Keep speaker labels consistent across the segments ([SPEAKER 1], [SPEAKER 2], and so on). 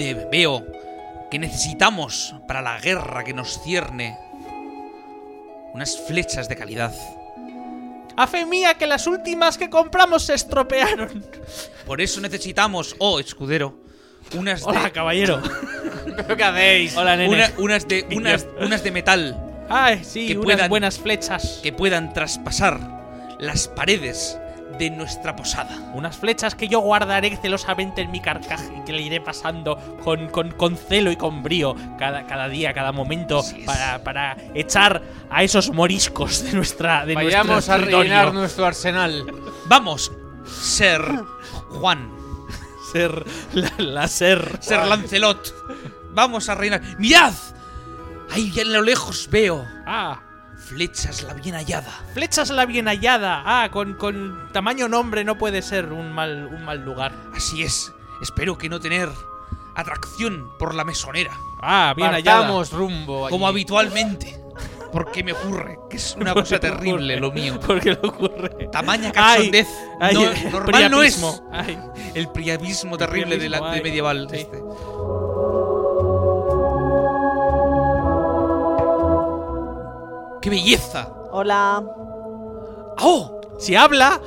[SPEAKER 1] europeo que necesitamos para la guerra que nos cierne. Unas flechas de calidad.
[SPEAKER 2] A fe mía que las últimas que compramos se estropearon.
[SPEAKER 1] Por eso necesitamos, oh escudero, unas de,
[SPEAKER 2] Hola, caballero.
[SPEAKER 3] ¿Pero qué hacéis?
[SPEAKER 2] Hola, nene.
[SPEAKER 1] una- unas de unas, unas de metal
[SPEAKER 2] Ay, sí,
[SPEAKER 1] Que
[SPEAKER 2] unas
[SPEAKER 1] puedan-
[SPEAKER 2] buenas flechas.
[SPEAKER 1] que puedan traspasar las paredes de nuestra posada.
[SPEAKER 2] Unas flechas que yo guardaré celosamente en mi carcaje y que le iré pasando con, con, con celo y con brío cada, cada día, cada momento,
[SPEAKER 1] Así es.
[SPEAKER 2] para, para echar a esos moriscos de nuestra de nuestro
[SPEAKER 3] Vayamos a
[SPEAKER 2] territorio.
[SPEAKER 3] rellenar nuestro arsenal.
[SPEAKER 1] Vamos, ser Juan,
[SPEAKER 2] Ser, la, la ser.
[SPEAKER 1] ser Lancelot. Vamos a reinar. Mirad, ahí ya en lo lejos veo
[SPEAKER 2] Ah,
[SPEAKER 1] flechas la bien hallada.
[SPEAKER 2] flechas la bien hallada. Ah, con, con tamaño nombre no puede ser un mal, un mal lugar.
[SPEAKER 1] Así es. Espero que no tener atracción por la mesonera,
[SPEAKER 2] Ah, bien hallada.
[SPEAKER 3] Partamos rumbo allí.
[SPEAKER 1] como habitualmente. Porque me ocurre, que es una cosa terrible lo mío.
[SPEAKER 2] Porque lo ocurre.
[SPEAKER 1] Tamaña
[SPEAKER 2] Ay,
[SPEAKER 1] cachondez.
[SPEAKER 2] ay,
[SPEAKER 1] no-
[SPEAKER 2] el
[SPEAKER 1] normal no es.
[SPEAKER 2] priapismo. Ay.
[SPEAKER 1] El priapismo terrible de la-
[SPEAKER 2] priapismo,
[SPEAKER 1] de,
[SPEAKER 2] ay,
[SPEAKER 1] medieval.
[SPEAKER 2] sí.
[SPEAKER 1] este. ¡Qué belleza!
[SPEAKER 4] Hola.
[SPEAKER 1] ¡Oh!
[SPEAKER 2] Si habla,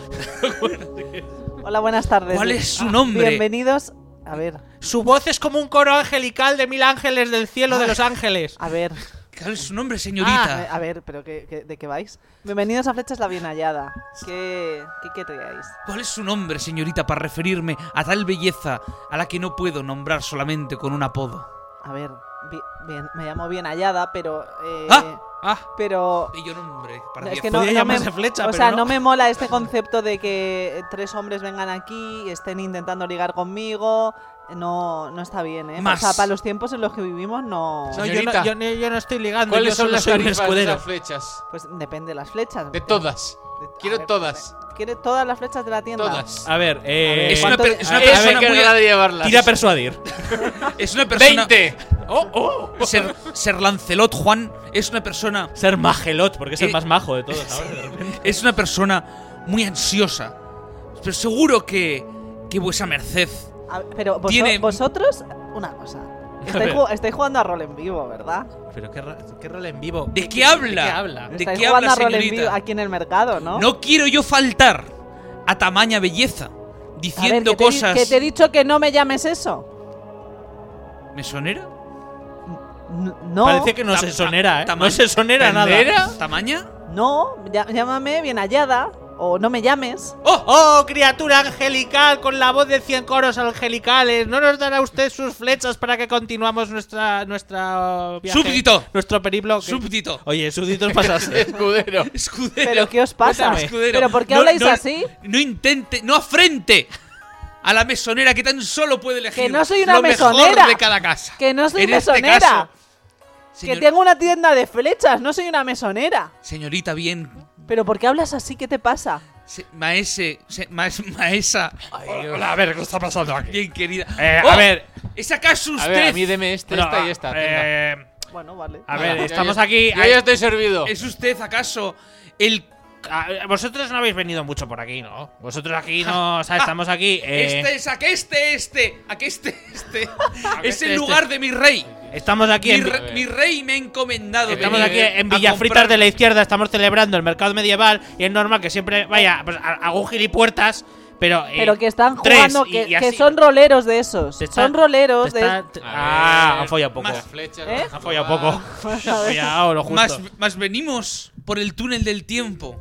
[SPEAKER 4] Hola, buenas tardes. Ah,
[SPEAKER 1] ¿Cuál es su nombre?
[SPEAKER 4] Bienvenidos. A ver,
[SPEAKER 2] su voz es como un coro angelical de mil ángeles del cielo de los ángeles.
[SPEAKER 4] a ver.
[SPEAKER 1] ¿Cuál es su nombre,
[SPEAKER 4] A ver,
[SPEAKER 1] señorita?
[SPEAKER 4] a ver, pero ¿qué, qué- de qué vais? Bienvenidos a Flechas la Bien Hallada. ¿Qué, qué, qué traíais?
[SPEAKER 1] ¿Cuál es su nombre, señorita, para referirme a tal belleza a la que no puedo nombrar solamente con un apodo?
[SPEAKER 4] A ver, bi- bien- me llamo Bien Hallada, pero. eh,
[SPEAKER 1] Ah,
[SPEAKER 2] Ah,
[SPEAKER 4] Pero.
[SPEAKER 1] Bello nombre. Para
[SPEAKER 4] Es
[SPEAKER 1] diez.
[SPEAKER 4] que no,
[SPEAKER 2] Podría
[SPEAKER 4] no me,
[SPEAKER 2] llamarse flecha,
[SPEAKER 4] o
[SPEAKER 2] pero
[SPEAKER 4] sea,
[SPEAKER 2] no.
[SPEAKER 4] no me mola este concepto de que tres hombres vengan aquí y estén intentando ligar conmigo. No, no está bien, ¿eh?
[SPEAKER 1] Más.
[SPEAKER 4] O sea, para los tiempos en los que vivimos no...
[SPEAKER 2] no, yo, no,
[SPEAKER 3] Señorita,
[SPEAKER 2] yo no- yo no estoy ligando.
[SPEAKER 3] ¿Cuáles
[SPEAKER 2] yo
[SPEAKER 3] son
[SPEAKER 2] solo
[SPEAKER 3] las
[SPEAKER 2] soy un
[SPEAKER 3] tarifas de
[SPEAKER 2] escudero.
[SPEAKER 3] las flechas?
[SPEAKER 4] Pues depende de las flechas.
[SPEAKER 3] De todas.
[SPEAKER 4] De- a
[SPEAKER 3] Quiero
[SPEAKER 4] ver,
[SPEAKER 3] todas.
[SPEAKER 4] ¿Quiere todas las flechas de la tienda?
[SPEAKER 3] Todas.
[SPEAKER 2] A ver, eh.
[SPEAKER 1] Es una, per- es una
[SPEAKER 2] A ver,
[SPEAKER 1] persona
[SPEAKER 3] Ella se
[SPEAKER 2] a ver,
[SPEAKER 1] muy...
[SPEAKER 3] encargará de llevarlas.
[SPEAKER 2] Tira a persuadir.
[SPEAKER 1] Es una persona...
[SPEAKER 3] ¡20!
[SPEAKER 2] Oh, oh.
[SPEAKER 1] Ser, ser Lancelot, Juan, es una persona...
[SPEAKER 2] Ser magelot, porque es el
[SPEAKER 1] Eh,
[SPEAKER 2] más majo de todos ahora. de repente.
[SPEAKER 1] Es una persona muy ansiosa. Pero seguro que... Que vuesa merced...
[SPEAKER 4] A ver, pero vos-
[SPEAKER 1] Tiene-
[SPEAKER 4] vosotros, una cosa. Estáis,
[SPEAKER 2] ver.
[SPEAKER 4] ju- estáis jugando a rol en vivo, ¿verdad?
[SPEAKER 2] Pero qué, ra- qué rol en vivo.
[SPEAKER 1] ¿De qué habla?
[SPEAKER 2] ¿De qué habla?
[SPEAKER 1] ¿De
[SPEAKER 4] Estáis
[SPEAKER 1] qué
[SPEAKER 4] jugando
[SPEAKER 1] habla,
[SPEAKER 4] a rol en
[SPEAKER 1] señorita?
[SPEAKER 4] vivo aquí en el mercado, ¿no?
[SPEAKER 1] No quiero yo faltar a tamaña belleza
[SPEAKER 4] a ver,
[SPEAKER 1] diciendo
[SPEAKER 4] que te, he di-
[SPEAKER 1] cosas...
[SPEAKER 4] que te he dicho que no me llames eso.
[SPEAKER 1] ¿Mesonera?
[SPEAKER 4] N- No,
[SPEAKER 2] Parece que no
[SPEAKER 1] Ta-
[SPEAKER 2] se
[SPEAKER 1] ta-
[SPEAKER 2] sonera, ¿eh?
[SPEAKER 1] tamaño.
[SPEAKER 2] No se sonera nada.
[SPEAKER 3] ¿Tendera?
[SPEAKER 1] ¿Tamaña?
[SPEAKER 4] no, ya- llámame bien hallada o no me llames.
[SPEAKER 1] ¡Oh!
[SPEAKER 2] ¡Oh, criatura angelical con la voz de cien coros angelicales! ¿No nos dará usted sus flechas para que continuamos nuestra, nuestra viaje?
[SPEAKER 1] Súbdito.
[SPEAKER 2] Nuestro periplo. que-
[SPEAKER 1] Súbdito.
[SPEAKER 2] Oye, súbditos pasaste.
[SPEAKER 3] Escudero.
[SPEAKER 1] Escudero.
[SPEAKER 4] ¿Pero qué os pasa?
[SPEAKER 2] cuéntame.
[SPEAKER 1] Escudero.
[SPEAKER 4] ¿Pero por qué
[SPEAKER 1] No-
[SPEAKER 4] habláis
[SPEAKER 1] no-
[SPEAKER 4] así?
[SPEAKER 1] No intente, no afrente a la mesonera que tan solo puede elegir
[SPEAKER 4] Que no soy una
[SPEAKER 1] lo
[SPEAKER 4] mesonera.
[SPEAKER 1] mejor de cada casa.
[SPEAKER 4] Que no soy
[SPEAKER 1] En este
[SPEAKER 4] mesonera.
[SPEAKER 1] caso,
[SPEAKER 4] Que
[SPEAKER 1] señor-
[SPEAKER 4] tengo una tienda de flechas, no soy una mesonera.
[SPEAKER 1] Señorita, bien.
[SPEAKER 4] ¿Pero por qué hablas así? ¿Qué te pasa?
[SPEAKER 1] se- Maese, se- maes- maesa,
[SPEAKER 5] Hola, a ver, ¿qué está pasando aquí?
[SPEAKER 1] bien querida.
[SPEAKER 5] Eh, a
[SPEAKER 1] ¡Oh!
[SPEAKER 5] ver.
[SPEAKER 1] ¿Es acaso usted?
[SPEAKER 3] A ver, a mí deme este,
[SPEAKER 5] pero,
[SPEAKER 3] esta y esta. tenga.
[SPEAKER 5] eh,
[SPEAKER 4] Bueno, vale.
[SPEAKER 5] a
[SPEAKER 3] Venga,
[SPEAKER 5] ver,
[SPEAKER 3] yo
[SPEAKER 5] estamos
[SPEAKER 3] ya-
[SPEAKER 5] aquí.
[SPEAKER 3] Yo ya estoy servido.
[SPEAKER 1] ¿Es usted acaso el.
[SPEAKER 5] Ah, Vosotros no habéis venido mucho por aquí, ¿no? Vosotros aquí no. O sea, estamos aquí. eh,
[SPEAKER 1] Este es, aqueste, este, aqueste, este. es
[SPEAKER 5] este,
[SPEAKER 1] el
[SPEAKER 5] este.
[SPEAKER 1] lugar de mi rey.
[SPEAKER 5] estamos aquí.
[SPEAKER 1] Mi,
[SPEAKER 5] En,
[SPEAKER 1] re- mi rey me ha encomendado.
[SPEAKER 5] estamos
[SPEAKER 1] venir
[SPEAKER 5] aquí
[SPEAKER 2] Eh,
[SPEAKER 5] en
[SPEAKER 1] a
[SPEAKER 5] Villafritas de
[SPEAKER 1] comprar-
[SPEAKER 5] la Izquierda. Estamos celebrando el mercado medieval. Y es normal que siempre. Vaya, pues a- hago gilipuertas. Pero. eh,
[SPEAKER 4] Pero que están
[SPEAKER 5] tres,
[SPEAKER 4] jugando,
[SPEAKER 5] y-
[SPEAKER 4] que,
[SPEAKER 5] y
[SPEAKER 4] que
[SPEAKER 5] así.
[SPEAKER 4] son roleros de esos.
[SPEAKER 5] Te está-
[SPEAKER 4] son roleros
[SPEAKER 5] te
[SPEAKER 4] de...
[SPEAKER 5] está- te- Ah, han follado poco.
[SPEAKER 3] Más flechas.
[SPEAKER 4] ¿Eh?
[SPEAKER 3] más
[SPEAKER 5] Han follado poco. Han follado lo justo.
[SPEAKER 1] Más, más venimos por el túnel del tiempo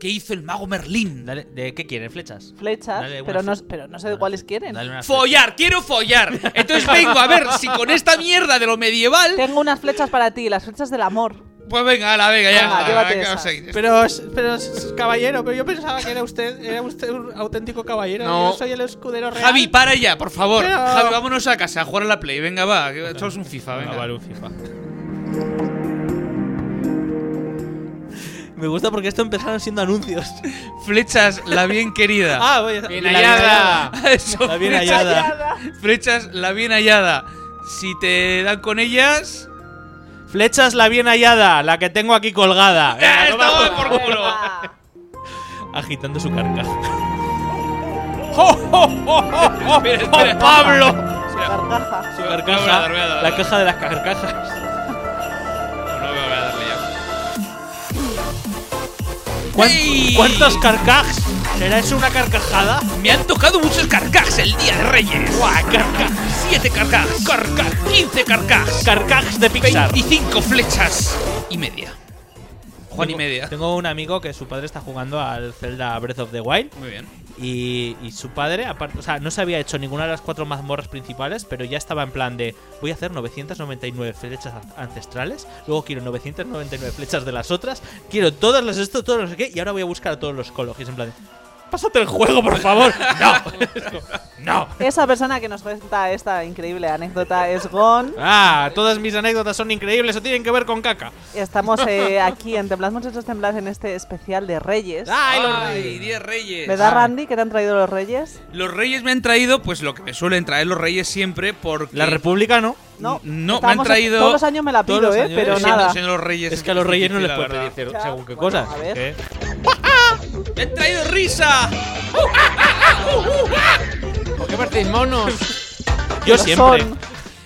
[SPEAKER 1] que hizo el mago Merlín.
[SPEAKER 5] Dale, ¿De qué quieren? ¿Flechas?
[SPEAKER 4] flechas,
[SPEAKER 5] Dale una
[SPEAKER 4] pero no,
[SPEAKER 5] fle-
[SPEAKER 4] pero no sé de cuáles quieren.
[SPEAKER 5] Dale una flecha.
[SPEAKER 1] Follar, quiero follar. Entonces vengo a ver si con esta mierda de lo medieval.
[SPEAKER 4] Tengo unas flechas para ti, las flechas del amor.
[SPEAKER 1] Pues venga, la venga, ya.
[SPEAKER 4] Venga,
[SPEAKER 1] está,
[SPEAKER 4] llévate
[SPEAKER 1] venga,
[SPEAKER 4] esa.
[SPEAKER 1] vamos a seguir.
[SPEAKER 2] Pero, pero, caballero, pero yo pensaba que era usted, era usted un auténtico caballero.
[SPEAKER 3] No.
[SPEAKER 2] Yo soy el escudero real.
[SPEAKER 1] Javi, para ya, por favor.
[SPEAKER 2] Pero-
[SPEAKER 1] Javi, vámonos a casa a jugar a la Play. Venga, va, que echamos un FIFA, venga.
[SPEAKER 5] Ah, vale, un FIFA.
[SPEAKER 2] Me gusta porque esto empezaron siendo anuncios.
[SPEAKER 1] Flechas, la bien querida.
[SPEAKER 2] ah, voy a-
[SPEAKER 3] Bien
[SPEAKER 2] La-
[SPEAKER 3] hallada.
[SPEAKER 1] Eso,
[SPEAKER 2] La bien
[SPEAKER 1] flechas-
[SPEAKER 2] hallada.
[SPEAKER 1] Flechas, la bien hallada. Si te dan con ellas.
[SPEAKER 2] Flechas la bien hallada, la que tengo aquí colgada.
[SPEAKER 1] ¡Ah,
[SPEAKER 2] Venga, toma.
[SPEAKER 1] estaba por culo!
[SPEAKER 4] Ah,
[SPEAKER 2] Agitando ¡Oh, su carcaja.
[SPEAKER 1] Espera, espera.
[SPEAKER 2] oh, ¡Pablo!
[SPEAKER 4] Gargaja.
[SPEAKER 3] Su
[SPEAKER 2] Carcaja, la caja de las carcajas.
[SPEAKER 3] No voy a darle ya.
[SPEAKER 1] ¿Cuán-
[SPEAKER 2] ¿Cuántos carcajas? ¿Será eso una carcajada?
[SPEAKER 1] Me han tocado muchos carcajes el día de Reyes. ¡Guau, carcaj! 7 carcajes. Carcaj. 15 carcajes.
[SPEAKER 2] Carcajas de Pixar.
[SPEAKER 1] 25 flechas y media. Juan y media.
[SPEAKER 2] Tengo un amigo que su padre está jugando al Zelda Breath of the Wild
[SPEAKER 1] Muy bien.
[SPEAKER 2] y, y su padre, aparte, o sea, no se había hecho ninguna de las cuatro mazmorras principales, pero ya estaba en plan de voy a hacer 999 flechas an- ancestrales, luego quiero 999 flechas de las otras, quiero todas las esto, todos los que, y ahora voy a buscar a todos los colos. Y es en plan de, pásate el juego, por favor. No, Es como, no.
[SPEAKER 4] Esa persona que nos cuenta esta increíble anécdota es Gon.
[SPEAKER 2] Ah, todas mis anécdotas son increíbles o tienen que ver con caca.
[SPEAKER 4] Estamos eh, aquí en Temblad Muchachos Temblad en este especial de Reyes.
[SPEAKER 2] ¡Ay, los
[SPEAKER 1] Ay, 10 reyes.
[SPEAKER 4] ¿Verdad, Randy, que te han traído los Reyes?
[SPEAKER 1] Los reyes me han traído, pues lo que me suelen traer los reyes siempre, porque.
[SPEAKER 2] La República no.
[SPEAKER 4] No,
[SPEAKER 1] No, me han
[SPEAKER 4] estábamos-
[SPEAKER 1] traído-
[SPEAKER 4] Todos los años me la
[SPEAKER 2] todos
[SPEAKER 4] pido,
[SPEAKER 2] los
[SPEAKER 4] ¿eh?
[SPEAKER 2] años.
[SPEAKER 4] Pero
[SPEAKER 1] Lo siento,
[SPEAKER 4] nada.
[SPEAKER 1] siendo los reyes.
[SPEAKER 2] Es que a los reyes no les
[SPEAKER 1] difícil,
[SPEAKER 2] puedes
[SPEAKER 1] la
[SPEAKER 2] pedir
[SPEAKER 1] verdad.
[SPEAKER 2] cero,
[SPEAKER 4] Ya,
[SPEAKER 2] según qué
[SPEAKER 4] bueno,
[SPEAKER 2] cosas.
[SPEAKER 4] a ver.
[SPEAKER 2] ¿eh?
[SPEAKER 1] ¡Me han traído risa!
[SPEAKER 2] ¿eh?
[SPEAKER 3] ¿Por qué partís monos?
[SPEAKER 2] Yo
[SPEAKER 4] Pero
[SPEAKER 2] siempre.
[SPEAKER 4] son-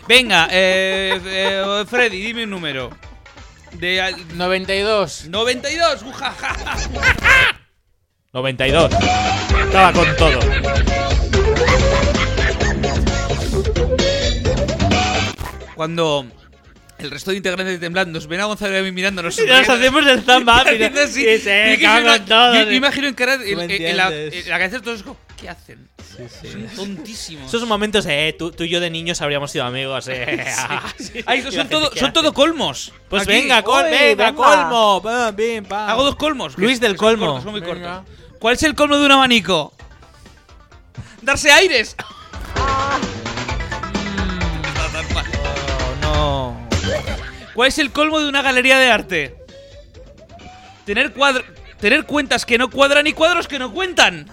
[SPEAKER 1] Venga, eh, eh, Freddy, dime un número. De al-
[SPEAKER 3] 92.
[SPEAKER 1] 92, ujaja.
[SPEAKER 2] 92. Estaba con todo.
[SPEAKER 1] Cuando el resto de integrantes de Temblando nos ven a Gonzalo y a mí mirándonos.
[SPEAKER 2] Si nos hacemos el zamba, mira.
[SPEAKER 1] haciendo así.
[SPEAKER 2] Sí, sí,
[SPEAKER 1] Yo que
[SPEAKER 2] cago
[SPEAKER 1] me-
[SPEAKER 2] en todo.
[SPEAKER 1] yo- yo imagino en cara. en-
[SPEAKER 2] me
[SPEAKER 1] en- en la,
[SPEAKER 2] entiendes.
[SPEAKER 1] en la cabeza de todos es como, ¿qué hacen? Son tontísimos.
[SPEAKER 2] Esos momentos, eh, tú, tú y yo de niños habríamos sido amigos, eh.
[SPEAKER 1] Ay, son todo, son todo colmos.
[SPEAKER 2] Pues
[SPEAKER 1] Aquí.
[SPEAKER 2] venga, col,
[SPEAKER 4] Uy,
[SPEAKER 2] venga,
[SPEAKER 4] venga.
[SPEAKER 2] colmo. Pam, pim, pam.
[SPEAKER 1] Hago dos colmos.
[SPEAKER 2] Luis
[SPEAKER 1] que-
[SPEAKER 2] del
[SPEAKER 1] que son
[SPEAKER 2] colmo.
[SPEAKER 1] cortos, son muy
[SPEAKER 3] Venga.
[SPEAKER 1] cortos. ¿Cuál es el colmo de un abanico? Darse aires. Está tan mal.
[SPEAKER 2] Oh, no.
[SPEAKER 1] ¿Cuál es el colmo de una galería de arte? Tener cuadr- Tener cuentas que no cuadran y cuadros que no cuentan.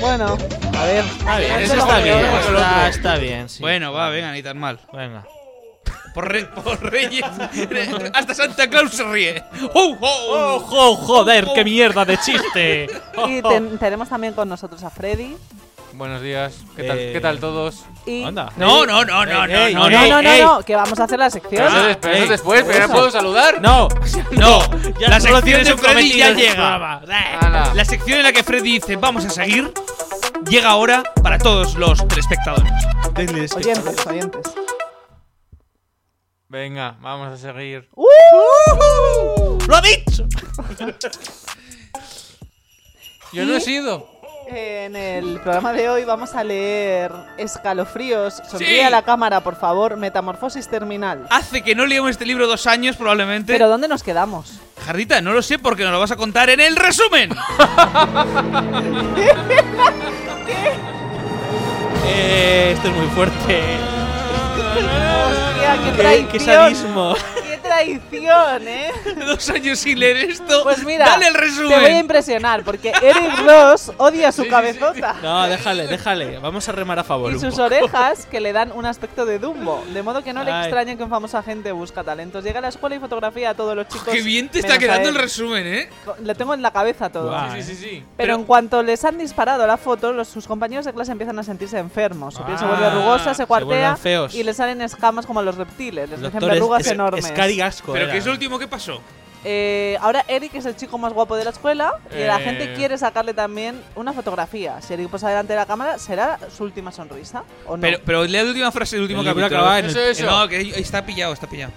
[SPEAKER 4] Bueno, a ver.
[SPEAKER 2] Está bien, eso
[SPEAKER 4] Eso
[SPEAKER 2] está
[SPEAKER 4] lo
[SPEAKER 2] bien.
[SPEAKER 4] veo.
[SPEAKER 2] Está, está bien, sí.
[SPEAKER 1] Bueno, va, venga, ni tan mal.
[SPEAKER 2] Venga.
[SPEAKER 1] Por, re- por Reyes. Hasta Santa Claus se ríe. ¡Oh, oh, oh!
[SPEAKER 2] ¡Ojo, joder! ¡Qué mierda de chiste! Oh,
[SPEAKER 4] Y ten- tenemos también con nosotros a Freddy.
[SPEAKER 3] Buenos días. ¿Qué tal,
[SPEAKER 2] Eh.
[SPEAKER 3] ¿qué tal todos?
[SPEAKER 4] Y...
[SPEAKER 2] Anda.
[SPEAKER 1] No, no, no, no,
[SPEAKER 2] Ey,
[SPEAKER 1] no,
[SPEAKER 2] ey,
[SPEAKER 1] no,
[SPEAKER 4] No,
[SPEAKER 2] ey,
[SPEAKER 4] no, no,
[SPEAKER 2] ey.
[SPEAKER 4] no, que vamos a hacer la sección.
[SPEAKER 3] Pero eso des- pero eso
[SPEAKER 2] ey.
[SPEAKER 3] después, pero ya puedo saludar.
[SPEAKER 2] No,
[SPEAKER 1] no.
[SPEAKER 2] ya
[SPEAKER 1] La
[SPEAKER 2] solo
[SPEAKER 1] sección
[SPEAKER 2] tienes
[SPEAKER 1] de
[SPEAKER 2] un
[SPEAKER 1] Freddy
[SPEAKER 2] prometido
[SPEAKER 1] ya
[SPEAKER 2] en este
[SPEAKER 1] llega.
[SPEAKER 2] programa.
[SPEAKER 3] Ala.
[SPEAKER 1] La sección en la que Freddy dice vamos a seguir llega ahora para todos los espectadores. Este.
[SPEAKER 4] Oyentes, oyentes.
[SPEAKER 3] Venga, vamos a seguir.
[SPEAKER 2] ¡Lo ha dicho!
[SPEAKER 3] Yo no he sido.
[SPEAKER 4] En el programa de hoy vamos a leer Escalofríos. Sonríe
[SPEAKER 1] Sí.
[SPEAKER 4] a la cámara, por favor. Metamorfosis terminal.
[SPEAKER 1] Hace que no leamos este libro dos años probablemente.
[SPEAKER 4] Pero ¿dónde nos quedamos?
[SPEAKER 1] Jardita, no lo sé porque nos lo vas a contar en el resumen.
[SPEAKER 2] Eh, esto es muy fuerte.
[SPEAKER 4] Hostia, qué
[SPEAKER 2] ¡Qué, qué
[SPEAKER 4] traición.
[SPEAKER 2] sadismo!
[SPEAKER 4] Qué traición, ¿eh?
[SPEAKER 1] dos años sin leer esto.
[SPEAKER 4] Pues mira,
[SPEAKER 1] dale el
[SPEAKER 4] te voy a
[SPEAKER 1] resumen.
[SPEAKER 4] impresionar porque Eric Ross odia
[SPEAKER 3] Sí,
[SPEAKER 4] su
[SPEAKER 3] sí, sí.
[SPEAKER 4] cabezota.
[SPEAKER 2] No, déjale, déjale. Vamos a remar a favor.
[SPEAKER 4] Y
[SPEAKER 2] un
[SPEAKER 4] sus
[SPEAKER 2] poco.
[SPEAKER 4] orejas que le dan un aspecto de Dumbo. De modo que no le
[SPEAKER 2] Ay.
[SPEAKER 4] extraña que un famoso agente busca talentos. Llega a la escuela y fotografía a todos los chicos.
[SPEAKER 1] Qué bien te está
[SPEAKER 4] menos a
[SPEAKER 1] quedando el
[SPEAKER 4] él.
[SPEAKER 1] resumen, ¿eh?
[SPEAKER 4] Lo tengo en la cabeza todo.
[SPEAKER 2] Guau.
[SPEAKER 3] Sí, sí, sí, sí.
[SPEAKER 4] Pero en cuanto les han disparado la foto, los- sus compañeros de clase empiezan a sentirse enfermos. Su piel se vuelve
[SPEAKER 2] Ah,
[SPEAKER 4] rugosa, se
[SPEAKER 2] se
[SPEAKER 4] cuartea
[SPEAKER 2] vuelven feos.
[SPEAKER 4] y le salen escamas como a los reptiles. Les
[SPEAKER 2] Doctor,
[SPEAKER 4] crecen verrugas
[SPEAKER 2] es- es-
[SPEAKER 4] enormes.
[SPEAKER 2] Escari asco.
[SPEAKER 1] Pero
[SPEAKER 2] era.
[SPEAKER 1] que es lo último que pasó.
[SPEAKER 4] Eh, ahora Eric es el chico más guapo de la escuela y la
[SPEAKER 3] Eh.
[SPEAKER 4] gente quiere sacarle también una fotografía. Si Eric posa delante de la cámara, ¿será su última sonrisa o no?
[SPEAKER 1] Pero, pero lea la última frase del último
[SPEAKER 2] El libro
[SPEAKER 1] capítulo. Eh,
[SPEAKER 2] acaba en
[SPEAKER 3] Eso, eso.
[SPEAKER 1] No, que ahí está pillado, está pillado.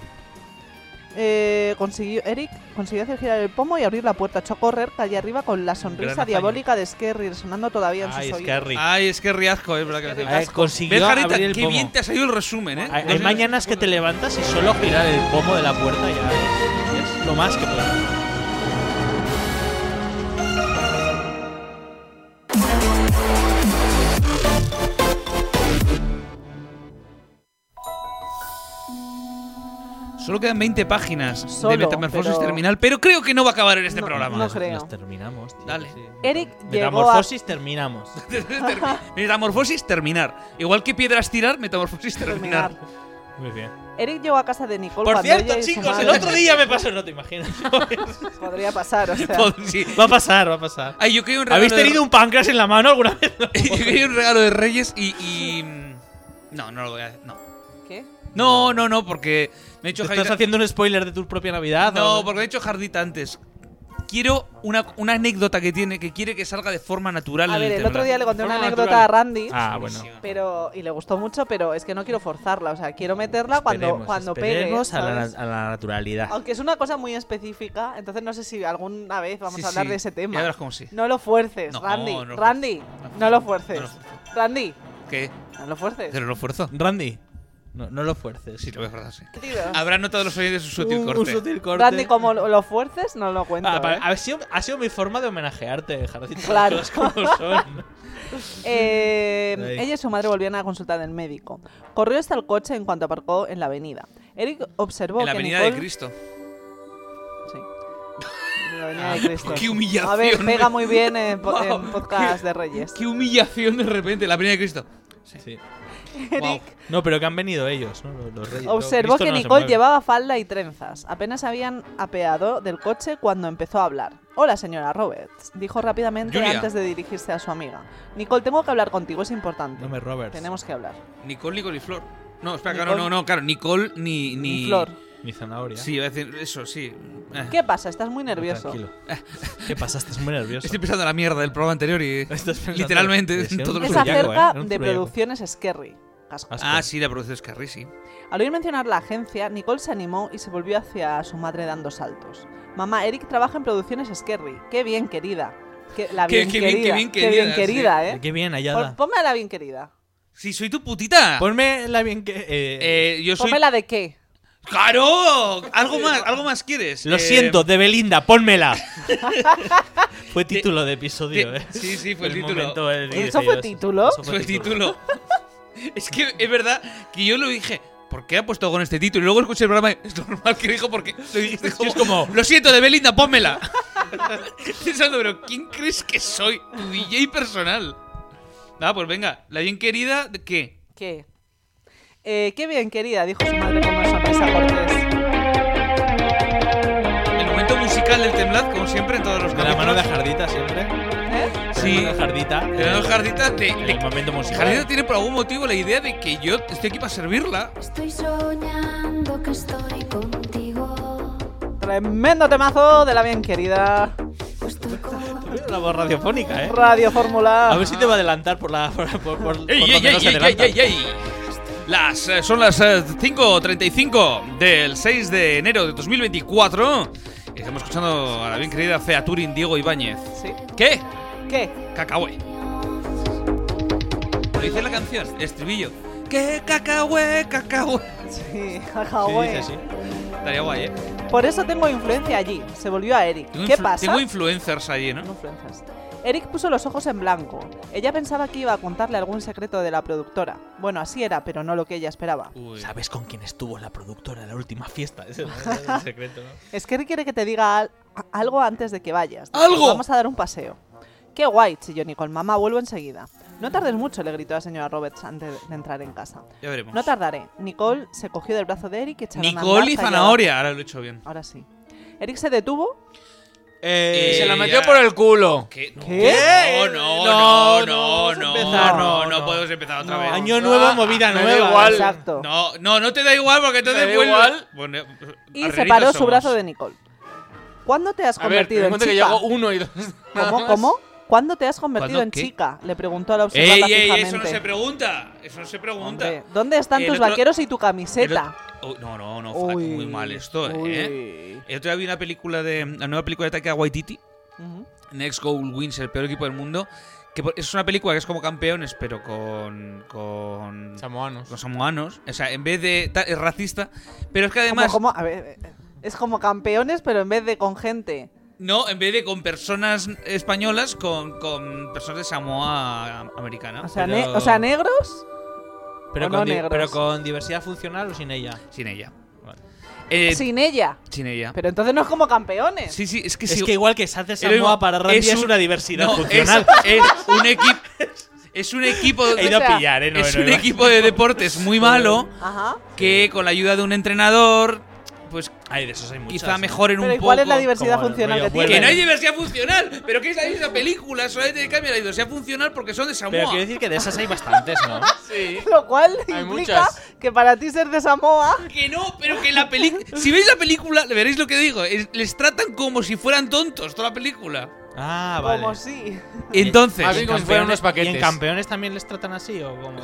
[SPEAKER 4] Eh, consiguió, Eric consiguió hacer girar el pomo y abrir la puerta. Echó a correr calle arriba con la sonrisa
[SPEAKER 1] Gran hazaña.
[SPEAKER 4] diabólica de Skerry sonando todavía en
[SPEAKER 2] Ay,
[SPEAKER 4] sus oídos.
[SPEAKER 2] Escarri.
[SPEAKER 1] Ay, es que riazco, es verdad que
[SPEAKER 2] A
[SPEAKER 1] lo
[SPEAKER 2] ver,
[SPEAKER 1] tengo. ¿Ves,
[SPEAKER 2] consiguió
[SPEAKER 1] Jarita?
[SPEAKER 2] abrir el
[SPEAKER 1] Qué
[SPEAKER 2] pomo.
[SPEAKER 1] bien te ha salido el resumen, ¿eh?
[SPEAKER 2] Hay,
[SPEAKER 1] Dos
[SPEAKER 2] hay
[SPEAKER 1] años-
[SPEAKER 2] mañanas que te levantas y solo girar el pomo de la puerta ya es, ya es lo más que puedes.
[SPEAKER 1] Solo quedan 20 páginas de
[SPEAKER 4] Solo,
[SPEAKER 1] Metamorfosis
[SPEAKER 4] pero-
[SPEAKER 1] terminal, pero creo que no va a acabar en este
[SPEAKER 4] No,
[SPEAKER 1] programa.
[SPEAKER 4] no creo.
[SPEAKER 2] Nos terminamos, tío.
[SPEAKER 1] Dale.
[SPEAKER 2] sí.
[SPEAKER 4] Eric llegó a
[SPEAKER 2] Metamorfosis terminamos.
[SPEAKER 1] Termi- metamorfosis terminar. Igual que piedras tirar, metamorfosis terminar.
[SPEAKER 4] terminar.
[SPEAKER 2] Muy bien.
[SPEAKER 4] Eric llegó a casa de Nicole
[SPEAKER 2] Por
[SPEAKER 4] cuando
[SPEAKER 2] cierto,
[SPEAKER 4] ella y su
[SPEAKER 2] chicos, el
[SPEAKER 4] madre-
[SPEAKER 2] otro día me pasó, no te imaginas.
[SPEAKER 4] Podría pasar, o sea.
[SPEAKER 1] Joder, sí.
[SPEAKER 2] va a pasar, va a pasar.
[SPEAKER 1] Ay, yo quería un regalo
[SPEAKER 2] ¿Habéis
[SPEAKER 1] de-
[SPEAKER 2] tenido un páncreas en la mano alguna vez?
[SPEAKER 1] yo quería un regalo de Reyes y. y, mm, No, no lo voy a hacer. No.
[SPEAKER 4] ¿Qué?
[SPEAKER 1] No, no, no, porque me he
[SPEAKER 2] ¿Te
[SPEAKER 1] hecho
[SPEAKER 2] ¿Estás haciendo un spoiler de tu propia Navidad?
[SPEAKER 1] No,
[SPEAKER 2] o-
[SPEAKER 1] porque he hecho Jardita antes. Quiero una, una anécdota que tiene que quiere que salga de forma natural.
[SPEAKER 4] A
[SPEAKER 1] en
[SPEAKER 4] ver, el otro
[SPEAKER 1] temblar.
[SPEAKER 4] día le conté una
[SPEAKER 3] Forma
[SPEAKER 4] anécdota
[SPEAKER 3] natural.
[SPEAKER 4] a Randy.
[SPEAKER 2] Ah, bueno.
[SPEAKER 4] Pero, y le gustó mucho, pero es que no quiero forzarla, o sea, quiero meterla cuando,
[SPEAKER 2] Esperemos,
[SPEAKER 4] cuando pegue.
[SPEAKER 2] esperemos a la,
[SPEAKER 4] ¿sabes?
[SPEAKER 2] na- a la naturalidad.
[SPEAKER 4] Aunque es una cosa muy específica, entonces no sé si alguna vez vamos
[SPEAKER 1] Sí,
[SPEAKER 4] a hablar
[SPEAKER 1] sí,
[SPEAKER 4] de ese tema.
[SPEAKER 1] Ya verás cómo sí.
[SPEAKER 4] No lo fuerces,
[SPEAKER 1] No,
[SPEAKER 4] Randy.
[SPEAKER 1] no lo
[SPEAKER 4] Randy,
[SPEAKER 1] fuerces.
[SPEAKER 4] no lo fuerces.
[SPEAKER 1] No lo fuerzo.
[SPEAKER 4] Randy,
[SPEAKER 1] ¿Qué?
[SPEAKER 4] no lo fuerces.
[SPEAKER 1] ¿Pero lo fuerzo?
[SPEAKER 2] Randy, no, no lo fuerces.
[SPEAKER 1] Sí, lo voy a forzar, sí.
[SPEAKER 4] Tío.
[SPEAKER 1] Habrán notado los oyentes su sutil
[SPEAKER 2] Un- un
[SPEAKER 1] corte.
[SPEAKER 2] sutil corte.
[SPEAKER 4] Randy, como lo lo fuerces, no lo cuento.
[SPEAKER 2] Ah, para-
[SPEAKER 4] ¿eh?
[SPEAKER 2] ha, sido, ha sido mi forma de homenajearte, Jardita.
[SPEAKER 4] Claro.
[SPEAKER 2] las cosas como son.
[SPEAKER 4] Eh,
[SPEAKER 2] Ay.
[SPEAKER 4] ella y su madre volvían a consultar del médico. Corrió hasta el coche en cuanto aparcó en la avenida. Eric observó
[SPEAKER 1] En la
[SPEAKER 4] que
[SPEAKER 1] avenida de
[SPEAKER 4] Nicole...
[SPEAKER 1] Cristo.
[SPEAKER 4] Sí. En la
[SPEAKER 2] Ah,
[SPEAKER 4] avenida de Cristo.
[SPEAKER 1] Qué humillación.
[SPEAKER 4] A ver, pega muy bien en, po-
[SPEAKER 1] Wow.
[SPEAKER 4] en podcast de Reyes.
[SPEAKER 1] Qué humillación de repente, la avenida de Cristo.
[SPEAKER 2] Sí.
[SPEAKER 1] Wow.
[SPEAKER 2] No, pero que han venido ellos, ¿no? Los- los reyes.
[SPEAKER 4] Observó
[SPEAKER 2] Cristo
[SPEAKER 4] que
[SPEAKER 2] no se
[SPEAKER 4] Nicole
[SPEAKER 2] mueve.
[SPEAKER 4] llevaba falda y trenzas. Apenas habían apeado del coche cuando empezó a hablar. Hola, señora Roberts, dijo rápidamente
[SPEAKER 1] Julia.
[SPEAKER 4] antes de dirigirse a su amiga. Nicole, tengo que hablar contigo, es importante.
[SPEAKER 2] No me Roberts.
[SPEAKER 4] Tenemos que hablar.
[SPEAKER 1] Nicole, Nicole y Flor. No, espera, claro,
[SPEAKER 4] Nicole.
[SPEAKER 1] no, no, claro, Nicole ni. ni...
[SPEAKER 4] Ni Flor,
[SPEAKER 2] Mi zanahoria.
[SPEAKER 1] Sí, iba a decir eso, sí. Eh,
[SPEAKER 4] ¿qué pasa? Estás muy nervioso.
[SPEAKER 2] Tranquilo. ¿Qué pasa? Estás muy nervioso.
[SPEAKER 1] Estoy pensando en la mierda del programa anterior y.
[SPEAKER 2] Estás pensando-
[SPEAKER 1] Literalmente,
[SPEAKER 2] Sí, era un
[SPEAKER 1] todo lo
[SPEAKER 4] Es
[SPEAKER 1] Era
[SPEAKER 2] zurriaco, ¿eh?
[SPEAKER 4] acerca
[SPEAKER 2] Era un
[SPEAKER 4] de
[SPEAKER 2] zurriaco.
[SPEAKER 4] producciones Scary. Casco.
[SPEAKER 2] Asco.
[SPEAKER 1] Ah, sí, la producción es Carrie, sí.
[SPEAKER 4] Al oír mencionar la agencia, Nicole se animó y se volvió hacia su madre dando saltos. Mamá, Eric trabaja en producciones Scary. Qué bien, querida. Qué, la
[SPEAKER 1] Qué-
[SPEAKER 4] bien,
[SPEAKER 1] qué bien,
[SPEAKER 4] querida.
[SPEAKER 1] qué bien
[SPEAKER 4] Qué
[SPEAKER 1] querida,
[SPEAKER 4] bien
[SPEAKER 1] sí.
[SPEAKER 4] querida, ¿eh?
[SPEAKER 2] Qué bien,
[SPEAKER 4] Pon-
[SPEAKER 2] hallada.
[SPEAKER 4] ponme a la bien querida.
[SPEAKER 1] Sí, soy tu putita.
[SPEAKER 2] Ponme la bien que. eh,
[SPEAKER 1] Eh, yo soy.
[SPEAKER 4] Ponme la de qué.
[SPEAKER 1] ¡Claro! Algo más, algo más quieres.
[SPEAKER 2] lo
[SPEAKER 1] Eh,
[SPEAKER 2] siento, de Belinda, pónmela. fue título de
[SPEAKER 1] te-
[SPEAKER 2] episodio, ¿eh?
[SPEAKER 1] Sí, sí, fue el, título.
[SPEAKER 2] momento, el-
[SPEAKER 4] ¿Eso fue
[SPEAKER 2] Dios,
[SPEAKER 4] título?
[SPEAKER 2] eso
[SPEAKER 1] Fue el título. es que es verdad que yo lo dije. ¿Por qué ha puesto con este título? Y luego escuché el programa y es normal que dijo porque lo dijiste como, Lo siento, de Belinda, pónmela. Pensando, pero ¿quién crees que soy? Tu DJ personal. Nada, pues venga, la bien querida, ¿de qué?
[SPEAKER 4] ¿Qué? Eh, qué bien, querida, dijo su madre con una sonrisa cortés.
[SPEAKER 1] El momento musical del temblad, como siempre, en todos los
[SPEAKER 2] De la mano de
[SPEAKER 1] capítulos.
[SPEAKER 2] Jardita siempre.
[SPEAKER 4] ¿Eh?
[SPEAKER 1] Sí.
[SPEAKER 2] De la mano de Jardita.
[SPEAKER 1] De la mano de Jardita, de-
[SPEAKER 2] El
[SPEAKER 1] de-
[SPEAKER 2] momento musical.
[SPEAKER 1] Jardita tiene por algún motivo la idea de que yo estoy aquí para servirla.
[SPEAKER 6] Estoy soñando que estoy contigo.
[SPEAKER 4] Tremendo temazo de la bien querida
[SPEAKER 6] Pues Estoy contigo.
[SPEAKER 2] Una voz radiofónica, ¿eh?
[SPEAKER 4] Radio
[SPEAKER 2] A
[SPEAKER 4] Fórmula.
[SPEAKER 2] ver si te va a adelantar por la. Por, por, por, por
[SPEAKER 1] ¡Ey,
[SPEAKER 2] lo
[SPEAKER 1] ey, ey,
[SPEAKER 2] menos
[SPEAKER 1] ey, ey,
[SPEAKER 2] adelanta.
[SPEAKER 1] ey, ey! Las, eh, son las eh, 5.35 del 6 de enero de 2024. Estamos escuchando a la bien querida Featurin Diego Ibáñez.
[SPEAKER 4] ¿Sí?
[SPEAKER 1] ¿Qué?
[SPEAKER 4] ¿Qué?
[SPEAKER 1] Cacahué. Lo dice la canción, el estribillo. ¿Qué? Cacahué, cacahué.
[SPEAKER 4] Sí,
[SPEAKER 2] Sí,
[SPEAKER 4] jajahué.
[SPEAKER 2] dice así.
[SPEAKER 1] Estaría guay, ¿eh?
[SPEAKER 4] Por eso tengo influencia allí. Se volvió a Eric.
[SPEAKER 1] Tengo
[SPEAKER 4] ¿Qué
[SPEAKER 1] influ-
[SPEAKER 4] pasa?
[SPEAKER 1] Tengo influencers allí,
[SPEAKER 4] No
[SPEAKER 1] ¿no?
[SPEAKER 4] ofensas. Eric puso los ojos en blanco. Ella pensaba que iba a contarle algún secreto de la productora. Bueno, así era, pero no lo que ella esperaba.
[SPEAKER 1] Uy.
[SPEAKER 2] ¿Sabes con quién estuvo la productora en la última fiesta? Ese es el secreto, ¿no?
[SPEAKER 4] Es que Eric quiere que te diga al- a- algo antes de que vayas.
[SPEAKER 1] ¡Algo!
[SPEAKER 4] Vamos a dar un paseo. Qué guay, chilló Nicole. Mamá, vuelvo enseguida. No tardes mucho, le gritó la señora Roberts antes de entrar en casa.
[SPEAKER 1] Ya veremos.
[SPEAKER 4] No tardaré. Nicole se cogió del brazo de Eric y echaron a andar
[SPEAKER 1] Nicole y
[SPEAKER 4] callada.
[SPEAKER 1] Zanahoria. Ahora lo he hecho bien.
[SPEAKER 4] Ahora sí. Eric se detuvo.
[SPEAKER 1] Eh,
[SPEAKER 3] Y se la metió
[SPEAKER 1] ya.
[SPEAKER 3] por el culo.
[SPEAKER 1] ¿Qué? No,
[SPEAKER 4] ¿Qué?
[SPEAKER 1] No, no, no,
[SPEAKER 2] No, no,
[SPEAKER 1] no,
[SPEAKER 2] no
[SPEAKER 1] no,
[SPEAKER 2] empezar.
[SPEAKER 1] no,
[SPEAKER 2] No.
[SPEAKER 1] podemos empezar otra
[SPEAKER 4] No.
[SPEAKER 1] vez.
[SPEAKER 2] Año nuevo, movida
[SPEAKER 3] me da
[SPEAKER 2] nueva.
[SPEAKER 3] igual.
[SPEAKER 4] Exacto.
[SPEAKER 1] No, no, no te da igual porque entonces
[SPEAKER 3] da
[SPEAKER 1] vuelve-
[SPEAKER 3] igual.
[SPEAKER 1] Bueno,
[SPEAKER 4] y
[SPEAKER 1] arreglitos
[SPEAKER 4] separó su
[SPEAKER 1] somos.
[SPEAKER 4] brazo de Nicole. ¿Cuándo te has
[SPEAKER 3] A ver, ten
[SPEAKER 4] convertido
[SPEAKER 3] en
[SPEAKER 4] en
[SPEAKER 3] cuenta
[SPEAKER 4] chica?
[SPEAKER 3] que yo hago uno y dos. nada
[SPEAKER 4] ¿Cómo?
[SPEAKER 3] más.
[SPEAKER 4] ¿Cómo? ¿Cuándo te has convertido
[SPEAKER 1] ¿Cuándo
[SPEAKER 4] en
[SPEAKER 1] qué?
[SPEAKER 4] chica? Le preguntó al
[SPEAKER 1] Ey,
[SPEAKER 4] observarla
[SPEAKER 1] ey,
[SPEAKER 4] fijamente.
[SPEAKER 1] eso no se pregunta. Eso no se pregunta.
[SPEAKER 4] Hombre, ¿Dónde están
[SPEAKER 1] El
[SPEAKER 4] tus
[SPEAKER 1] otro-
[SPEAKER 4] vaqueros y tu
[SPEAKER 1] El
[SPEAKER 4] camiseta?
[SPEAKER 1] ot- Oh, no, no, no, fuck,
[SPEAKER 4] Uy,
[SPEAKER 1] muy mal esto, eh.
[SPEAKER 4] uy.
[SPEAKER 1] El otro día vi una película de. La nueva película de Taika Waititi,
[SPEAKER 4] Ujú.
[SPEAKER 1] Next Goal Wins, el peor equipo del mundo. Que por- es una película que es como campeones, pero con. con.
[SPEAKER 3] Samoanos.
[SPEAKER 1] con samoanos. O sea, en vez de. ta- es racista. Pero es que
[SPEAKER 4] Como-
[SPEAKER 1] además.
[SPEAKER 4] como- a ver, eh, es como campeones, pero en vez de con gente.
[SPEAKER 1] No, en vez de con personas españolas, con, con personas de Samoa americana.
[SPEAKER 4] O sea,
[SPEAKER 2] Pero-
[SPEAKER 4] ne- o sea, negros.
[SPEAKER 2] Pero
[SPEAKER 4] O no
[SPEAKER 2] con, di-
[SPEAKER 4] negros.
[SPEAKER 2] pero con diversidad funcional o sin ella.
[SPEAKER 1] Sin ella.
[SPEAKER 2] Vale.
[SPEAKER 1] Eh,
[SPEAKER 4] sin ella.
[SPEAKER 1] Sin ella.
[SPEAKER 4] Pero entonces no es como campeones.
[SPEAKER 1] Sí, sí, es que
[SPEAKER 2] Es
[SPEAKER 1] sí.
[SPEAKER 2] que igual que se hace
[SPEAKER 1] Pero
[SPEAKER 2] Samoa
[SPEAKER 1] digo,
[SPEAKER 2] para Randy es,
[SPEAKER 1] un-
[SPEAKER 2] una diversidad
[SPEAKER 1] no, es-
[SPEAKER 2] funcional.
[SPEAKER 1] Es, un equipo. Es un equipo.
[SPEAKER 2] He ido
[SPEAKER 4] o
[SPEAKER 2] a
[SPEAKER 4] sea,
[SPEAKER 2] pillar, ¿eh? No,
[SPEAKER 1] es
[SPEAKER 2] no,
[SPEAKER 1] un
[SPEAKER 2] no.
[SPEAKER 1] equipo de deportes muy malo
[SPEAKER 4] Ajá.
[SPEAKER 1] que con la ayuda de un entrenador, pues
[SPEAKER 2] Ay, de esos hay muchas.
[SPEAKER 1] Quizá
[SPEAKER 2] ¿no?
[SPEAKER 1] mejoren
[SPEAKER 4] Pero
[SPEAKER 1] un
[SPEAKER 4] igual
[SPEAKER 1] poco.
[SPEAKER 4] es la diversidad
[SPEAKER 2] como el
[SPEAKER 4] funcional
[SPEAKER 2] rollo
[SPEAKER 4] que tiene.
[SPEAKER 1] Que no hay
[SPEAKER 2] Bueno.
[SPEAKER 1] diversidad funcional. Pero que es la misma película. Solamente cambia la diversidad funcional porque son de
[SPEAKER 2] Pero
[SPEAKER 1] Samoa.
[SPEAKER 2] quiero decir que de esas hay bastantes, ¿no?
[SPEAKER 3] Sí.
[SPEAKER 4] Lo cual
[SPEAKER 3] Hay
[SPEAKER 4] implica
[SPEAKER 3] muchas.
[SPEAKER 4] que para ti ser de Samoa.
[SPEAKER 1] Que no, pero que la película. si veis la película, le veréis lo que digo. es- les tratan como si fueran tontos toda la película.
[SPEAKER 2] Ah, vale.
[SPEAKER 4] Como sí.
[SPEAKER 2] Eh,
[SPEAKER 1] Entonces.
[SPEAKER 3] Más bien como si fueran unos
[SPEAKER 2] ¿Y
[SPEAKER 3] paquetes.
[SPEAKER 2] en campeones también les tratan así o como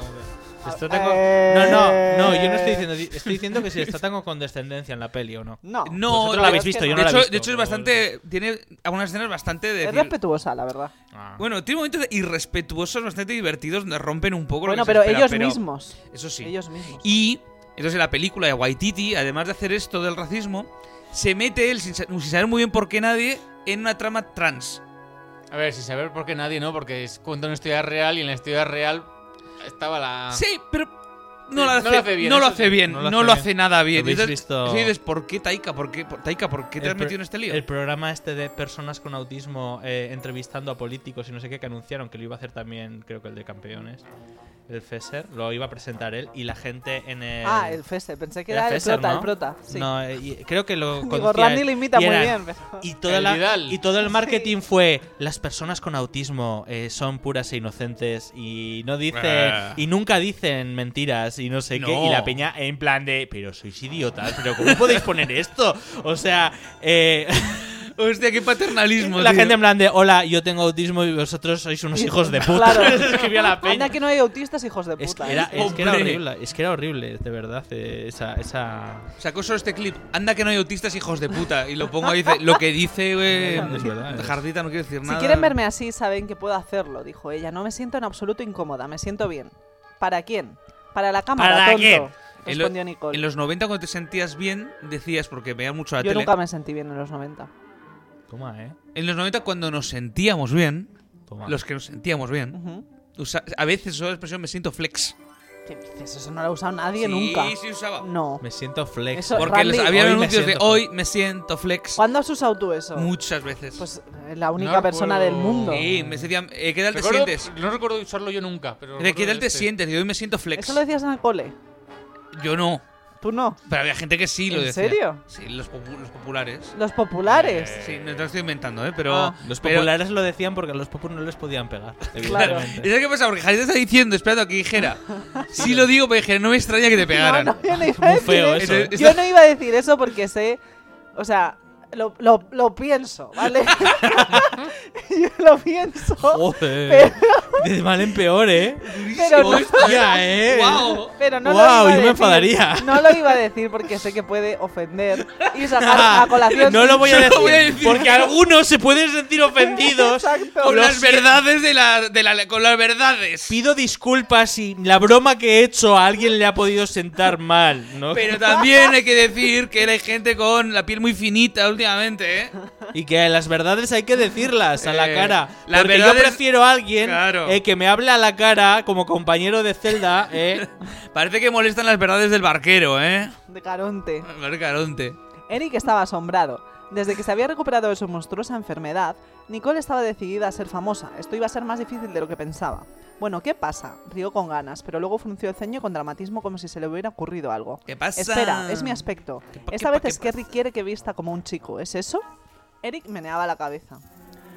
[SPEAKER 2] les tratan con- No,
[SPEAKER 4] Eh.
[SPEAKER 2] no, no, yo no estoy diciendo, di- estoy diciendo que si les tratan con condescendencia en la peli o no.
[SPEAKER 4] No.
[SPEAKER 1] No,
[SPEAKER 2] Vosotros la habéis visto, yo no
[SPEAKER 1] de,
[SPEAKER 2] la he
[SPEAKER 1] hecho,
[SPEAKER 2] visto.
[SPEAKER 1] de hecho es
[SPEAKER 2] pero-
[SPEAKER 1] bastante. Tiene algunas escenas bastante de.
[SPEAKER 4] Es
[SPEAKER 1] decir-
[SPEAKER 4] respetuosa, la verdad.
[SPEAKER 2] Ah.
[SPEAKER 1] bueno, tiene momentos irrespetuosos, bastante divertidos, donde rompen un poco
[SPEAKER 4] Bueno,
[SPEAKER 1] lo que se
[SPEAKER 4] pero
[SPEAKER 1] espera,
[SPEAKER 4] ellos mismos.
[SPEAKER 1] Eso sí.
[SPEAKER 4] Ellos mismos.
[SPEAKER 1] Y entonces la película de Waititi, además de hacer esto del racismo, se mete él, sin, sa- sin saber muy bien por qué nadie, en una trama trans.
[SPEAKER 3] A ver, sin saber por qué nadie, ¿no? Porque es cuento una historia real y en la historia real estaba
[SPEAKER 2] Ah.
[SPEAKER 3] la.
[SPEAKER 1] Sí, pero no,
[SPEAKER 3] Sí,
[SPEAKER 1] la hace, no lo hace bien. No lo
[SPEAKER 3] eso
[SPEAKER 1] hace,
[SPEAKER 3] sí.
[SPEAKER 2] No lo hace bien.
[SPEAKER 1] nada bien.
[SPEAKER 2] ¿Habéis
[SPEAKER 1] Entonces,
[SPEAKER 2] visto-
[SPEAKER 1] sí, dices, ¿por qué Taika? ¿Por qué, por- Taika, ¿por qué te
[SPEAKER 2] El
[SPEAKER 1] has
[SPEAKER 2] pro-
[SPEAKER 1] metido en este lío?
[SPEAKER 2] El programa este de personas con autismo eh, entrevistando a políticos y no sé qué que anunciaron que lo iba a hacer también, creo que el de campeones, el FESER, lo iba a presentar él y la gente en el.
[SPEAKER 4] Ah, el Fester. Pensé que
[SPEAKER 2] era
[SPEAKER 4] era el
[SPEAKER 2] Fesser,
[SPEAKER 4] prota,
[SPEAKER 2] eh, ¿no?
[SPEAKER 4] el prota. Sí.
[SPEAKER 2] No, eh, y creo que lo
[SPEAKER 4] Digo,
[SPEAKER 2] conducía
[SPEAKER 4] Randy
[SPEAKER 2] él.
[SPEAKER 4] le imita
[SPEAKER 2] Y
[SPEAKER 4] muy
[SPEAKER 2] era-
[SPEAKER 4] bien, pero-
[SPEAKER 2] Y, toda
[SPEAKER 3] El
[SPEAKER 2] la,
[SPEAKER 3] Vidal.
[SPEAKER 2] y todo el marketing fue las personas con autismo eh, son puras e inocentes y no dicen
[SPEAKER 1] Ah.
[SPEAKER 2] y nunca dicen mentiras y no sé qué
[SPEAKER 1] No.
[SPEAKER 2] y la peña en plan de pero sois idiotas pero cómo podéis poner esto o sea eh,
[SPEAKER 1] Hostia, qué paternalismo.
[SPEAKER 2] la
[SPEAKER 1] tío.
[SPEAKER 2] gente en plan de hola yo tengo autismo y vosotros sois unos hijos de puta
[SPEAKER 4] Claro.
[SPEAKER 2] escribía la peña
[SPEAKER 4] Anda que no hay autistas, hijos de
[SPEAKER 2] es
[SPEAKER 4] puta.
[SPEAKER 2] que, era,
[SPEAKER 4] ¿eh?
[SPEAKER 2] es que era
[SPEAKER 1] Hombre.
[SPEAKER 2] horrible es que era horrible de verdad eh, esa, esa
[SPEAKER 1] Sacó solo este clip. Anda que no hay autistas, hijos de puta. Y lo pongo ahí. Dice, lo que dice, eh,
[SPEAKER 2] Es verdad, es-
[SPEAKER 1] Jardita no quiere decir
[SPEAKER 4] Si
[SPEAKER 1] nada.
[SPEAKER 4] quieren verme así, saben que puedo hacerlo, dijo ella. No me siento en absoluto incómoda, me siento bien. ¿Para quién? Para la cámara,
[SPEAKER 2] ¿Para
[SPEAKER 4] tonto.
[SPEAKER 2] quién?
[SPEAKER 1] En, lo-
[SPEAKER 4] Respondió Nicole.
[SPEAKER 1] en los 90, cuando te sentías bien, decías, porque veías mucho la
[SPEAKER 4] Yo
[SPEAKER 1] tele.
[SPEAKER 4] nunca me sentí bien en los 90.
[SPEAKER 2] toma eh
[SPEAKER 1] En los 90, cuando nos sentíamos bien,
[SPEAKER 2] toma
[SPEAKER 1] los que nos sentíamos bien,
[SPEAKER 4] Ujú.
[SPEAKER 1] usa- a veces usaba la expresión me siento flex.
[SPEAKER 4] ¿Qué dices? Eso no lo ha usado nadie
[SPEAKER 1] sí,
[SPEAKER 4] nunca.
[SPEAKER 1] sí usaba.
[SPEAKER 4] No.
[SPEAKER 2] me siento flex
[SPEAKER 4] Eso-
[SPEAKER 1] Porque les-
[SPEAKER 4] Randy,
[SPEAKER 1] había
[SPEAKER 2] hoy me
[SPEAKER 1] anuncios de
[SPEAKER 2] siento
[SPEAKER 1] hoy
[SPEAKER 2] flex".
[SPEAKER 1] me siento flex
[SPEAKER 4] ¿Cuándo has usado tú eso?
[SPEAKER 1] muchas veces.
[SPEAKER 4] Pues eh, la única
[SPEAKER 3] No
[SPEAKER 4] persona del
[SPEAKER 3] recuerdo.
[SPEAKER 4] mundo.
[SPEAKER 1] sí,
[SPEAKER 2] Mm.
[SPEAKER 1] me decían, eh, ¿qué tal te
[SPEAKER 3] Recuerdo-
[SPEAKER 1] sientes?
[SPEAKER 3] No recuerdo usarlo yo nunca, pero.
[SPEAKER 1] De, ¿Qué
[SPEAKER 3] recuerdo
[SPEAKER 1] tal te
[SPEAKER 3] este.
[SPEAKER 1] sientes? Y hoy me siento flex.
[SPEAKER 4] Eso lo decías en el cole.
[SPEAKER 1] Yo no.
[SPEAKER 4] ¿Tú no?
[SPEAKER 1] Pero había gente que sí lo
[SPEAKER 4] ¿En
[SPEAKER 1] decía.
[SPEAKER 4] serio?
[SPEAKER 1] Sí, los, popu- los populares.
[SPEAKER 4] Los populares.
[SPEAKER 1] Sí, no te lo estoy inventando, ¿eh? Pero.
[SPEAKER 4] Ah.
[SPEAKER 2] Los
[SPEAKER 1] pero-
[SPEAKER 2] populares lo decían porque a los popos no les podían pegar.
[SPEAKER 4] Claro.
[SPEAKER 1] ¿Y
[SPEAKER 2] evidentemente.
[SPEAKER 1] ¿Sabes qué pasa? Porque Jared está diciendo, esperando a que dijera. Sí lo digo, pero dijera, no me extraña que te pegaran.
[SPEAKER 4] No, no, yo no iba a
[SPEAKER 2] Muy
[SPEAKER 4] decir
[SPEAKER 2] feo
[SPEAKER 4] eso.
[SPEAKER 2] eso. ¿eh?
[SPEAKER 1] Entonces-
[SPEAKER 4] Yo no iba a decir eso porque sé, o sea, lo, lo, lo pienso, ¿vale? Yo lo pienso.
[SPEAKER 2] Joder. De mal en peor, ¿eh?
[SPEAKER 4] Pero no-
[SPEAKER 2] Ya,
[SPEAKER 1] oh,
[SPEAKER 2] ¿eh?
[SPEAKER 1] ¡Wow!
[SPEAKER 4] Pero no
[SPEAKER 2] Guau,
[SPEAKER 4] lo iba a
[SPEAKER 2] yo me
[SPEAKER 4] decir.
[SPEAKER 2] enfadaría.
[SPEAKER 4] No lo iba a decir porque sé que puede ofender y sacar a colación.
[SPEAKER 2] No lo voy a
[SPEAKER 1] No lo
[SPEAKER 2] decir,
[SPEAKER 1] voy a decir.
[SPEAKER 2] porque algunos se pueden sentir ofendidos.
[SPEAKER 4] Exacto.
[SPEAKER 1] Con
[SPEAKER 2] Lo
[SPEAKER 1] las
[SPEAKER 2] siento.
[SPEAKER 1] verdades de la, de la. Con las verdades.
[SPEAKER 2] Pido disculpas si la broma que he hecho a alguien le ha podido sentar mal, ¿no?
[SPEAKER 1] Pero también hay que decir que hay gente con la piel muy finita últimamente, ¿eh?
[SPEAKER 2] Y que las verdades hay que decirlas a la
[SPEAKER 1] Eh,
[SPEAKER 2] cara.
[SPEAKER 1] las
[SPEAKER 2] porque yo
[SPEAKER 1] verdades-
[SPEAKER 2] prefiero a alguien
[SPEAKER 1] Claro.
[SPEAKER 2] eh, que me hable a la cara como compañero de celda, ¿eh?
[SPEAKER 1] Parece que molestan las verdades del barquero, ¿eh?
[SPEAKER 4] De Caronte.
[SPEAKER 1] Barcaronte.
[SPEAKER 4] Eric estaba asombrado. Desde que se había recuperado de su monstruosa enfermedad, Nicole estaba decidida a ser famosa. Esto iba a ser más difícil de lo que pensaba. Bueno, ¿qué pasa? Rió con ganas, pero luego frunció el ceño con dramatismo como si se le hubiera ocurrido algo.
[SPEAKER 1] ¿Qué pasa?
[SPEAKER 4] Espera, es mi aspecto.
[SPEAKER 1] ¿Qué pa-
[SPEAKER 4] Esta
[SPEAKER 1] qué pa-
[SPEAKER 4] vez
[SPEAKER 1] qué
[SPEAKER 4] es que
[SPEAKER 1] pasa?
[SPEAKER 4] Rick quiere que vista como un chico, ¿es eso? Eric meneaba la cabeza.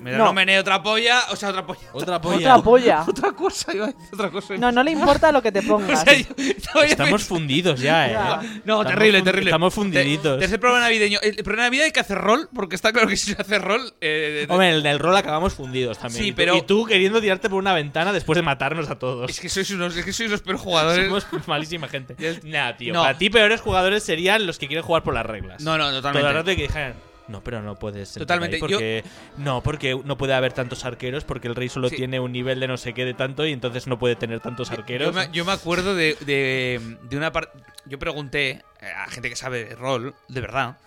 [SPEAKER 1] Me da
[SPEAKER 4] No.
[SPEAKER 1] no. meneo otra polla. O sea, otra polla.
[SPEAKER 2] Otra polla.
[SPEAKER 4] Otra polla.
[SPEAKER 1] Otra cosa, iba a decir otra cosa.
[SPEAKER 4] No, no le importa lo que te
[SPEAKER 1] O
[SPEAKER 4] pongas.
[SPEAKER 1] sea, yo- estaba ya
[SPEAKER 2] Estamos fundidos ya, ¿eh?
[SPEAKER 4] Ya.
[SPEAKER 1] No,
[SPEAKER 2] Estamos
[SPEAKER 1] terrible,
[SPEAKER 2] fun-
[SPEAKER 1] terrible.
[SPEAKER 2] estamos
[SPEAKER 1] Te-
[SPEAKER 2] fundiditos.
[SPEAKER 1] Tercer programa navideño. El programa navideño hay que hacer rol, porque está claro que si se hace rol. eh,
[SPEAKER 2] Hombre, en el del rol acabamos fundidos también.
[SPEAKER 1] Sí,
[SPEAKER 2] Y tú-
[SPEAKER 1] pero-
[SPEAKER 2] Y tú queriendo tirarte por una ventana después de matarnos a todos.
[SPEAKER 1] es que sois unos, es que sois los peores jugadores.
[SPEAKER 2] Somos malísima gente.
[SPEAKER 1] Ya es-
[SPEAKER 2] Nah, tío.
[SPEAKER 1] No.
[SPEAKER 2] Para ti, peores jugadores serían los que quieren jugar por las reglas.
[SPEAKER 1] No, no,
[SPEAKER 2] Todo el rato
[SPEAKER 1] totalmente.
[SPEAKER 2] que dijeran. No, pero no puedes. entrar
[SPEAKER 1] Totalmente,
[SPEAKER 2] ahí Porque, No, porque no puede haber tantos arqueros. Porque el rey solo
[SPEAKER 1] Sí.
[SPEAKER 2] tiene un nivel de no sé qué de tanto. Y entonces no puede tener tantos arqueros.
[SPEAKER 1] Yo me, yo me acuerdo de, de, de una parte. Yo pregunté a gente que sabe de rol, de verdad.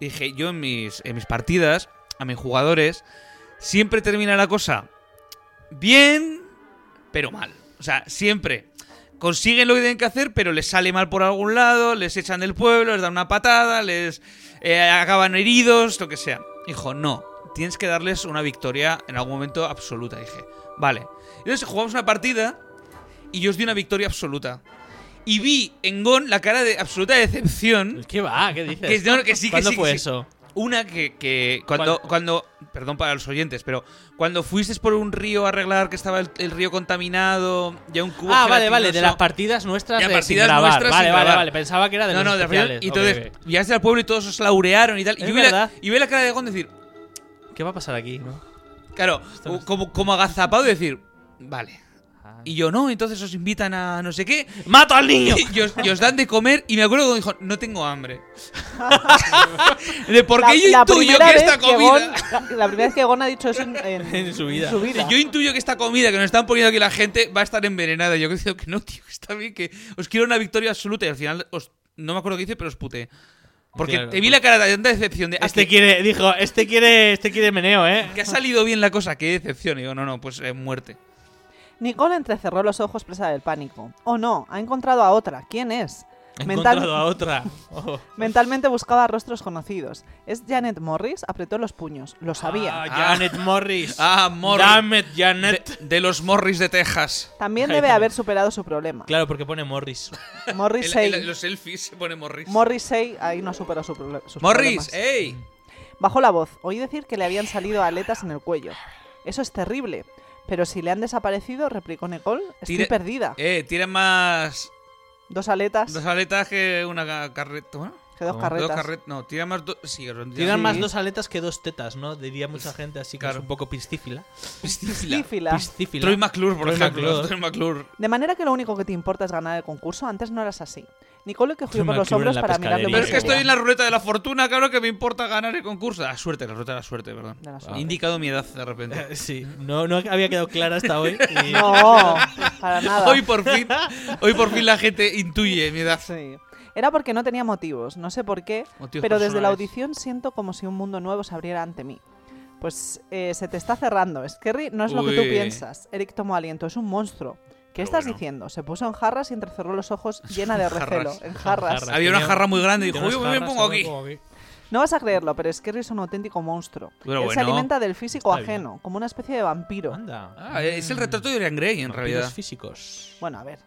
[SPEAKER 1] Dije, yo en mis, en mis partidas, a mis jugadores, siempre termina la cosa bien, pero mal. O sea, siempre consiguen lo que tienen que hacer, pero les sale mal por algún lado, les echan del pueblo, les dan una patada, les eh, acaban heridos, lo que sea. Dijo, no, tienes que darles una victoria en algún momento absoluta. Dije, vale. Entonces jugamos una partida y yo os di una victoria absoluta. y vi en Gon la cara de absoluta decepción.
[SPEAKER 2] ¿Qué va? ¿Qué dices?
[SPEAKER 1] Que, no, que sí, que
[SPEAKER 2] ¿Cuándo
[SPEAKER 1] sí, que
[SPEAKER 2] fue
[SPEAKER 1] sí.
[SPEAKER 2] eso?
[SPEAKER 1] Una que, que cuando, cuando, perdón para los oyentes, pero cuando fuiste por un río a arreglar que estaba el, el río contaminado, ya un cubo.
[SPEAKER 2] Ah, vale, vale, de
[SPEAKER 1] gelatinoso.
[SPEAKER 2] las partidas nuestras
[SPEAKER 1] Ya,
[SPEAKER 2] de
[SPEAKER 1] partidas
[SPEAKER 2] sin grabar.
[SPEAKER 1] nuestras sin
[SPEAKER 2] vale, vale,
[SPEAKER 1] grabar.
[SPEAKER 2] vale, pensaba que era de
[SPEAKER 1] no, no,
[SPEAKER 2] los
[SPEAKER 1] de la
[SPEAKER 2] especiales.
[SPEAKER 1] Y entonces,
[SPEAKER 2] Ok, ok.
[SPEAKER 1] llegaste al pueblo y todos os laurearon y tal.
[SPEAKER 2] Es
[SPEAKER 1] Y yo, vi la,
[SPEAKER 2] verdad.
[SPEAKER 1] y vi la cara de Gon decir,
[SPEAKER 2] ¿qué va a pasar aquí? no?
[SPEAKER 1] claro,
[SPEAKER 2] no-
[SPEAKER 1] como, como agazapado, decir, vale.
[SPEAKER 2] Ah.
[SPEAKER 1] Y yo, no, entonces os invitan a no sé qué. ¡Mato al niño! Y os, y os dan de comer. Y me acuerdo cuando dijo, no tengo hambre. de por qué yo
[SPEAKER 4] la
[SPEAKER 1] intuyo
[SPEAKER 4] primera
[SPEAKER 1] que esta
[SPEAKER 4] vez que
[SPEAKER 1] comida.
[SPEAKER 4] Gon- la, la primera vez que Gon ha dicho eso en, en-
[SPEAKER 2] En su vida.
[SPEAKER 4] en su vida.
[SPEAKER 1] Yo intuyo que esta comida que nos están poniendo aquí la gente va a estar envenenada. Yo creo que no, tío, que está bien, que os quiero una victoria absoluta. Y al final, os, no me acuerdo qué hice, pero os puté. Porque
[SPEAKER 2] Claro, pues
[SPEAKER 1] te vi la cara de tanta decepción de. "Ah,
[SPEAKER 2] Este
[SPEAKER 1] que,
[SPEAKER 2] quiere, dijo, este quiere, este quiere meneo, ¿eh?
[SPEAKER 1] que ha salido bien la cosa, qué decepción. Y digo, no, no, pues es muerte.
[SPEAKER 4] Nicole entrecerró los ojos presa del pánico. Oh no, ha encontrado a otra. ¿Quién es?
[SPEAKER 2] He
[SPEAKER 4] Mental-
[SPEAKER 2] encontrado a otra. Oh.
[SPEAKER 4] Mentalmente buscaba rostros conocidos. Es Janet Morris, apretó los puños. Lo sabía.
[SPEAKER 2] Ah, Janet Morris.
[SPEAKER 1] Ah, Morris.
[SPEAKER 2] Damn it, Janet.
[SPEAKER 1] De, de los Morris de Texas.
[SPEAKER 4] También debe haber superado su problema.
[SPEAKER 2] Claro, porque pone Morris.
[SPEAKER 1] El-
[SPEAKER 4] Morrissey.
[SPEAKER 1] el- los selfies se pone Morris. Pues
[SPEAKER 4] Morrissey ahí no superó su proble- sus
[SPEAKER 1] Morris, ¿eh?
[SPEAKER 4] problemas.
[SPEAKER 1] ¡ey!
[SPEAKER 4] Bajó la voz. Oí decir que le habían salido aletas en el cuello. Eso es terrible. Pero si le han desaparecido, replicó Nicole, estoy
[SPEAKER 1] Tire-
[SPEAKER 4] perdida.
[SPEAKER 1] Eh, tienen más
[SPEAKER 4] Dos aletas
[SPEAKER 1] dos aletas que una ca- carreta. ¿no?
[SPEAKER 4] que dos
[SPEAKER 2] no,
[SPEAKER 4] carretas.
[SPEAKER 1] Dos carretas. No, tiran más dos. Sí,
[SPEAKER 2] Tiran
[SPEAKER 4] Sí.
[SPEAKER 2] más dos aletas que dos tetas, ¿no? Diría mucha gente, así que
[SPEAKER 1] Claro.
[SPEAKER 2] es un poco piscífila.
[SPEAKER 1] Piscifila.
[SPEAKER 4] Sífila.
[SPEAKER 2] Piscífila.
[SPEAKER 1] Troy McClure, por
[SPEAKER 2] Troy
[SPEAKER 1] ejemplo.
[SPEAKER 2] McClure.
[SPEAKER 1] Troy McClure.
[SPEAKER 4] De manera que lo único que te importa es ganar el concurso, antes no eras así. Nicole que
[SPEAKER 2] Yo
[SPEAKER 4] con
[SPEAKER 2] me
[SPEAKER 4] los
[SPEAKER 2] escribo en
[SPEAKER 4] hombros
[SPEAKER 2] la
[SPEAKER 4] para mirarle
[SPEAKER 2] pescadería.
[SPEAKER 1] Pero es que
[SPEAKER 2] Sí,
[SPEAKER 1] estoy
[SPEAKER 2] guau.
[SPEAKER 1] en la ruleta de la fortuna, claro que me importa ganar el concurso. La suerte, la ruleta de la suerte, perdón.
[SPEAKER 4] De la
[SPEAKER 1] He
[SPEAKER 4] suerte.
[SPEAKER 1] indicado mi edad de repente.
[SPEAKER 2] Sí, no, no había quedado clara hasta hoy. y-
[SPEAKER 4] No, para nada.
[SPEAKER 1] Hoy por fin, hoy por fin la gente intuye mi edad.
[SPEAKER 4] Sí. Era porque no tenía motivos, no sé por qué,
[SPEAKER 1] Motivos
[SPEAKER 2] pues
[SPEAKER 4] pero desde la
[SPEAKER 1] personales.
[SPEAKER 4] audición siento como si un mundo nuevo se abriera ante mí. Pues eh, se te está cerrando. Skerry no es lo que tú
[SPEAKER 1] Uy.
[SPEAKER 4] piensas. Eric tomó aliento, es un monstruo. ¿Qué estás
[SPEAKER 1] bueno.
[SPEAKER 4] diciendo? Se puso en jarras y entrecerró los ojos llena de
[SPEAKER 1] En jarras.
[SPEAKER 4] recelo. En jarras.
[SPEAKER 2] jarras.
[SPEAKER 1] Había una
[SPEAKER 2] Tenía-
[SPEAKER 1] jarra muy grande y dijo,
[SPEAKER 2] Unas
[SPEAKER 1] "Uy, me
[SPEAKER 2] jarras,
[SPEAKER 1] pongo
[SPEAKER 2] me
[SPEAKER 1] aquí.
[SPEAKER 4] No vas a creerlo, pero Skerry es un auténtico monstruo.
[SPEAKER 1] Pero
[SPEAKER 4] Él se
[SPEAKER 1] bueno.
[SPEAKER 4] alimenta del físico
[SPEAKER 2] Está bien.
[SPEAKER 4] ajeno, como una especie de vampiro.
[SPEAKER 2] Anda.
[SPEAKER 1] Ah, es el retrato de Dorian Gray, en
[SPEAKER 2] Vampiros
[SPEAKER 1] realidad.
[SPEAKER 2] físicos.
[SPEAKER 4] Bueno, a ver.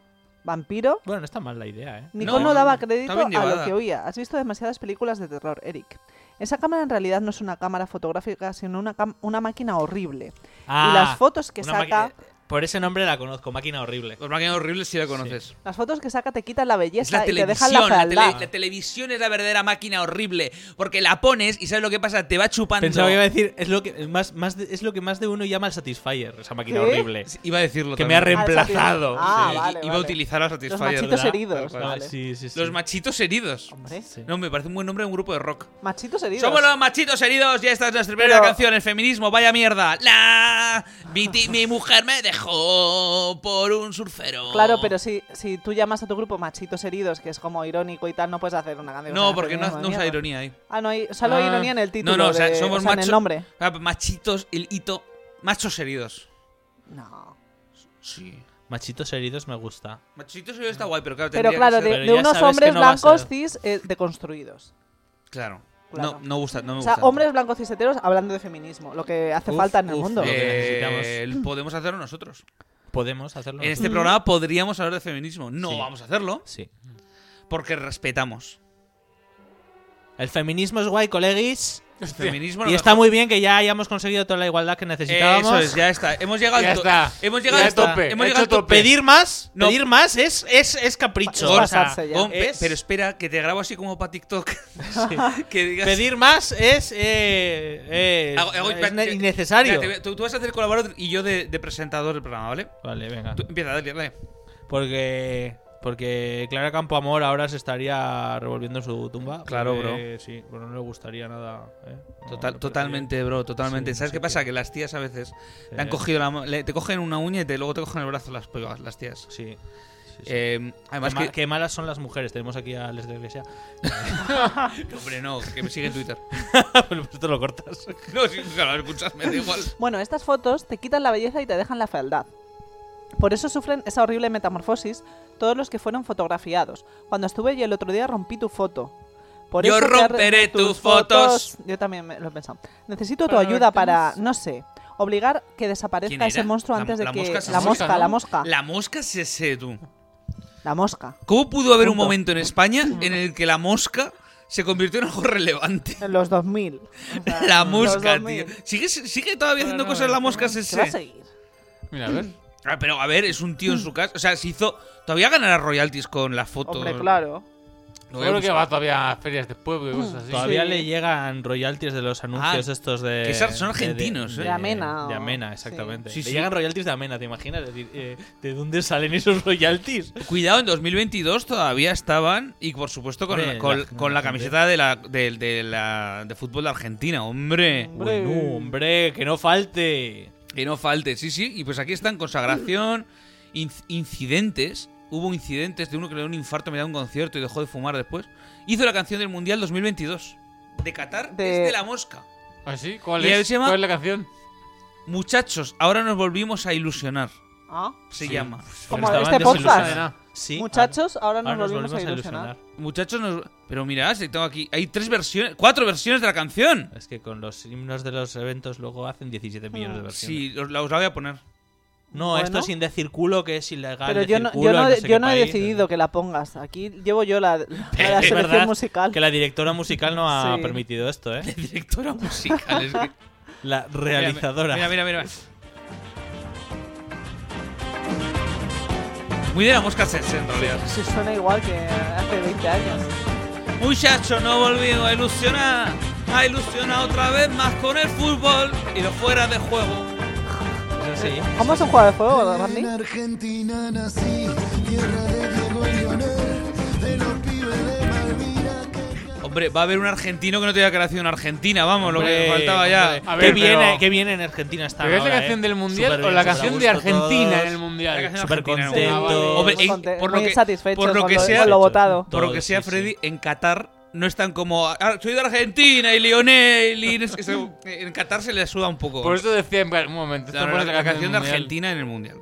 [SPEAKER 4] Vampiro.
[SPEAKER 2] Bueno, no está mal la idea, ¿eh?
[SPEAKER 4] Nicole no,
[SPEAKER 1] no,
[SPEAKER 4] daba
[SPEAKER 1] está
[SPEAKER 4] crédito
[SPEAKER 1] bien
[SPEAKER 4] a lo
[SPEAKER 1] llevada.
[SPEAKER 4] que oía. Has visto demasiadas películas de terror, Eric. Esa cámara en realidad no es una cámara fotográfica, sino una, cam- una máquina horrible.
[SPEAKER 1] Ah,
[SPEAKER 4] y las fotos que
[SPEAKER 2] Ah, una
[SPEAKER 4] saca,
[SPEAKER 2] maqui- Por ese nombre la conozco, máquina horrible.
[SPEAKER 1] Los máquinas horribles sí la conoces.
[SPEAKER 4] las fotos que saca te quitan la
[SPEAKER 1] eh. Es la
[SPEAKER 4] belleza y te
[SPEAKER 1] televisión.
[SPEAKER 4] dejan la
[SPEAKER 1] la, tele-
[SPEAKER 4] fealdad.
[SPEAKER 1] la televisión es la verdadera máquina horrible. Porque la pones y sabes lo que pasa, te va chupando.
[SPEAKER 2] Pensaba que iba a decir, es lo que más, más de- es lo que más de uno llama el Satisfyer, esa máquina
[SPEAKER 4] ¿Qué?
[SPEAKER 2] horrible.
[SPEAKER 1] Sí, iba a decirlo.
[SPEAKER 2] Que me
[SPEAKER 1] también.
[SPEAKER 2] ha reemplazado.
[SPEAKER 4] Ah,
[SPEAKER 1] Sí,
[SPEAKER 4] vale,
[SPEAKER 1] Iba
[SPEAKER 4] vale.
[SPEAKER 1] a utilizar a
[SPEAKER 4] Los
[SPEAKER 1] Satisfyer.
[SPEAKER 4] machitos
[SPEAKER 1] ¿verdad? Vale, vale.
[SPEAKER 4] heridos, pues vale.
[SPEAKER 2] Ah, Sí, sí, sí.
[SPEAKER 1] Los machitos heridos.
[SPEAKER 4] Hombre,
[SPEAKER 2] Sí.
[SPEAKER 1] No, me parece un buen nombre de un grupo de rock.
[SPEAKER 4] machitos heridos.
[SPEAKER 1] Somos los machitos heridos y esta es nuestra primera
[SPEAKER 4] Pero-
[SPEAKER 1] canción, el feminismo, vaya mierda. La Viti- mi mujer me dejó por un surfero.
[SPEAKER 4] Claro, pero si, si tú llamas a tu grupo machitos heridos, que es como irónico y tal, no puedes hacer una canción.
[SPEAKER 1] No,
[SPEAKER 4] que sea
[SPEAKER 1] porque no,
[SPEAKER 4] feminismo
[SPEAKER 1] no
[SPEAKER 4] de
[SPEAKER 1] usa
[SPEAKER 4] mierda.
[SPEAKER 1] ironía ahí.
[SPEAKER 4] Ah, no hay, solo hay
[SPEAKER 2] Ah.
[SPEAKER 4] ironía en el título.
[SPEAKER 1] No, no, o sea,
[SPEAKER 4] de-
[SPEAKER 1] somos
[SPEAKER 4] o sea, en el
[SPEAKER 1] macho-
[SPEAKER 4] nombre.
[SPEAKER 1] Ah, Machitos, el hito, machos heridos.
[SPEAKER 4] No.
[SPEAKER 1] Sí.
[SPEAKER 2] Machitos heridos me gusta.
[SPEAKER 1] Machitos heridos está guay, pero claro,
[SPEAKER 4] Pero
[SPEAKER 1] tendría
[SPEAKER 4] claro,
[SPEAKER 1] que
[SPEAKER 4] de,
[SPEAKER 1] ser-
[SPEAKER 2] Pero
[SPEAKER 4] de
[SPEAKER 2] ya
[SPEAKER 4] unos
[SPEAKER 2] sabes que
[SPEAKER 4] hombres
[SPEAKER 2] no va a
[SPEAKER 4] blancos
[SPEAKER 2] ser.
[SPEAKER 4] cis eh, deconstruidos.
[SPEAKER 1] Claro.
[SPEAKER 4] Claro.
[SPEAKER 1] No, no gusta, no me
[SPEAKER 4] O
[SPEAKER 1] gusta. Eh,
[SPEAKER 4] sea, hombres blancos ciseteros hablando de feminismo, lo que hace
[SPEAKER 2] Uf,
[SPEAKER 4] falta en el
[SPEAKER 2] uf,
[SPEAKER 4] mundo.
[SPEAKER 2] lo eh. que
[SPEAKER 1] Eh, podemos hacerlo nosotros.
[SPEAKER 2] ¿Podemos hacerlo?
[SPEAKER 1] En este programa podríamos hablar de feminismo. No
[SPEAKER 2] Sí.
[SPEAKER 1] vamos a hacerlo
[SPEAKER 2] Sí.
[SPEAKER 1] porque respetamos.
[SPEAKER 2] El feminismo es guay, coleguis.
[SPEAKER 1] Feminismo
[SPEAKER 2] Y
[SPEAKER 1] no-
[SPEAKER 2] está muy bien que ya hayamos conseguido toda la igualdad que necesitábamos.
[SPEAKER 1] Eso es, ya está. Hemos llegado
[SPEAKER 3] Ya
[SPEAKER 1] al to-
[SPEAKER 3] está.
[SPEAKER 1] Hemos llegado
[SPEAKER 3] Ya
[SPEAKER 1] al to-
[SPEAKER 3] tope,
[SPEAKER 1] Hemos
[SPEAKER 3] hecho
[SPEAKER 1] llegado al to-
[SPEAKER 3] tope.
[SPEAKER 2] Pedir más,
[SPEAKER 1] No.
[SPEAKER 2] pedir más es, es, es capricho.
[SPEAKER 4] Es
[SPEAKER 2] O sea,
[SPEAKER 4] pasarse ya.
[SPEAKER 1] Gon, pe-
[SPEAKER 2] es-
[SPEAKER 1] Pero espera, que te grabo así como para TikTok. que digas.
[SPEAKER 2] pedir más es, eh, eh,
[SPEAKER 1] Hago- hago-
[SPEAKER 2] es
[SPEAKER 1] espera,
[SPEAKER 2] ne-
[SPEAKER 1] que-
[SPEAKER 2] innecesario.
[SPEAKER 1] Mira, te voy a- tú, tú vas a hacer colaborador y yo de, de presentador del programa, ¿vale?
[SPEAKER 2] Vale, venga.
[SPEAKER 1] Tú empieza, dale, dale.
[SPEAKER 2] Porque. Porque Clara Campoamor ahora se estaría revolviendo en su tumba.
[SPEAKER 1] Claro,
[SPEAKER 2] porque Sí, pero no le gustaría nada. ¿eh?
[SPEAKER 1] Total,
[SPEAKER 2] No, le parecería-
[SPEAKER 1] totalmente, bro, totalmente.
[SPEAKER 2] Sí,
[SPEAKER 1] ¿Sabes
[SPEAKER 2] sí,
[SPEAKER 1] qué
[SPEAKER 2] sí.
[SPEAKER 1] pasa? Que las tías a veces
[SPEAKER 2] Sí.
[SPEAKER 1] te han cogido la ma- le- te cogen una uña y te, luego te cogen el brazo las pruebas, las tías.
[SPEAKER 2] Sí. sí, sí.
[SPEAKER 1] Eh,
[SPEAKER 2] Qué
[SPEAKER 1] además
[SPEAKER 2] ma-
[SPEAKER 1] que,
[SPEAKER 2] qué malas son las mujeres. Tenemos aquí a Les de la Iglesia.
[SPEAKER 1] Hombre, no, que me sigue en Twitter.
[SPEAKER 2] Bueno, pues te lo cortas.
[SPEAKER 1] No, sí, claro, escuchas, me da igual.
[SPEAKER 4] Bueno, estas fotos te quitan la belleza y te dejan la fealdad. Por eso sufren esa horrible metamorfosis todos los que fueron fotografiados. Cuando estuve allí el otro día rompí tu foto. Por
[SPEAKER 1] Yo
[SPEAKER 4] eso te arre-
[SPEAKER 1] romperé tus fotos.
[SPEAKER 4] Yo también me- lo he pensado. Necesito tu ayuda para, no sé, obligar que
[SPEAKER 1] ¿Quién
[SPEAKER 4] desaparezca
[SPEAKER 1] era?
[SPEAKER 4] ese monstruo
[SPEAKER 1] La-
[SPEAKER 4] antes de
[SPEAKER 1] la
[SPEAKER 4] que
[SPEAKER 1] mosca se-
[SPEAKER 4] la mosca,
[SPEAKER 3] ¿no?
[SPEAKER 4] la mosca.
[SPEAKER 1] La mosca es ese, tú.
[SPEAKER 4] La mosca.
[SPEAKER 1] ¿Cómo pudo haber un
[SPEAKER 4] Punto.
[SPEAKER 1] momento en España en el que la mosca se convirtió en algo relevante?
[SPEAKER 4] En los 2000. O sea,
[SPEAKER 1] La
[SPEAKER 4] los
[SPEAKER 1] mosca,
[SPEAKER 4] 2000.
[SPEAKER 1] tío. ¿Sigue, sigue todavía haciendo
[SPEAKER 3] no,
[SPEAKER 1] cosas la mosca
[SPEAKER 4] Se va a
[SPEAKER 1] ese.
[SPEAKER 4] seguir.
[SPEAKER 3] Mira, a ver.
[SPEAKER 1] Ah, pero a ver, es un tío en su casa. O sea, se hizo. Todavía ganará royalties con la foto.
[SPEAKER 4] Hombre, claro.
[SPEAKER 1] Lo voy a
[SPEAKER 3] Seguro que
[SPEAKER 1] buscar.
[SPEAKER 3] va todavía a ferias de pueblo y cosas así.
[SPEAKER 2] Todavía
[SPEAKER 4] Sí.
[SPEAKER 2] le llegan royalties de los anuncios estos de.
[SPEAKER 1] Ah, que son- son
[SPEAKER 2] de- de-
[SPEAKER 1] argentinos, ¿eh?
[SPEAKER 4] De Amena
[SPEAKER 2] De
[SPEAKER 4] o-
[SPEAKER 2] Amena,
[SPEAKER 4] sí.
[SPEAKER 2] exactamente.
[SPEAKER 1] Sí,
[SPEAKER 2] le
[SPEAKER 1] sí.
[SPEAKER 2] llegan royalties de Amena, ¿te imaginas? Es decir, eh, ¿de dónde salen esos royalties?
[SPEAKER 1] Cuidado, en 2022 todavía estaban. Y por supuesto con,
[SPEAKER 2] Hombre,
[SPEAKER 1] con-
[SPEAKER 2] la-
[SPEAKER 1] con la
[SPEAKER 2] la gente.
[SPEAKER 1] camiseta de, la, de, de la, de fútbol de Argentina, hombre.
[SPEAKER 4] Hombre.
[SPEAKER 2] Bueno, hombre, que no falte.
[SPEAKER 1] Que no falte, sí, sí. Y pues aquí están consagración, inc- incidentes. Hubo incidentes de uno que le dio un infarto, me da un concierto y dejó de fumar después. Hizo la canción del Mundial 2022. De Qatar,
[SPEAKER 4] De-
[SPEAKER 1] es de la mosca.
[SPEAKER 3] ¿Ah, sí? ¿Cuál
[SPEAKER 1] ¿Y
[SPEAKER 3] es?
[SPEAKER 1] el tema?
[SPEAKER 3] ¿Cuál es la canción?
[SPEAKER 1] Muchachos, ahora nos volvimos a ilusionar.
[SPEAKER 4] Ah,
[SPEAKER 1] Se
[SPEAKER 3] Sí.
[SPEAKER 1] llama.
[SPEAKER 4] Como
[SPEAKER 2] Pero
[SPEAKER 4] este
[SPEAKER 2] estaban
[SPEAKER 3] No sé
[SPEAKER 4] podcast.
[SPEAKER 3] nada.
[SPEAKER 2] Sí.
[SPEAKER 4] Muchachos, ahora
[SPEAKER 2] ahora
[SPEAKER 4] nos volvemos, a ilusionar.
[SPEAKER 1] Muchachos, nos... pero mirad, si tengo aquí. Hay tres versiones, cuatro versiones de la canción.
[SPEAKER 2] Es que con los himnos de los eventos luego hacen 17 millones de versiones.
[SPEAKER 1] Sí, os la, os la voy a poner.
[SPEAKER 2] No,
[SPEAKER 4] Ah, Bueno.
[SPEAKER 2] esto sin decir culo, que es ilegal.
[SPEAKER 4] Pero yo
[SPEAKER 2] decir
[SPEAKER 4] no,
[SPEAKER 2] culo
[SPEAKER 4] yo no,
[SPEAKER 2] en sé
[SPEAKER 4] yo
[SPEAKER 2] qué
[SPEAKER 4] no he
[SPEAKER 2] país. eh.
[SPEAKER 4] decidido que la pongas. Aquí llevo yo la, la- la
[SPEAKER 2] Es
[SPEAKER 4] selección
[SPEAKER 2] verdad
[SPEAKER 4] musical.
[SPEAKER 2] Que la directora musical no ha
[SPEAKER 4] Sí.
[SPEAKER 2] permitido esto, ¿eh?
[SPEAKER 1] Directora musical. es que-
[SPEAKER 2] La realizadora.
[SPEAKER 1] Mira, mira, mira. mira. Muy de la mosca se en realidad.
[SPEAKER 4] Sí, suena igual que hace 20 años.
[SPEAKER 1] Muchacho, no volvimos a ilusionar. A ilusionar otra vez más con el fútbol y lo fuera de juego.
[SPEAKER 2] Eso sí.
[SPEAKER 4] ¿Cómo es un juego de fuego, Barney?
[SPEAKER 7] En Argentina nací, tierra de Diego y Leonel, de los pibes de Malvina que
[SPEAKER 1] Hombre, va a haber un argentino que no tenga que haber nacido en Argentina, vamos,
[SPEAKER 2] Hombre,
[SPEAKER 1] lo que faltaba ya.
[SPEAKER 2] hombre.
[SPEAKER 3] A
[SPEAKER 2] qué,
[SPEAKER 3] ver,
[SPEAKER 2] bien,
[SPEAKER 3] pero-
[SPEAKER 2] eh, qué bien en Argentina está. ¿eh?
[SPEAKER 3] ¿Pero es la canción del Mundial o la canción de Argentina en el Mundial?
[SPEAKER 1] La canción
[SPEAKER 2] Súper
[SPEAKER 1] argentina, ¿no?
[SPEAKER 2] contentos.
[SPEAKER 3] Ah,
[SPEAKER 1] Hombre,
[SPEAKER 4] Muy
[SPEAKER 1] en-
[SPEAKER 4] conte-
[SPEAKER 1] por lo
[SPEAKER 4] muy
[SPEAKER 1] que-
[SPEAKER 4] satisfechos
[SPEAKER 1] por lo
[SPEAKER 4] con
[SPEAKER 1] que sea-
[SPEAKER 4] con lo votado.
[SPEAKER 1] Por lo que
[SPEAKER 2] Todos,
[SPEAKER 1] sea,
[SPEAKER 2] sí,
[SPEAKER 1] Freddy, en Qatar no están como. "Ah, Soy de Argentina y Lionel. Y no sé qué". Eso, en Qatar se le suda un poco.
[SPEAKER 3] Por eso decía, en plan, un momento, esto
[SPEAKER 1] la,
[SPEAKER 3] no puede ser
[SPEAKER 1] la canción de
[SPEAKER 3] del Mundial.
[SPEAKER 1] Argentina en el mundial.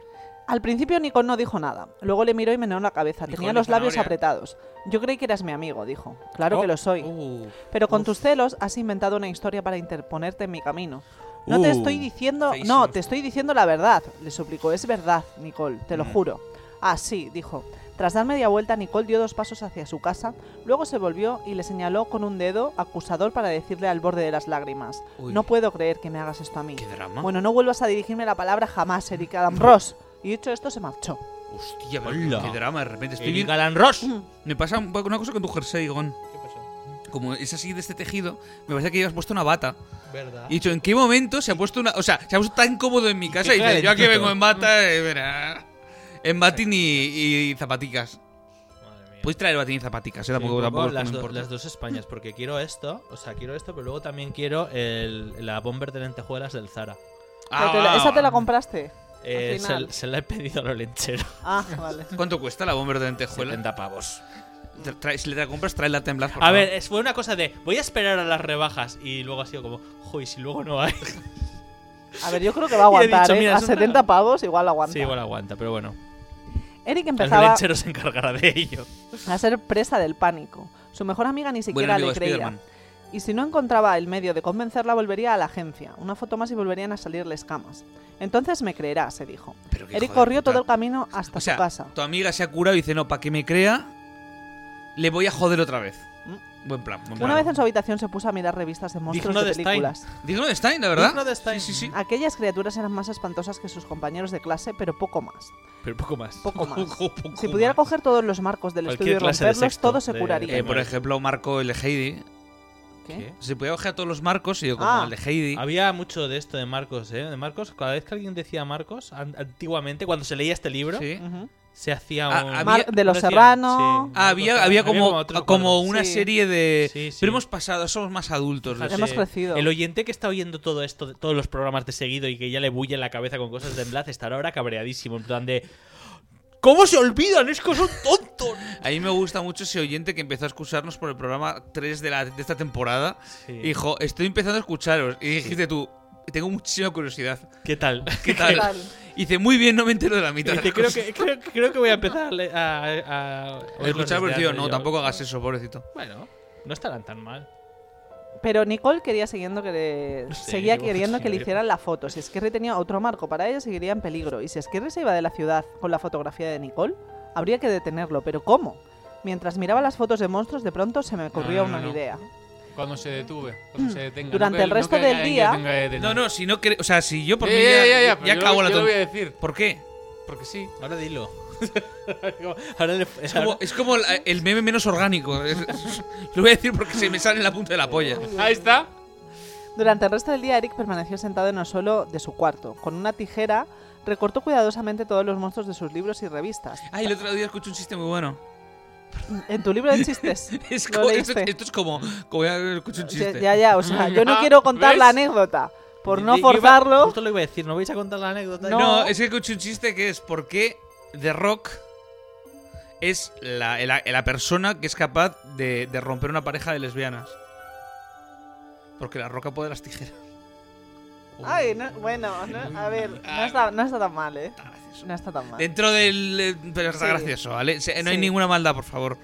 [SPEAKER 4] Al principio Nicole no dijo nada. Luego le miró y meneó la cabeza.
[SPEAKER 1] Nicole
[SPEAKER 4] Tenía
[SPEAKER 1] de
[SPEAKER 4] los labios
[SPEAKER 1] Zanahoria.
[SPEAKER 4] apretados. Yo creí que eras mi amigo, dijo. Claro
[SPEAKER 1] Oh,
[SPEAKER 4] que lo soy.
[SPEAKER 1] uh,
[SPEAKER 4] Pero con tus celos has inventado una historia para interponerte en mi camino. No te
[SPEAKER 2] Uh,
[SPEAKER 4] estoy diciendo,
[SPEAKER 1] feísimo.
[SPEAKER 4] no, te estoy diciendo la verdad, le suplicó. Es verdad, Nicole, te
[SPEAKER 2] Mm.
[SPEAKER 4] lo juro. Ah, sí, dijo. Tras dar media vuelta, Nicole dio dos pasos hacia su casa, luego se volvió y le señaló con un dedo acusador para decirle al borde de las lágrimas:
[SPEAKER 1] Uy.
[SPEAKER 4] No puedo creer que me hagas esto a mí.
[SPEAKER 1] qué drama.
[SPEAKER 4] Bueno, no vuelvas a dirigirme la palabra jamás, Eric Adam Ross. Y dicho esto, se marchó.
[SPEAKER 1] Hostia, pero
[SPEAKER 2] Hola.
[SPEAKER 1] qué drama. De repente estoy
[SPEAKER 2] Estoy
[SPEAKER 1] bien.
[SPEAKER 2] Galán Ross.
[SPEAKER 3] Uh.
[SPEAKER 1] Me pasa un poco- una cosa con tu jersey, Gon. Como es así de este tejido, me parece que llevas puesto una bata.
[SPEAKER 2] ¿Verdad?
[SPEAKER 1] Y he dicho, ¿en qué momento se ha puesto una. O sea, se ha puesto tan cómodo en mi casa y dice, yo aquí vengo en bata, eh, verá, en batín y, y zapaticas. Puedes traer batín y zapaticas, eh,
[SPEAKER 2] Sí,
[SPEAKER 1] tampoco,
[SPEAKER 2] un poco
[SPEAKER 1] tampoco es que
[SPEAKER 2] las,
[SPEAKER 1] me
[SPEAKER 2] do-
[SPEAKER 1] importa.
[SPEAKER 2] las dos Españas, porque quiero esto, o sea, quiero esto, pero luego también quiero el- la bomber de lentejuelas del Zara.
[SPEAKER 1] Ah,
[SPEAKER 4] Te la-
[SPEAKER 1] va,
[SPEAKER 4] ¿Esa te la
[SPEAKER 1] va.
[SPEAKER 4] compraste?
[SPEAKER 2] Eh,
[SPEAKER 4] Al final.
[SPEAKER 2] se, se la he pedido a los lencheros.
[SPEAKER 4] Ah, vale.
[SPEAKER 1] ¿Cuánto cuesta la bomber de lentejuela?
[SPEAKER 2] 70 pavos.
[SPEAKER 1] Tra- trae- si le la compras, tráela a temblar. por
[SPEAKER 2] A
[SPEAKER 1] favor.
[SPEAKER 4] eh,
[SPEAKER 2] ver, es- fue una cosa de voy a esperar a las rebajas y luego ha sido como, joder, si luego no hay.
[SPEAKER 4] A ver, yo creo que va a
[SPEAKER 2] Y he
[SPEAKER 4] aguantar.
[SPEAKER 2] dicho,
[SPEAKER 4] ¿eh?
[SPEAKER 2] mira,
[SPEAKER 4] a
[SPEAKER 2] es una-
[SPEAKER 4] 70 pavos igual aguanta.
[SPEAKER 2] Sí, igual aguanta, pero bueno.
[SPEAKER 4] Eric
[SPEAKER 2] El
[SPEAKER 4] empezaba
[SPEAKER 2] lechero se encargará de ello.
[SPEAKER 4] a ser presa del pánico. Su mejor amiga ni
[SPEAKER 1] Buen
[SPEAKER 4] siquiera
[SPEAKER 1] amigo
[SPEAKER 4] le
[SPEAKER 1] de
[SPEAKER 4] creía.
[SPEAKER 1] Spiderman.
[SPEAKER 4] Y si no encontraba el medio de convencerla, volvería a la agencia. Una foto más y volverían a salirles camas. Entonces me creerá, se dijo.
[SPEAKER 1] Pero qué hijo
[SPEAKER 4] Eric
[SPEAKER 1] de
[SPEAKER 4] corrió
[SPEAKER 1] puta.
[SPEAKER 4] todo el camino hasta
[SPEAKER 1] O sea,
[SPEAKER 4] su casa.
[SPEAKER 1] tu amiga se ha curado y dice, no, para que me crea, le voy a joder otra vez. Buen plan, buen plan.
[SPEAKER 4] Mm. Una vez en su habitación se puso a mirar revistas de monstruos
[SPEAKER 2] Digno
[SPEAKER 4] de
[SPEAKER 2] de Stein.
[SPEAKER 4] películas.
[SPEAKER 1] Digno de Stein, la verdad.
[SPEAKER 2] Digno de Stein.
[SPEAKER 1] Sí, sí, sí.
[SPEAKER 4] Aquellas criaturas eran más espantosas que sus compañeros de clase, pero poco más.
[SPEAKER 2] Pero poco más.
[SPEAKER 4] Poco más.
[SPEAKER 1] poco
[SPEAKER 4] Si pudiera
[SPEAKER 1] más.
[SPEAKER 4] coger todos los marcos del
[SPEAKER 2] Cualquier
[SPEAKER 4] estudio y
[SPEAKER 2] clase de
[SPEAKER 4] romperlos,
[SPEAKER 2] sexto,
[SPEAKER 4] todo se
[SPEAKER 2] de-
[SPEAKER 4] curaría.
[SPEAKER 1] Eh, por ejemplo, Marco el de Heidi.
[SPEAKER 4] ¿Qué?
[SPEAKER 1] Si pudiera coger a todos los marcos, y yo como
[SPEAKER 4] Ah.
[SPEAKER 1] el de Heidi.
[SPEAKER 2] Había mucho de esto de Marcos, ¿eh? De Marcos, cada vez que alguien decía Marcos, an- antiguamente, cuando se leía este libro,
[SPEAKER 1] Sí.
[SPEAKER 4] Ujú.
[SPEAKER 2] se hacía
[SPEAKER 1] Ah,
[SPEAKER 2] un.
[SPEAKER 1] había-
[SPEAKER 4] Mar- de los
[SPEAKER 2] decía-
[SPEAKER 4] Serrano.
[SPEAKER 2] sí.
[SPEAKER 1] Ah, había, había como,
[SPEAKER 2] tres o
[SPEAKER 1] como,
[SPEAKER 2] cuatro.
[SPEAKER 1] una
[SPEAKER 4] Sí.
[SPEAKER 1] serie de...
[SPEAKER 2] Sí, sí.
[SPEAKER 1] Pero hemos pasado, somos más adultos.
[SPEAKER 2] Fíjate,
[SPEAKER 4] Hemos crecido.
[SPEAKER 2] El oyente que está oyendo todo esto, de- todos los programas de seguido y que ya le bulle en la cabeza con cosas de Enlace, estará ahora cabreadísimo. En plan de. ¿Cómo se olvidan? Es que son tontos.
[SPEAKER 1] A mí me gusta mucho ese oyente que empezó a excusarnos por el programa 3 de, la, de esta temporada.
[SPEAKER 2] Sí.
[SPEAKER 1] Dijo, estoy empezando a escucharos. Y dijiste tú, tengo muchísima curiosidad.
[SPEAKER 2] ¿Qué tal?
[SPEAKER 1] ¿Qué tal?
[SPEAKER 4] tal?
[SPEAKER 1] Y dice, muy bien, no me entero de la mitad. de
[SPEAKER 2] Dice,
[SPEAKER 1] las cosas".
[SPEAKER 2] creo, que, creo, creo que voy a empezar a. le- a, a- a
[SPEAKER 1] O escuchar,
[SPEAKER 2] oírlos
[SPEAKER 1] pero
[SPEAKER 2] desde
[SPEAKER 1] tío,
[SPEAKER 2] antes.
[SPEAKER 1] no,
[SPEAKER 2] Yo,
[SPEAKER 1] tampoco hagas eso, pobrecito.
[SPEAKER 2] Bueno, no estarán tan mal.
[SPEAKER 4] Pero Nicole quería siguiendo que le-
[SPEAKER 2] Sí,
[SPEAKER 4] seguía
[SPEAKER 2] bueno,
[SPEAKER 4] queriendo que le
[SPEAKER 2] sí.
[SPEAKER 4] hicieran la foto. Si Esquerri tenía otro marco para ella, seguiría en peligro. Y si Esquerri se iba de la ciudad con la fotografía de Nicole, Habría que detenerlo, pero ¿cómo? Mientras miraba las fotos de monstruos, de pronto se me ocurrió
[SPEAKER 3] no,
[SPEAKER 4] una
[SPEAKER 3] no.
[SPEAKER 4] idea.
[SPEAKER 3] Cuando se detuve, cuando se detenga. No
[SPEAKER 4] Mm. Durante
[SPEAKER 3] que-
[SPEAKER 4] el
[SPEAKER 3] no
[SPEAKER 4] resto
[SPEAKER 3] que
[SPEAKER 4] del
[SPEAKER 3] alguien
[SPEAKER 4] día-
[SPEAKER 3] que tenga que detener.
[SPEAKER 1] No, no, si no cre- O sea, si yo por
[SPEAKER 3] Ya,
[SPEAKER 1] mí
[SPEAKER 3] ya,
[SPEAKER 1] ya,
[SPEAKER 3] ya, ya, pero
[SPEAKER 1] ya
[SPEAKER 3] yo-
[SPEAKER 1] cago en la
[SPEAKER 3] yo lo voy a
[SPEAKER 1] tontería.
[SPEAKER 3] decir,
[SPEAKER 1] ¿Por qué?
[SPEAKER 3] porque sí.
[SPEAKER 2] Ahora dilo. Ahora le-
[SPEAKER 1] Es como, es como el, el meme menos orgánico. Es- es- lo voy a decir porque se me sale en la punta de la polla.
[SPEAKER 3] Ahí está.
[SPEAKER 4] Durante el resto del día, Eric permaneció sentado en el suelo de su cuarto. Con una tijera, recortó cuidadosamente todos los monstruos de sus libros y revistas.
[SPEAKER 1] Ay, el otro día escuché un chiste muy bueno.
[SPEAKER 4] En tu libro de chistes.
[SPEAKER 1] Es
[SPEAKER 4] ¿lo
[SPEAKER 1] como- esto,
[SPEAKER 4] leíste?
[SPEAKER 1] esto es como. como ya escuché un
[SPEAKER 4] Ya,
[SPEAKER 1] chiste.
[SPEAKER 4] ya, ya, o sea, yo no quiero contar
[SPEAKER 3] ¿Ves?
[SPEAKER 4] la anécdota. Por no
[SPEAKER 2] Yo iba-
[SPEAKER 4] forzarlo.
[SPEAKER 2] Justo lo iba a decir, no vais a contar la anécdota.
[SPEAKER 1] No,
[SPEAKER 4] No.
[SPEAKER 1] es que escuché un chiste que es por qué The Rock es la, la- la persona que es capaz de, de romper una pareja de lesbianas. Porque la roca puede las tijeras.
[SPEAKER 4] Ay, no- bueno, no- a ver, no está, no está tan mal, ¿eh? No está tan mal.
[SPEAKER 1] Ah, Dentro del. eh, Pero está
[SPEAKER 4] Sí.
[SPEAKER 1] gracioso, ¿vale? Se- No hay
[SPEAKER 4] Sí.
[SPEAKER 1] ninguna maldad, por favor.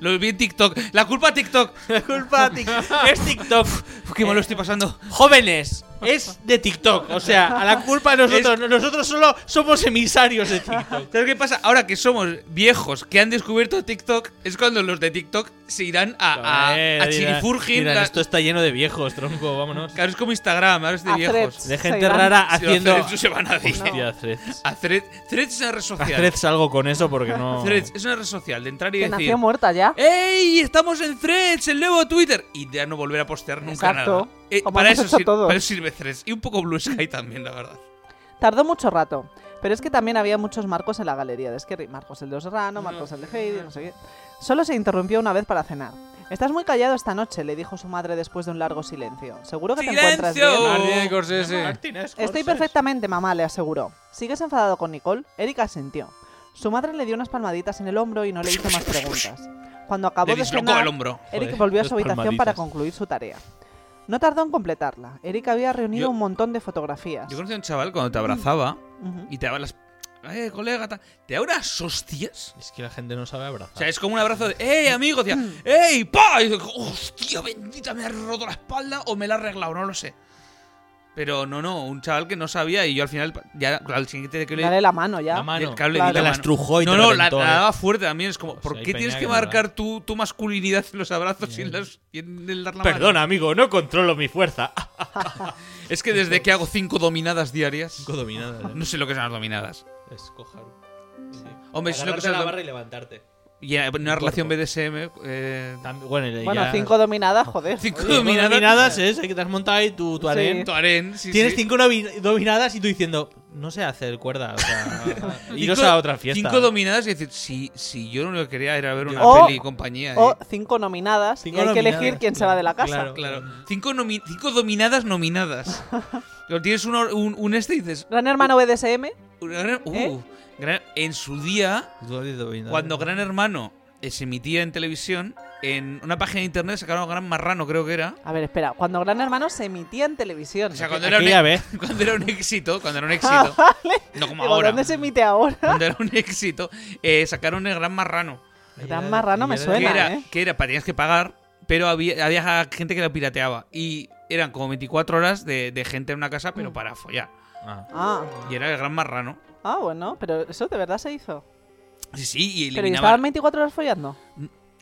[SPEAKER 1] Lo vi en TikTok. La culpa a TikTok.
[SPEAKER 2] La culpa a Tik- es TikTok.
[SPEAKER 1] Uf, qué mal lo estoy pasando.
[SPEAKER 2] Jóvenes, es de TikTok. O sea, a la culpa nosotros. Nosotros solo somos emisarios de TikTok.
[SPEAKER 1] ¿Sabes qué pasa? Ahora que somos viejos que han descubierto TikTok, es cuando los de TikTok se irán a, a,
[SPEAKER 2] Eh,
[SPEAKER 1] a
[SPEAKER 2] dirán-
[SPEAKER 1] chirifurgin.
[SPEAKER 2] dirán,
[SPEAKER 1] la-
[SPEAKER 2] esto está lleno de viejos, tronco, vámonos.
[SPEAKER 1] Claro, es como Instagram, ahora es de
[SPEAKER 4] A
[SPEAKER 1] viejos.
[SPEAKER 4] threads.
[SPEAKER 2] De gente
[SPEAKER 4] Seguirán-
[SPEAKER 2] rara
[SPEAKER 1] Si lo
[SPEAKER 2] haciendo.
[SPEAKER 1] Threads no se van a ir.
[SPEAKER 2] Hostia, threads.
[SPEAKER 1] A Threads. Threads es una red
[SPEAKER 2] A
[SPEAKER 1] social.
[SPEAKER 2] threads algo con eso porque no.
[SPEAKER 1] Threads es una red social de entrar y
[SPEAKER 4] Que
[SPEAKER 1] decir
[SPEAKER 4] nació muerta ya.
[SPEAKER 1] ¡Ey! ¡Estamos en Threads! ¡El nuevo Twitter! Y ya no volver a postear nunca
[SPEAKER 4] Exacto.
[SPEAKER 1] nada. Eh,
[SPEAKER 4] Como
[SPEAKER 1] para,
[SPEAKER 4] hemos
[SPEAKER 1] eso
[SPEAKER 4] hecho
[SPEAKER 1] sir-
[SPEAKER 4] todos.
[SPEAKER 1] para eso sirve Threads. Y un poco Blue Sky también, la verdad.
[SPEAKER 4] Tardó mucho rato, pero es que también había muchos marcos en la galería de Esquerri. Marcos el de Osrano, Marcos el de Heidi, no sé qué. Solo se interrumpió una vez para cenar. Estás muy callado esta noche, le dijo su madre después de un largo silencio. Seguro que te encuentras
[SPEAKER 1] ¡Silencio!
[SPEAKER 4] bien.
[SPEAKER 3] Martin Scorsese.
[SPEAKER 4] Estoy perfectamente, mamá, le aseguró. ¿Sigues enfadado con Nicole? Eric asintió. Su madre le dio unas palmaditas en el hombro y no le hizo más preguntas. Cuando acabó
[SPEAKER 1] Le
[SPEAKER 4] de
[SPEAKER 1] dislocó
[SPEAKER 4] cenar,
[SPEAKER 1] el hombro.
[SPEAKER 4] Eric
[SPEAKER 2] Joder,
[SPEAKER 4] volvió a su
[SPEAKER 2] esas
[SPEAKER 4] habitación para
[SPEAKER 2] palmaditas.
[SPEAKER 4] concluir su tarea. No tardó en completarla. Eric había reunido
[SPEAKER 1] Yo-
[SPEAKER 4] un montón de fotografías.
[SPEAKER 1] Yo conocí a un chaval cuando te abrazaba
[SPEAKER 4] Ujú.
[SPEAKER 1] y te daba las. ¡Eh, colega! ta- Te daba unas hostias.
[SPEAKER 2] Es que la gente no sabe abrazar.
[SPEAKER 1] O sea, es como un abrazo de ¡Ey, amigo! Decía, ¡Ey, pa! Y digo, ¡Hostia, bendita! Me ha roto la espalda o me la ha arreglado, no lo sé. Pero no, no, un chaval que no sabía y yo al final, ya al siguiente que le.
[SPEAKER 4] Dale la mano ya.
[SPEAKER 2] La mano.
[SPEAKER 1] el cable
[SPEAKER 4] Claro.
[SPEAKER 1] di la
[SPEAKER 4] Te la
[SPEAKER 1] mano.
[SPEAKER 2] estrujó y
[SPEAKER 1] no,
[SPEAKER 2] te
[SPEAKER 1] no,
[SPEAKER 2] reventó,
[SPEAKER 1] la, la
[SPEAKER 2] eh.
[SPEAKER 1] daba fuerte también. Es como,
[SPEAKER 2] Pues
[SPEAKER 1] ¿por
[SPEAKER 2] hay
[SPEAKER 1] qué
[SPEAKER 2] peña
[SPEAKER 1] tienes
[SPEAKER 2] que
[SPEAKER 1] que
[SPEAKER 2] no
[SPEAKER 1] marcar tu, tu masculinidad en los abrazos y en, las- y en el dar la mano?
[SPEAKER 2] Perdona, amigo, no controlo mi fuerza.
[SPEAKER 1] Es que desde que hago cinco dominadas diarias,
[SPEAKER 2] dominada.
[SPEAKER 1] no sé lo que son las dominadas.
[SPEAKER 2] Es cojar.
[SPEAKER 1] Hombre, si no que son las dom-
[SPEAKER 2] y levantarte.
[SPEAKER 1] y en una relación BDSM, eh,
[SPEAKER 2] bueno, y
[SPEAKER 4] Bueno,
[SPEAKER 2] ya-
[SPEAKER 4] cinco dominadas, joder.
[SPEAKER 1] cinco
[SPEAKER 2] Cinco dominadas,
[SPEAKER 1] dominadas.
[SPEAKER 2] es que te has montado ahí tu, tu
[SPEAKER 4] Sí.
[SPEAKER 2] harén.
[SPEAKER 1] Tu harén, sí,
[SPEAKER 2] Tienes
[SPEAKER 1] sí.
[SPEAKER 2] cinco novi- dominadas y tú diciendo, no sé hacer cuerda. O sea, iros
[SPEAKER 1] Cinco-
[SPEAKER 2] a otra fiesta.
[SPEAKER 1] Cinco dominadas y decir, si, si yo lo único que quería era ver una
[SPEAKER 4] O-
[SPEAKER 1] peli y compañía.
[SPEAKER 4] O
[SPEAKER 1] eh.
[SPEAKER 4] cinco nominadas
[SPEAKER 2] Cinco
[SPEAKER 4] y hay que
[SPEAKER 2] nominadas,
[SPEAKER 4] elegir quién se
[SPEAKER 2] claro,
[SPEAKER 4] va de la casa.
[SPEAKER 2] claro.
[SPEAKER 1] Claro. Cinco, nomi- cinco dominadas nominadas. Pero tienes un, or- un, un este y dices,
[SPEAKER 4] Gran hermano BDSM.
[SPEAKER 1] Gran- uh,
[SPEAKER 4] ¿Eh?
[SPEAKER 1] Gran- en su día,
[SPEAKER 2] Tú eres dominada.
[SPEAKER 1] cuando Gran Hermano eh, se emitía en televisión, en una página de internet sacaron Gran Marrano, creo que era.
[SPEAKER 4] A ver, espera. Cuando Gran Hermano se emitía en televisión.
[SPEAKER 1] O sea, cuando era, un,
[SPEAKER 2] Aquella vez.
[SPEAKER 1] cuando era un éxito, cuando era un
[SPEAKER 4] Ah,
[SPEAKER 1] éxito,
[SPEAKER 4] vale.
[SPEAKER 1] no como
[SPEAKER 4] Digo,
[SPEAKER 1] ahora,
[SPEAKER 4] ¿Dónde se emite ahora?
[SPEAKER 1] cuando era un éxito, eh, sacaron el Gran Marrano,
[SPEAKER 4] Gran marrano me
[SPEAKER 1] que
[SPEAKER 4] Buena,
[SPEAKER 1] era,
[SPEAKER 4] eh.
[SPEAKER 1] que era, tenías que pagar, pero había, había gente que lo pirateaba y eran como 24 horas de, de gente en una casa,
[SPEAKER 4] Mm.
[SPEAKER 1] pero para follar.
[SPEAKER 2] Ah.
[SPEAKER 4] Ah,
[SPEAKER 1] Y era el Gran Marrano.
[SPEAKER 4] ah, bueno, pero eso de verdad se hizo.
[SPEAKER 1] Sí, sí, y
[SPEAKER 4] Pero ¿y
[SPEAKER 1] eliminaban.
[SPEAKER 4] estaban 24 horas follando.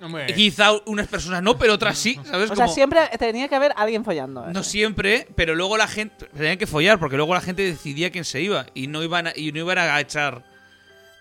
[SPEAKER 3] Hombre,
[SPEAKER 1] Quizá unas personas no, pero otras sí, ¿sabes?
[SPEAKER 4] Mm. o sea,
[SPEAKER 1] Como-
[SPEAKER 4] siempre tenía que haber alguien follando. ¿eh?
[SPEAKER 1] No siempre, pero luego la gente tenían que follar porque luego la gente decidía quién se iba y no iban a, y no iban a echar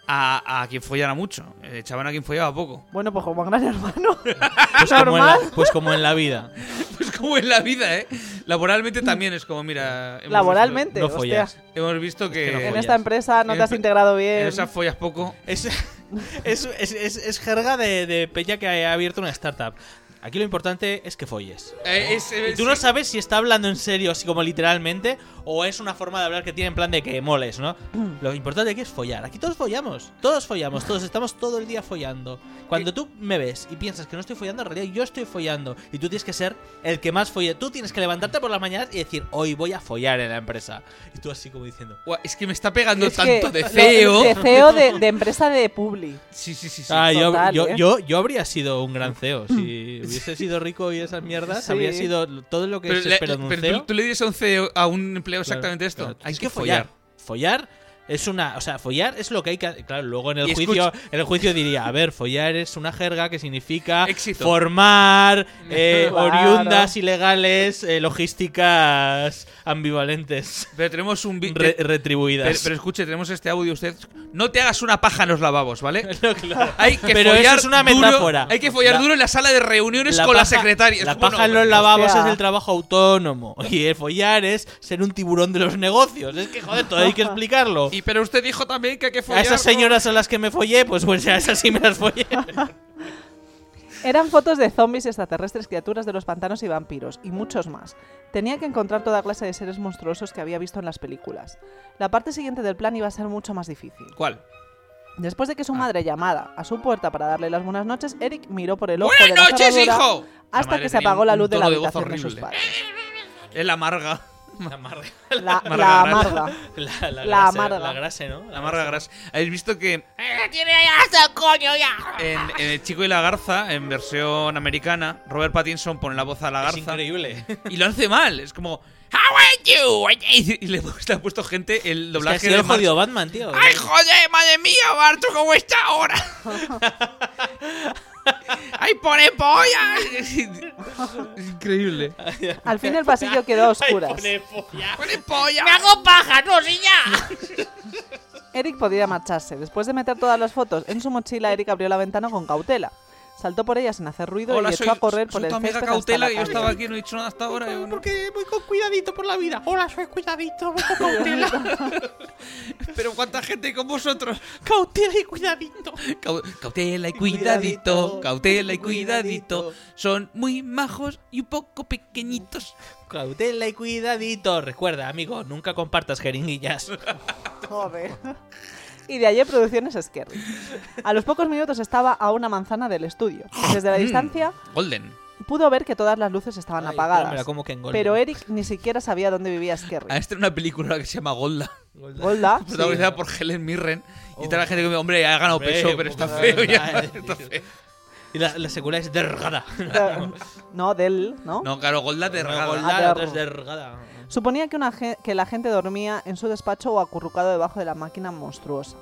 [SPEAKER 1] a, a quien follara mucho, Eh, echaban a quien follaba poco.
[SPEAKER 4] Bueno, pues como Gran Hermano.
[SPEAKER 2] Pues como, en la,
[SPEAKER 4] normal.
[SPEAKER 2] pues como en la vida.
[SPEAKER 1] Pues como en la vida, ¿eh? Laboralmente también es como, mira, hemos
[SPEAKER 4] Laboralmente.
[SPEAKER 2] No
[SPEAKER 4] hostia.
[SPEAKER 2] follas.
[SPEAKER 1] visto- hemos visto que,
[SPEAKER 2] que no
[SPEAKER 4] En
[SPEAKER 2] follas.
[SPEAKER 4] esta empresa no
[SPEAKER 1] En
[SPEAKER 4] te has
[SPEAKER 1] empre-
[SPEAKER 4] integrado
[SPEAKER 1] en
[SPEAKER 4] bien.
[SPEAKER 1] esas follas poco.
[SPEAKER 2] Es, es, es, es- es jerga de, de peña que ha abierto una startup. Aquí lo importante es que folles.
[SPEAKER 1] Eh, es- eh,
[SPEAKER 2] Y tú
[SPEAKER 1] sí.
[SPEAKER 2] no sabes si está hablando en serio, así como literalmente, o es una forma de hablar que tiene en plan de que moles, ¿no?
[SPEAKER 1] Mm.
[SPEAKER 2] Lo importante aquí es follar. Aquí todos follamos, todos follamos, todos estamos todo el día follando. Cuando tú me ves y piensas que no estoy follando, en realidad yo estoy follando. Y tú tienes que ser el que más folle. Tú tienes que levantarte por las mañanas y decir, hoy voy a follar en la empresa. Y tú así como diciendo...
[SPEAKER 1] Guau, es que me está pegando
[SPEAKER 4] Es que
[SPEAKER 1] tanto de
[SPEAKER 4] lo-
[SPEAKER 1] feo.
[SPEAKER 4] De CEO de, de empresa de Publi.
[SPEAKER 1] Sí, sí, sí, sí.
[SPEAKER 2] Ah, yo,
[SPEAKER 4] Total,
[SPEAKER 2] yo,
[SPEAKER 4] ¿eh?
[SPEAKER 2] yo, yo habría sido un gran CEO. Si hubiese sido rico y esas mierdas,
[SPEAKER 4] Sí.
[SPEAKER 2] habría sido todo lo que
[SPEAKER 1] pero
[SPEAKER 2] se
[SPEAKER 1] le-
[SPEAKER 2] espera de un E
[SPEAKER 1] pero
[SPEAKER 2] CEO.
[SPEAKER 1] tú, tú le dirías a un CEO, a un empleado exactamente esto.
[SPEAKER 2] Claro,
[SPEAKER 1] Hay
[SPEAKER 2] es
[SPEAKER 1] que follar.
[SPEAKER 2] Follar Es una, o sea, follar es lo que hay que, claro, luego en el
[SPEAKER 1] Y
[SPEAKER 2] juicio, en el juicio diría, a ver, follar es una jerga que significa
[SPEAKER 1] Éxito.
[SPEAKER 2] formar eh,
[SPEAKER 4] Claro.
[SPEAKER 2] oriundas ilegales, eh, logísticas ambivalentes,
[SPEAKER 1] Pero tenemos un... vi-
[SPEAKER 2] re-
[SPEAKER 1] te-
[SPEAKER 2] retribuidas.
[SPEAKER 1] pero, pero escuche, tenemos este audio usted. No te hagas una paja en los lavabos, ¿vale?
[SPEAKER 2] No, claro.
[SPEAKER 1] Hay que
[SPEAKER 2] Pero eso
[SPEAKER 1] follar
[SPEAKER 2] es una
[SPEAKER 1] duro-
[SPEAKER 2] metáfora.
[SPEAKER 1] hay que follar
[SPEAKER 2] La-
[SPEAKER 1] duro en la sala de reuniones con la
[SPEAKER 2] paja-
[SPEAKER 1] secretaria.
[SPEAKER 2] La
[SPEAKER 1] Bueno,
[SPEAKER 2] paja en los
[SPEAKER 1] hombre,
[SPEAKER 2] lavabos
[SPEAKER 4] hostia.
[SPEAKER 2] es el trabajo autónomo. Y el follar es ser un tiburón de los negocios. Es que, joder, todo hay que explicarlo.
[SPEAKER 1] Y pero usted dijo también que hay que follar.
[SPEAKER 2] a esas
[SPEAKER 1] con-
[SPEAKER 2] señoras a las que me follé, pues, pues a esas sí me las follé.
[SPEAKER 4] Eran fotos de zombies, extraterrestres, criaturas de los pantanos y vampiros, y muchos más. Tenía que encontrar toda clase de seres monstruosos que había visto en las películas. La parte siguiente del plan iba a ser mucho más difícil.
[SPEAKER 1] ¿Cuál?
[SPEAKER 4] Después de que su
[SPEAKER 1] Ah.
[SPEAKER 4] madre llamada a su puerta para darle las buenas noches, Eric miró por el ojo
[SPEAKER 1] ¡Buenas
[SPEAKER 4] de la
[SPEAKER 1] noches,
[SPEAKER 4] cerradura
[SPEAKER 1] hijo! La
[SPEAKER 4] hasta
[SPEAKER 1] madre
[SPEAKER 4] que se
[SPEAKER 1] tenía
[SPEAKER 4] apagó
[SPEAKER 1] un-
[SPEAKER 4] la
[SPEAKER 1] un
[SPEAKER 4] luz de la
[SPEAKER 1] tono de voz
[SPEAKER 4] habitación de sus
[SPEAKER 1] horrible.
[SPEAKER 4] padres.
[SPEAKER 1] Es la amarga.
[SPEAKER 4] La,
[SPEAKER 1] Amarga
[SPEAKER 4] la
[SPEAKER 1] grasa.
[SPEAKER 4] amarga.
[SPEAKER 2] La, la
[SPEAKER 4] La
[SPEAKER 2] grasa,
[SPEAKER 4] amarga.
[SPEAKER 2] La grasa, ¿no?
[SPEAKER 1] La amarga grasa. ¿Habéis visto que
[SPEAKER 8] Eh, ¡Tiene hasta coño ya!
[SPEAKER 1] en, en El Chico y la Garza, en versión americana, Robert Pattinson pone la voz a la
[SPEAKER 2] Es
[SPEAKER 1] garza
[SPEAKER 2] increíble.
[SPEAKER 1] y lo hace mal? Es como. ¡How are you? Y le, le han puesto gente el
[SPEAKER 2] Es que
[SPEAKER 1] doblaje
[SPEAKER 2] ha sido
[SPEAKER 1] de
[SPEAKER 2] el
[SPEAKER 1] Mar-
[SPEAKER 2] jodido Batman, tío.
[SPEAKER 1] ¡Ay, joder, madre mía, Barto, cómo está ahora! ¡Ay, pone polla! Es increíble.
[SPEAKER 4] Al fin el pasillo quedó a oscuras.
[SPEAKER 2] Pone follar.
[SPEAKER 1] ¡Pone polla!
[SPEAKER 8] ¡Me hago paja, no, si ya!
[SPEAKER 4] Eric podía marcharse. Después de meter todas las fotos en su mochila, Eric abrió la ventana con cautela. Saltó por ella sin hacer ruido
[SPEAKER 1] Hola,
[SPEAKER 4] y echó
[SPEAKER 1] soy,
[SPEAKER 4] a correr por
[SPEAKER 1] soy
[SPEAKER 4] el
[SPEAKER 1] tu amiga
[SPEAKER 4] césped hasta
[SPEAKER 1] Cautela
[SPEAKER 4] la
[SPEAKER 1] y yo
[SPEAKER 4] calle.
[SPEAKER 1] estaba aquí, no he dicho nada hasta ahora. yo no-
[SPEAKER 2] Porque voy con cuidadito por la vida. Hola, soy cuidadito. voy con cautela.
[SPEAKER 1] Pero ¿cuánta gente hay con vosotros?
[SPEAKER 2] cautela y cuidadito.
[SPEAKER 1] Cau- Cautela y cuidadito,
[SPEAKER 2] Cuidadito,
[SPEAKER 1] cautela y cuidadito.
[SPEAKER 2] cuidadito.
[SPEAKER 1] Son muy majos y un poco pequeñitos.
[SPEAKER 2] Cautela y cuidadito. Recuerda, amigo, nunca compartas jeringuillas.
[SPEAKER 4] Joder. Y de ayer producciones Scary. A los pocos minutos estaba a una manzana del estudio. Desde
[SPEAKER 1] Mm.
[SPEAKER 4] la distancia
[SPEAKER 1] Golden.
[SPEAKER 4] pudo ver que todas las luces estaban
[SPEAKER 2] Ay,
[SPEAKER 4] apagadas.
[SPEAKER 2] espéramela, como que en Golden.
[SPEAKER 4] Pero Eric ni siquiera sabía dónde vivía
[SPEAKER 1] A
[SPEAKER 2] Pues
[SPEAKER 4] Scary.
[SPEAKER 1] este una película que se llama Golda,
[SPEAKER 4] Golda.
[SPEAKER 1] protagonizada por Helen Mirren. Y está la gente que me hombre, ya ha ganado
[SPEAKER 2] Hombre,
[SPEAKER 1] peso, pero está
[SPEAKER 2] poca
[SPEAKER 1] feo ya.
[SPEAKER 2] verdad, eh.
[SPEAKER 1] está
[SPEAKER 2] tío.
[SPEAKER 1] feo.
[SPEAKER 2] Y la, la secuela es dergada.
[SPEAKER 4] de- no, del, ¿no?
[SPEAKER 1] No, claro, Golda te regala.
[SPEAKER 2] Dergada,
[SPEAKER 4] derro.
[SPEAKER 2] otra es dergada.
[SPEAKER 4] Suponía que, una ge- que la gente dormía en su despacho o acurrucado debajo de la máquina monstruosa.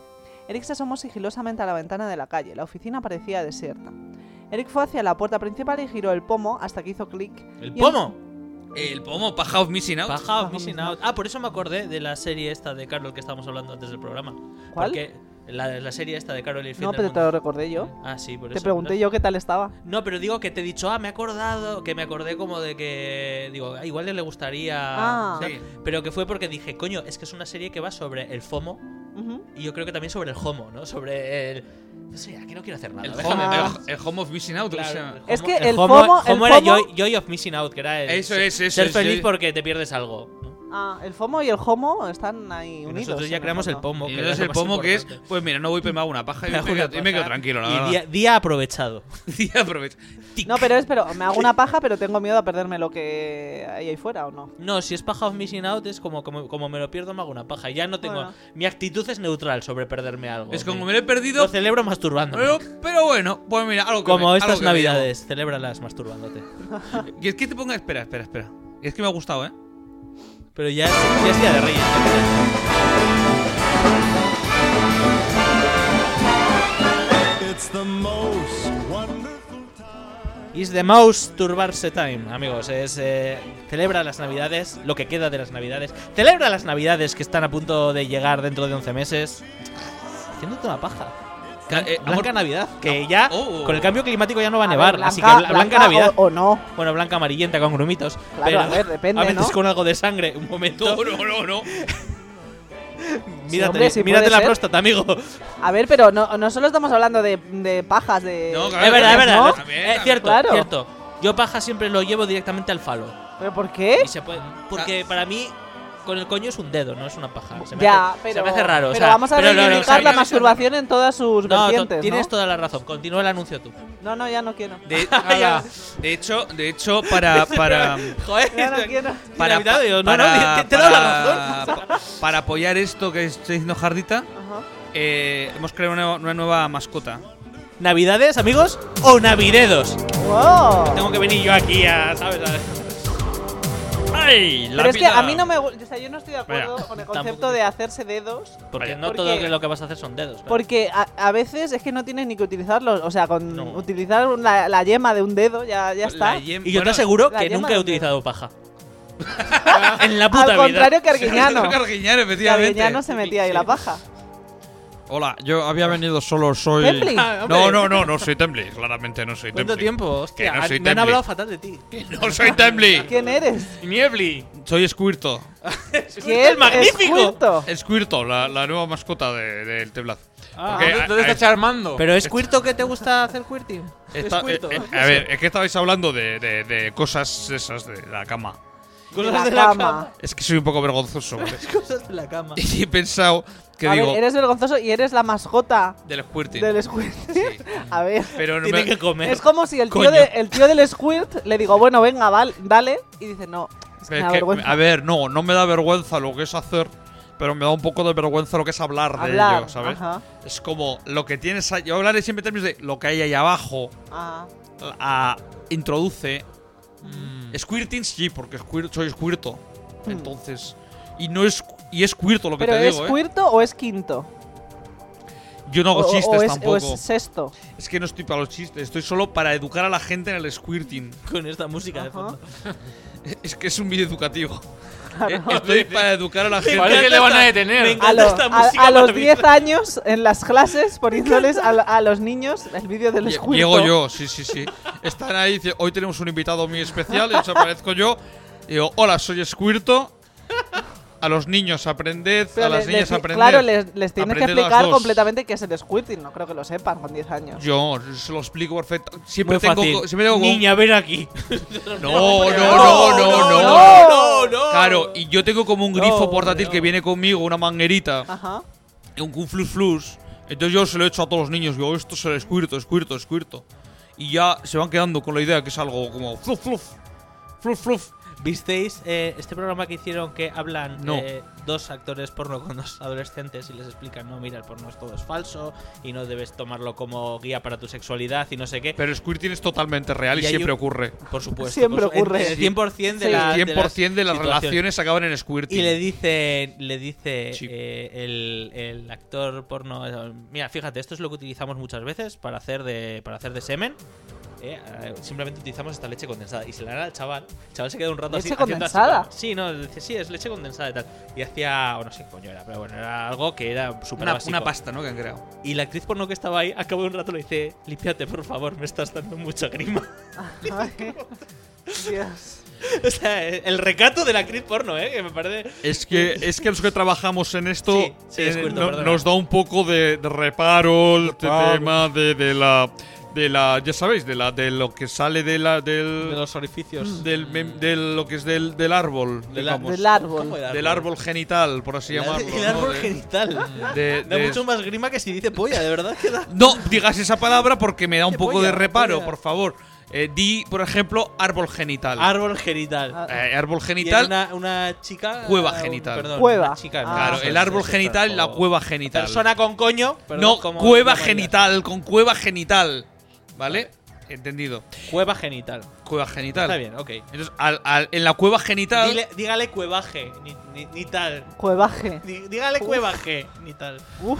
[SPEAKER 4] Eric se asomó sigilosamente a la ventana de la calle. La oficina parecía desierta. Eric fue hacia la puerta principal y giró el pomo hasta que hizo clic.
[SPEAKER 2] El
[SPEAKER 4] y-
[SPEAKER 2] pomo.
[SPEAKER 1] El pomo, Paja of Missing Out.
[SPEAKER 2] Paja of Missing Out. Ah, por eso me acordé de la serie esta de Carol que estábamos hablando antes del programa.
[SPEAKER 4] ¿Cuál?
[SPEAKER 2] Porque la, la serie esta de Carol y el fin
[SPEAKER 4] No,
[SPEAKER 2] del
[SPEAKER 4] pero te lo
[SPEAKER 2] mundo.
[SPEAKER 4] recordé yo.
[SPEAKER 2] Ah, sí, por
[SPEAKER 4] Te
[SPEAKER 2] eso.
[SPEAKER 4] pregunté yo qué tal estaba.
[SPEAKER 2] No, pero digo que te he dicho, ah, me he acordado, que me acordé como de que, digo, ah, igual le gustaría...
[SPEAKER 4] Ah.
[SPEAKER 2] tal,
[SPEAKER 1] Sí.
[SPEAKER 2] Pero que fue porque dije, coño, es que es una serie que va sobre el FOMO
[SPEAKER 4] Ujú.
[SPEAKER 2] y yo creo que también sobre el HOMO, ¿no? Sobre el... No sé, aquí no quiero hacer nada.
[SPEAKER 1] El
[SPEAKER 2] déjame
[SPEAKER 1] home,
[SPEAKER 2] en paz.
[SPEAKER 1] el, el home of Missing Out.
[SPEAKER 2] Claro,
[SPEAKER 1] o sea.
[SPEAKER 2] el
[SPEAKER 4] Es
[SPEAKER 2] homo-
[SPEAKER 4] que el
[SPEAKER 2] homo-
[SPEAKER 4] FOMO-
[SPEAKER 2] el
[SPEAKER 4] el
[SPEAKER 2] homo era
[SPEAKER 4] FOMO-
[SPEAKER 2] joy, joy of missing out, que era el
[SPEAKER 1] Eso es, eso
[SPEAKER 2] ser
[SPEAKER 1] es,
[SPEAKER 2] feliz
[SPEAKER 1] yo-
[SPEAKER 2] porque te pierdes algo. ¿no?
[SPEAKER 4] Ah, el FOMO y el HOMO están ahí
[SPEAKER 2] Y
[SPEAKER 4] unidos.
[SPEAKER 2] Nosotros ya
[SPEAKER 4] en
[SPEAKER 2] creamos el
[SPEAKER 4] fondo.
[SPEAKER 2] pomo.
[SPEAKER 1] Y
[SPEAKER 2] que
[SPEAKER 1] entonces
[SPEAKER 2] era
[SPEAKER 1] el
[SPEAKER 2] lo más
[SPEAKER 1] pomo que es,
[SPEAKER 2] importante.
[SPEAKER 1] pues mira, no voy, pero me hago una paja y me,
[SPEAKER 2] Me hago
[SPEAKER 1] quedo-
[SPEAKER 2] una
[SPEAKER 1] y me quedo
[SPEAKER 2] paja
[SPEAKER 1] tranquilo, la
[SPEAKER 2] Y
[SPEAKER 1] verdad.
[SPEAKER 2] día, día aprovechado.
[SPEAKER 1] Día aprovecho. Tic.
[SPEAKER 4] No, pero espero, me hago una paja, pero tengo miedo a perderme lo que hay ahí fuera o no.
[SPEAKER 2] No, si es paja of missing out es como, como, como me lo pierdo me hago una paja. Ya no tengo...
[SPEAKER 4] Bueno.
[SPEAKER 2] Mi actitud es neutral sobre perderme algo.
[SPEAKER 1] Es
[SPEAKER 2] Me-
[SPEAKER 1] como me lo he perdido,
[SPEAKER 2] Lo celebro masturbándome.
[SPEAKER 1] pero, pero bueno, pues mira, algo que
[SPEAKER 2] como
[SPEAKER 1] me-
[SPEAKER 2] estas
[SPEAKER 1] algo que me llevo.
[SPEAKER 2] navidades, celébralas masturbándote.
[SPEAKER 1] Y es que te ponga, espera, espera, espera. Y es que me ha gustado, ¿eh?
[SPEAKER 2] Pero ya es, ya es día de reyes. ¿no?
[SPEAKER 7] It's the most wonderful time.
[SPEAKER 2] Is the most turbarse time, amigos. Es eh, celebra las navidades, lo que queda de las navidades. Celebra las navidades que están a punto de llegar dentro de 11 meses. Haciéndote una paja.
[SPEAKER 1] Ca- eh,
[SPEAKER 2] Blanca
[SPEAKER 1] amor,
[SPEAKER 2] Navidad, que ya
[SPEAKER 1] Oh.
[SPEAKER 2] con el cambio climático ya no va a
[SPEAKER 4] ver,
[SPEAKER 2] nevar, así que bla- Blanca, Navidad.
[SPEAKER 4] O, o no.
[SPEAKER 2] Bueno, blanca amarillenta con grumitos.
[SPEAKER 4] Claro,
[SPEAKER 2] pero
[SPEAKER 4] a ver, depende,
[SPEAKER 2] A veces
[SPEAKER 4] ¿no?
[SPEAKER 2] con algo de sangre, un momento.
[SPEAKER 1] no, no, no, no.
[SPEAKER 2] mírate
[SPEAKER 4] hombre, sí
[SPEAKER 2] mírate
[SPEAKER 4] puede
[SPEAKER 2] la
[SPEAKER 4] ser.
[SPEAKER 2] próstata, amigo.
[SPEAKER 4] A ver, pero no, no solo estamos hablando de, de pajas, de.
[SPEAKER 1] No, claro,
[SPEAKER 2] Es verdad, es verdad.
[SPEAKER 4] ¿no?
[SPEAKER 2] es-
[SPEAKER 1] También,
[SPEAKER 2] eh,
[SPEAKER 1] también.
[SPEAKER 2] cierto,
[SPEAKER 4] Claro.
[SPEAKER 2] cierto. Yo paja siempre lo llevo directamente al falo.
[SPEAKER 4] ¿Pero por qué?
[SPEAKER 2] Y se puede-
[SPEAKER 1] Ah.
[SPEAKER 2] porque para mí, con el coño es un dedo, no es una paja. Se me
[SPEAKER 4] Ya,
[SPEAKER 2] hace,
[SPEAKER 4] pero.
[SPEAKER 2] se me hace raro. o
[SPEAKER 4] Pero
[SPEAKER 2] sea,
[SPEAKER 4] vamos a
[SPEAKER 2] pero no, no, o sea,
[SPEAKER 4] reivindicar
[SPEAKER 2] yo-
[SPEAKER 4] la masturbación en todas sus
[SPEAKER 2] No, to-
[SPEAKER 4] vertientes.
[SPEAKER 2] tienes
[SPEAKER 4] ¿no?
[SPEAKER 2] toda la razón. Continúa el anuncio tú.
[SPEAKER 4] no, no, ya no quiero.
[SPEAKER 1] De, ala. de hecho, de hecho, para. para
[SPEAKER 2] Joder,
[SPEAKER 4] Ya no quiero.
[SPEAKER 1] para,
[SPEAKER 2] Navidad, digo, no, no, te- te he dado la
[SPEAKER 1] para- para apoyar esto que estoy diciendo Jardita,
[SPEAKER 4] Ajá.
[SPEAKER 1] eh, hemos creado una, una nueva mascota.
[SPEAKER 2] ¿Navidades, amigos? ¿O navidedos?
[SPEAKER 4] Wow.
[SPEAKER 2] Tengo que venir yo aquí a, ¿sabes? A-
[SPEAKER 9] ¡Ay!
[SPEAKER 4] Pero es que a mí no me gusta. O sea, yo no estoy de acuerdo
[SPEAKER 9] Espera,
[SPEAKER 4] con el
[SPEAKER 2] tampoco
[SPEAKER 4] concepto
[SPEAKER 2] te-
[SPEAKER 4] de hacerse dedos.
[SPEAKER 2] Porque
[SPEAKER 9] Vaya.
[SPEAKER 2] no
[SPEAKER 4] Porque-
[SPEAKER 2] todo lo que vas a hacer son dedos. claro.
[SPEAKER 4] Porque a, a veces es que no tienes ni que utilizarlos. O sea, con
[SPEAKER 2] No.
[SPEAKER 4] utilizar la, la yema de un dedo ya, ya está.
[SPEAKER 1] La yem-
[SPEAKER 2] Y yo te
[SPEAKER 1] bueno,
[SPEAKER 2] aseguro
[SPEAKER 4] la
[SPEAKER 2] que
[SPEAKER 4] yema
[SPEAKER 2] nunca he
[SPEAKER 4] de-
[SPEAKER 2] utilizado paja. en la puta
[SPEAKER 4] Al
[SPEAKER 2] vida.
[SPEAKER 4] contrario que Arguiñano.
[SPEAKER 1] Carguiñano,
[SPEAKER 4] Que
[SPEAKER 1] efectivamente.
[SPEAKER 4] Arguiñano se metía ahí la paja.
[SPEAKER 9] Hola, yo había venido solo, soy.
[SPEAKER 4] Templi.
[SPEAKER 2] Ah,
[SPEAKER 1] No, no, no, no soy Tembly. Claramente no soy Tembly.
[SPEAKER 3] ¿Cuánto tiempo?
[SPEAKER 1] Que
[SPEAKER 3] Hostia,
[SPEAKER 1] no soy
[SPEAKER 3] me han
[SPEAKER 1] Tembly.
[SPEAKER 3] hablado fatal de ti.
[SPEAKER 1] Que no soy Tembly.
[SPEAKER 4] ¿Quién eres?
[SPEAKER 3] Niebli.
[SPEAKER 1] Soy Squirto.
[SPEAKER 4] ¿Quién es
[SPEAKER 3] magnífico!
[SPEAKER 4] Squirto?
[SPEAKER 1] Squirto, la, la nueva mascota de- del Teblaz.
[SPEAKER 4] Ah.
[SPEAKER 1] Porque
[SPEAKER 3] ¿Dónde,
[SPEAKER 1] a-
[SPEAKER 3] dónde
[SPEAKER 1] a-
[SPEAKER 3] está Charmando?
[SPEAKER 10] Pero es cuirto que te gusta hacer quirting.
[SPEAKER 1] está- eh, eh, a ver, es que estabais hablando de, de- de cosas esas de la cama.
[SPEAKER 4] De la cama.
[SPEAKER 1] Es que soy un poco vergonzoso. ¿vale?
[SPEAKER 10] Cosas de la cama.
[SPEAKER 1] y he pensado que
[SPEAKER 4] A ver,
[SPEAKER 1] digo.
[SPEAKER 4] eres vergonzoso y eres la mascota
[SPEAKER 1] Del Squirting.
[SPEAKER 4] del Squirt. A ver.
[SPEAKER 1] Pero no
[SPEAKER 2] Tiene
[SPEAKER 1] me.
[SPEAKER 2] que comer.
[SPEAKER 4] Es como si el tío,
[SPEAKER 1] Coño.
[SPEAKER 4] de- el tío del Squirt le digo, bueno, venga, val- dale. Y dice, no. Es que
[SPEAKER 1] Es
[SPEAKER 4] me da
[SPEAKER 1] que,
[SPEAKER 4] vergüenza.
[SPEAKER 1] a ver, no, no me da vergüenza lo que es hacer, pero me da un poco de vergüenza lo que es hablar, de
[SPEAKER 4] Hablar.
[SPEAKER 1] ello, ¿sabes?
[SPEAKER 4] Ajá.
[SPEAKER 1] Es como lo que tienes ahí. Yo hablaré siempre en términos de lo que hay ahí abajo.
[SPEAKER 4] Ah.
[SPEAKER 1] a- introduce.
[SPEAKER 3] Mm.
[SPEAKER 1] Squirting sí, porque squir- soy squirto. Entonces. Y no es. Y es quirto lo que
[SPEAKER 4] Mm. ¿Pero
[SPEAKER 1] te
[SPEAKER 4] es
[SPEAKER 1] digo, ¿eh?
[SPEAKER 4] cuirto o es quinto?
[SPEAKER 1] Yo no hago
[SPEAKER 4] o,
[SPEAKER 1] chistes
[SPEAKER 4] o es, o
[SPEAKER 1] tampoco.
[SPEAKER 4] es
[SPEAKER 1] es...
[SPEAKER 4] sexto.
[SPEAKER 1] que no estoy para los chistes, estoy solo para educar a la gente en el squirting.
[SPEAKER 2] Con esta música de
[SPEAKER 4] Ajá.
[SPEAKER 2] fondo.
[SPEAKER 1] Es que es un vídeo educativo. Eh, Estoy para educar a la gente.
[SPEAKER 3] Parece que le van a
[SPEAKER 2] Me
[SPEAKER 3] detener.
[SPEAKER 2] encanta
[SPEAKER 4] A, lo-
[SPEAKER 2] esta
[SPEAKER 4] a-
[SPEAKER 2] música
[SPEAKER 4] a los
[SPEAKER 2] maravillosa.
[SPEAKER 4] 10 años en las clases poniéndoles a, a los niños el vídeo del
[SPEAKER 1] Lle-
[SPEAKER 4] escuirto.
[SPEAKER 1] Llego yo, sí, sí, sí. Están ahí, dice, hoy tenemos un invitado muy especial, y os aparezco yo. Y digo, hola, soy Squirto. A los niños aprended,
[SPEAKER 4] Pero
[SPEAKER 1] a las
[SPEAKER 4] le-
[SPEAKER 1] niñas
[SPEAKER 4] les-
[SPEAKER 1] aprended.
[SPEAKER 4] Claro, les, les tienes que
[SPEAKER 1] Aprended las
[SPEAKER 4] explicar
[SPEAKER 1] dos.
[SPEAKER 4] completamente qué es el squirting. No creo que lo sepan con 10 años.
[SPEAKER 1] Yo se lo explico perfecto. Siempre
[SPEAKER 2] Muy
[SPEAKER 1] tengo,
[SPEAKER 2] fácil.
[SPEAKER 1] co- siempre tengo como-
[SPEAKER 2] Niña, ven aquí.
[SPEAKER 1] No, no, no, no, no,
[SPEAKER 4] no,
[SPEAKER 1] Claro, y yo tengo como un grifo
[SPEAKER 2] No,
[SPEAKER 1] portátil que viene conmigo, una manguerita,
[SPEAKER 4] Ajá.
[SPEAKER 1] un un flus flus. Entonces yo se lo echo a todos los niños, digo, esto es el squirto, squirto, squirto. Y ya se van quedando con la idea que es algo como fluf, fluf, fluf, fluf.
[SPEAKER 2] ¿Visteis eh, este programa que hicieron que hablan
[SPEAKER 1] No.
[SPEAKER 2] eh, dos actores porno con dos adolescentes y les explican, no, mira, el porno es todo es falso y no debes tomarlo como guía para tu sexualidad y no sé qué?
[SPEAKER 1] Pero el squirting es totalmente real y,
[SPEAKER 2] Y hay
[SPEAKER 1] siempre
[SPEAKER 2] un-
[SPEAKER 1] ocurre.
[SPEAKER 2] Por supuesto.
[SPEAKER 4] Siempre
[SPEAKER 2] por su- en-
[SPEAKER 4] ocurre.
[SPEAKER 2] El 100% de,
[SPEAKER 4] Sí.
[SPEAKER 2] la-
[SPEAKER 1] 100%
[SPEAKER 2] de
[SPEAKER 1] de las
[SPEAKER 2] situaciones.
[SPEAKER 1] relaciones acaban en squirting.
[SPEAKER 2] Y le dice, le dice
[SPEAKER 1] Sí.
[SPEAKER 2] eh, el, el actor porno, eh, mira, fíjate, esto es lo que utilizamos muchas veces para hacer de, para hacer de semen. Eh, eh, simplemente utilizamos esta leche condensada y se la dan al chaval. El chaval se queda un rato así.
[SPEAKER 4] ¿Leche
[SPEAKER 2] haciendo así,
[SPEAKER 4] condensada?
[SPEAKER 2] como- sí, no, dice, sí, es leche condensada y tal. Y hacía, o no sé qué coño era, pero bueno, era algo que era súper
[SPEAKER 1] una,
[SPEAKER 2] básico.
[SPEAKER 1] una pasta, ¿no? Que han creado.
[SPEAKER 2] Y la actriz porno que estaba ahí, acabó de un rato, le dice, límpiate, por favor, me estás dando mucha grima.
[SPEAKER 4] Ay, Dios.
[SPEAKER 2] o sea, eh, el recato de la actriz porno, ¿eh? Que me parece...
[SPEAKER 1] Es que, es que los que trabajamos en esto
[SPEAKER 2] Sí, sí,
[SPEAKER 1] eh,
[SPEAKER 2] Squirtle,
[SPEAKER 1] no-
[SPEAKER 2] perdona.
[SPEAKER 1] nos da un poco de, de reparo el tema de, de la de la ya sabéis de la de lo que sale de la del
[SPEAKER 2] De los orificios.
[SPEAKER 1] del mem- de lo que es del, del árbol
[SPEAKER 2] Del
[SPEAKER 1] digamos.
[SPEAKER 4] Del árbol.
[SPEAKER 1] Del árbol genital por así
[SPEAKER 2] El ar-
[SPEAKER 1] llamarlo
[SPEAKER 2] El
[SPEAKER 1] ¿no?
[SPEAKER 2] árbol
[SPEAKER 1] De-
[SPEAKER 2] genital.
[SPEAKER 1] ¿eh? de-
[SPEAKER 2] Da
[SPEAKER 1] de-
[SPEAKER 2] mucho más grima que si dice polla, de verdad que da.
[SPEAKER 1] no digas esa palabra porque me da un
[SPEAKER 2] Qué
[SPEAKER 1] poco
[SPEAKER 2] polla,
[SPEAKER 1] de reparo
[SPEAKER 2] polla.
[SPEAKER 1] por favor Eh, di por ejemplo árbol genital
[SPEAKER 2] Árbol genital.
[SPEAKER 4] Ah,
[SPEAKER 1] Eh, árbol
[SPEAKER 2] Y
[SPEAKER 1] genital
[SPEAKER 2] era una, una chica.
[SPEAKER 1] Cueva
[SPEAKER 2] un-
[SPEAKER 1] genital.
[SPEAKER 2] Perdón,
[SPEAKER 4] Cueva.
[SPEAKER 2] una chica,
[SPEAKER 4] Ah.
[SPEAKER 1] claro
[SPEAKER 2] eso
[SPEAKER 1] el
[SPEAKER 2] es,
[SPEAKER 1] árbol
[SPEAKER 2] eso es,
[SPEAKER 1] genital y la
[SPEAKER 2] por-
[SPEAKER 1] cueva genital
[SPEAKER 2] Persona con coño. perdón,
[SPEAKER 1] no,
[SPEAKER 2] ¿cómo
[SPEAKER 1] cueva
[SPEAKER 2] llamarías?
[SPEAKER 1] genital, con cueva genital. ¿Vale? Entendido.
[SPEAKER 2] Cueva genital.
[SPEAKER 1] Cueva genital.
[SPEAKER 2] Está bien, ok.
[SPEAKER 1] Entonces, al- al- en la cueva genital.
[SPEAKER 2] Dile- dígale cuevaje, ni, ni- ni tal.
[SPEAKER 4] Cuevaje.
[SPEAKER 2] Di- Dígale cuevaje, ni tal.
[SPEAKER 4] Uf.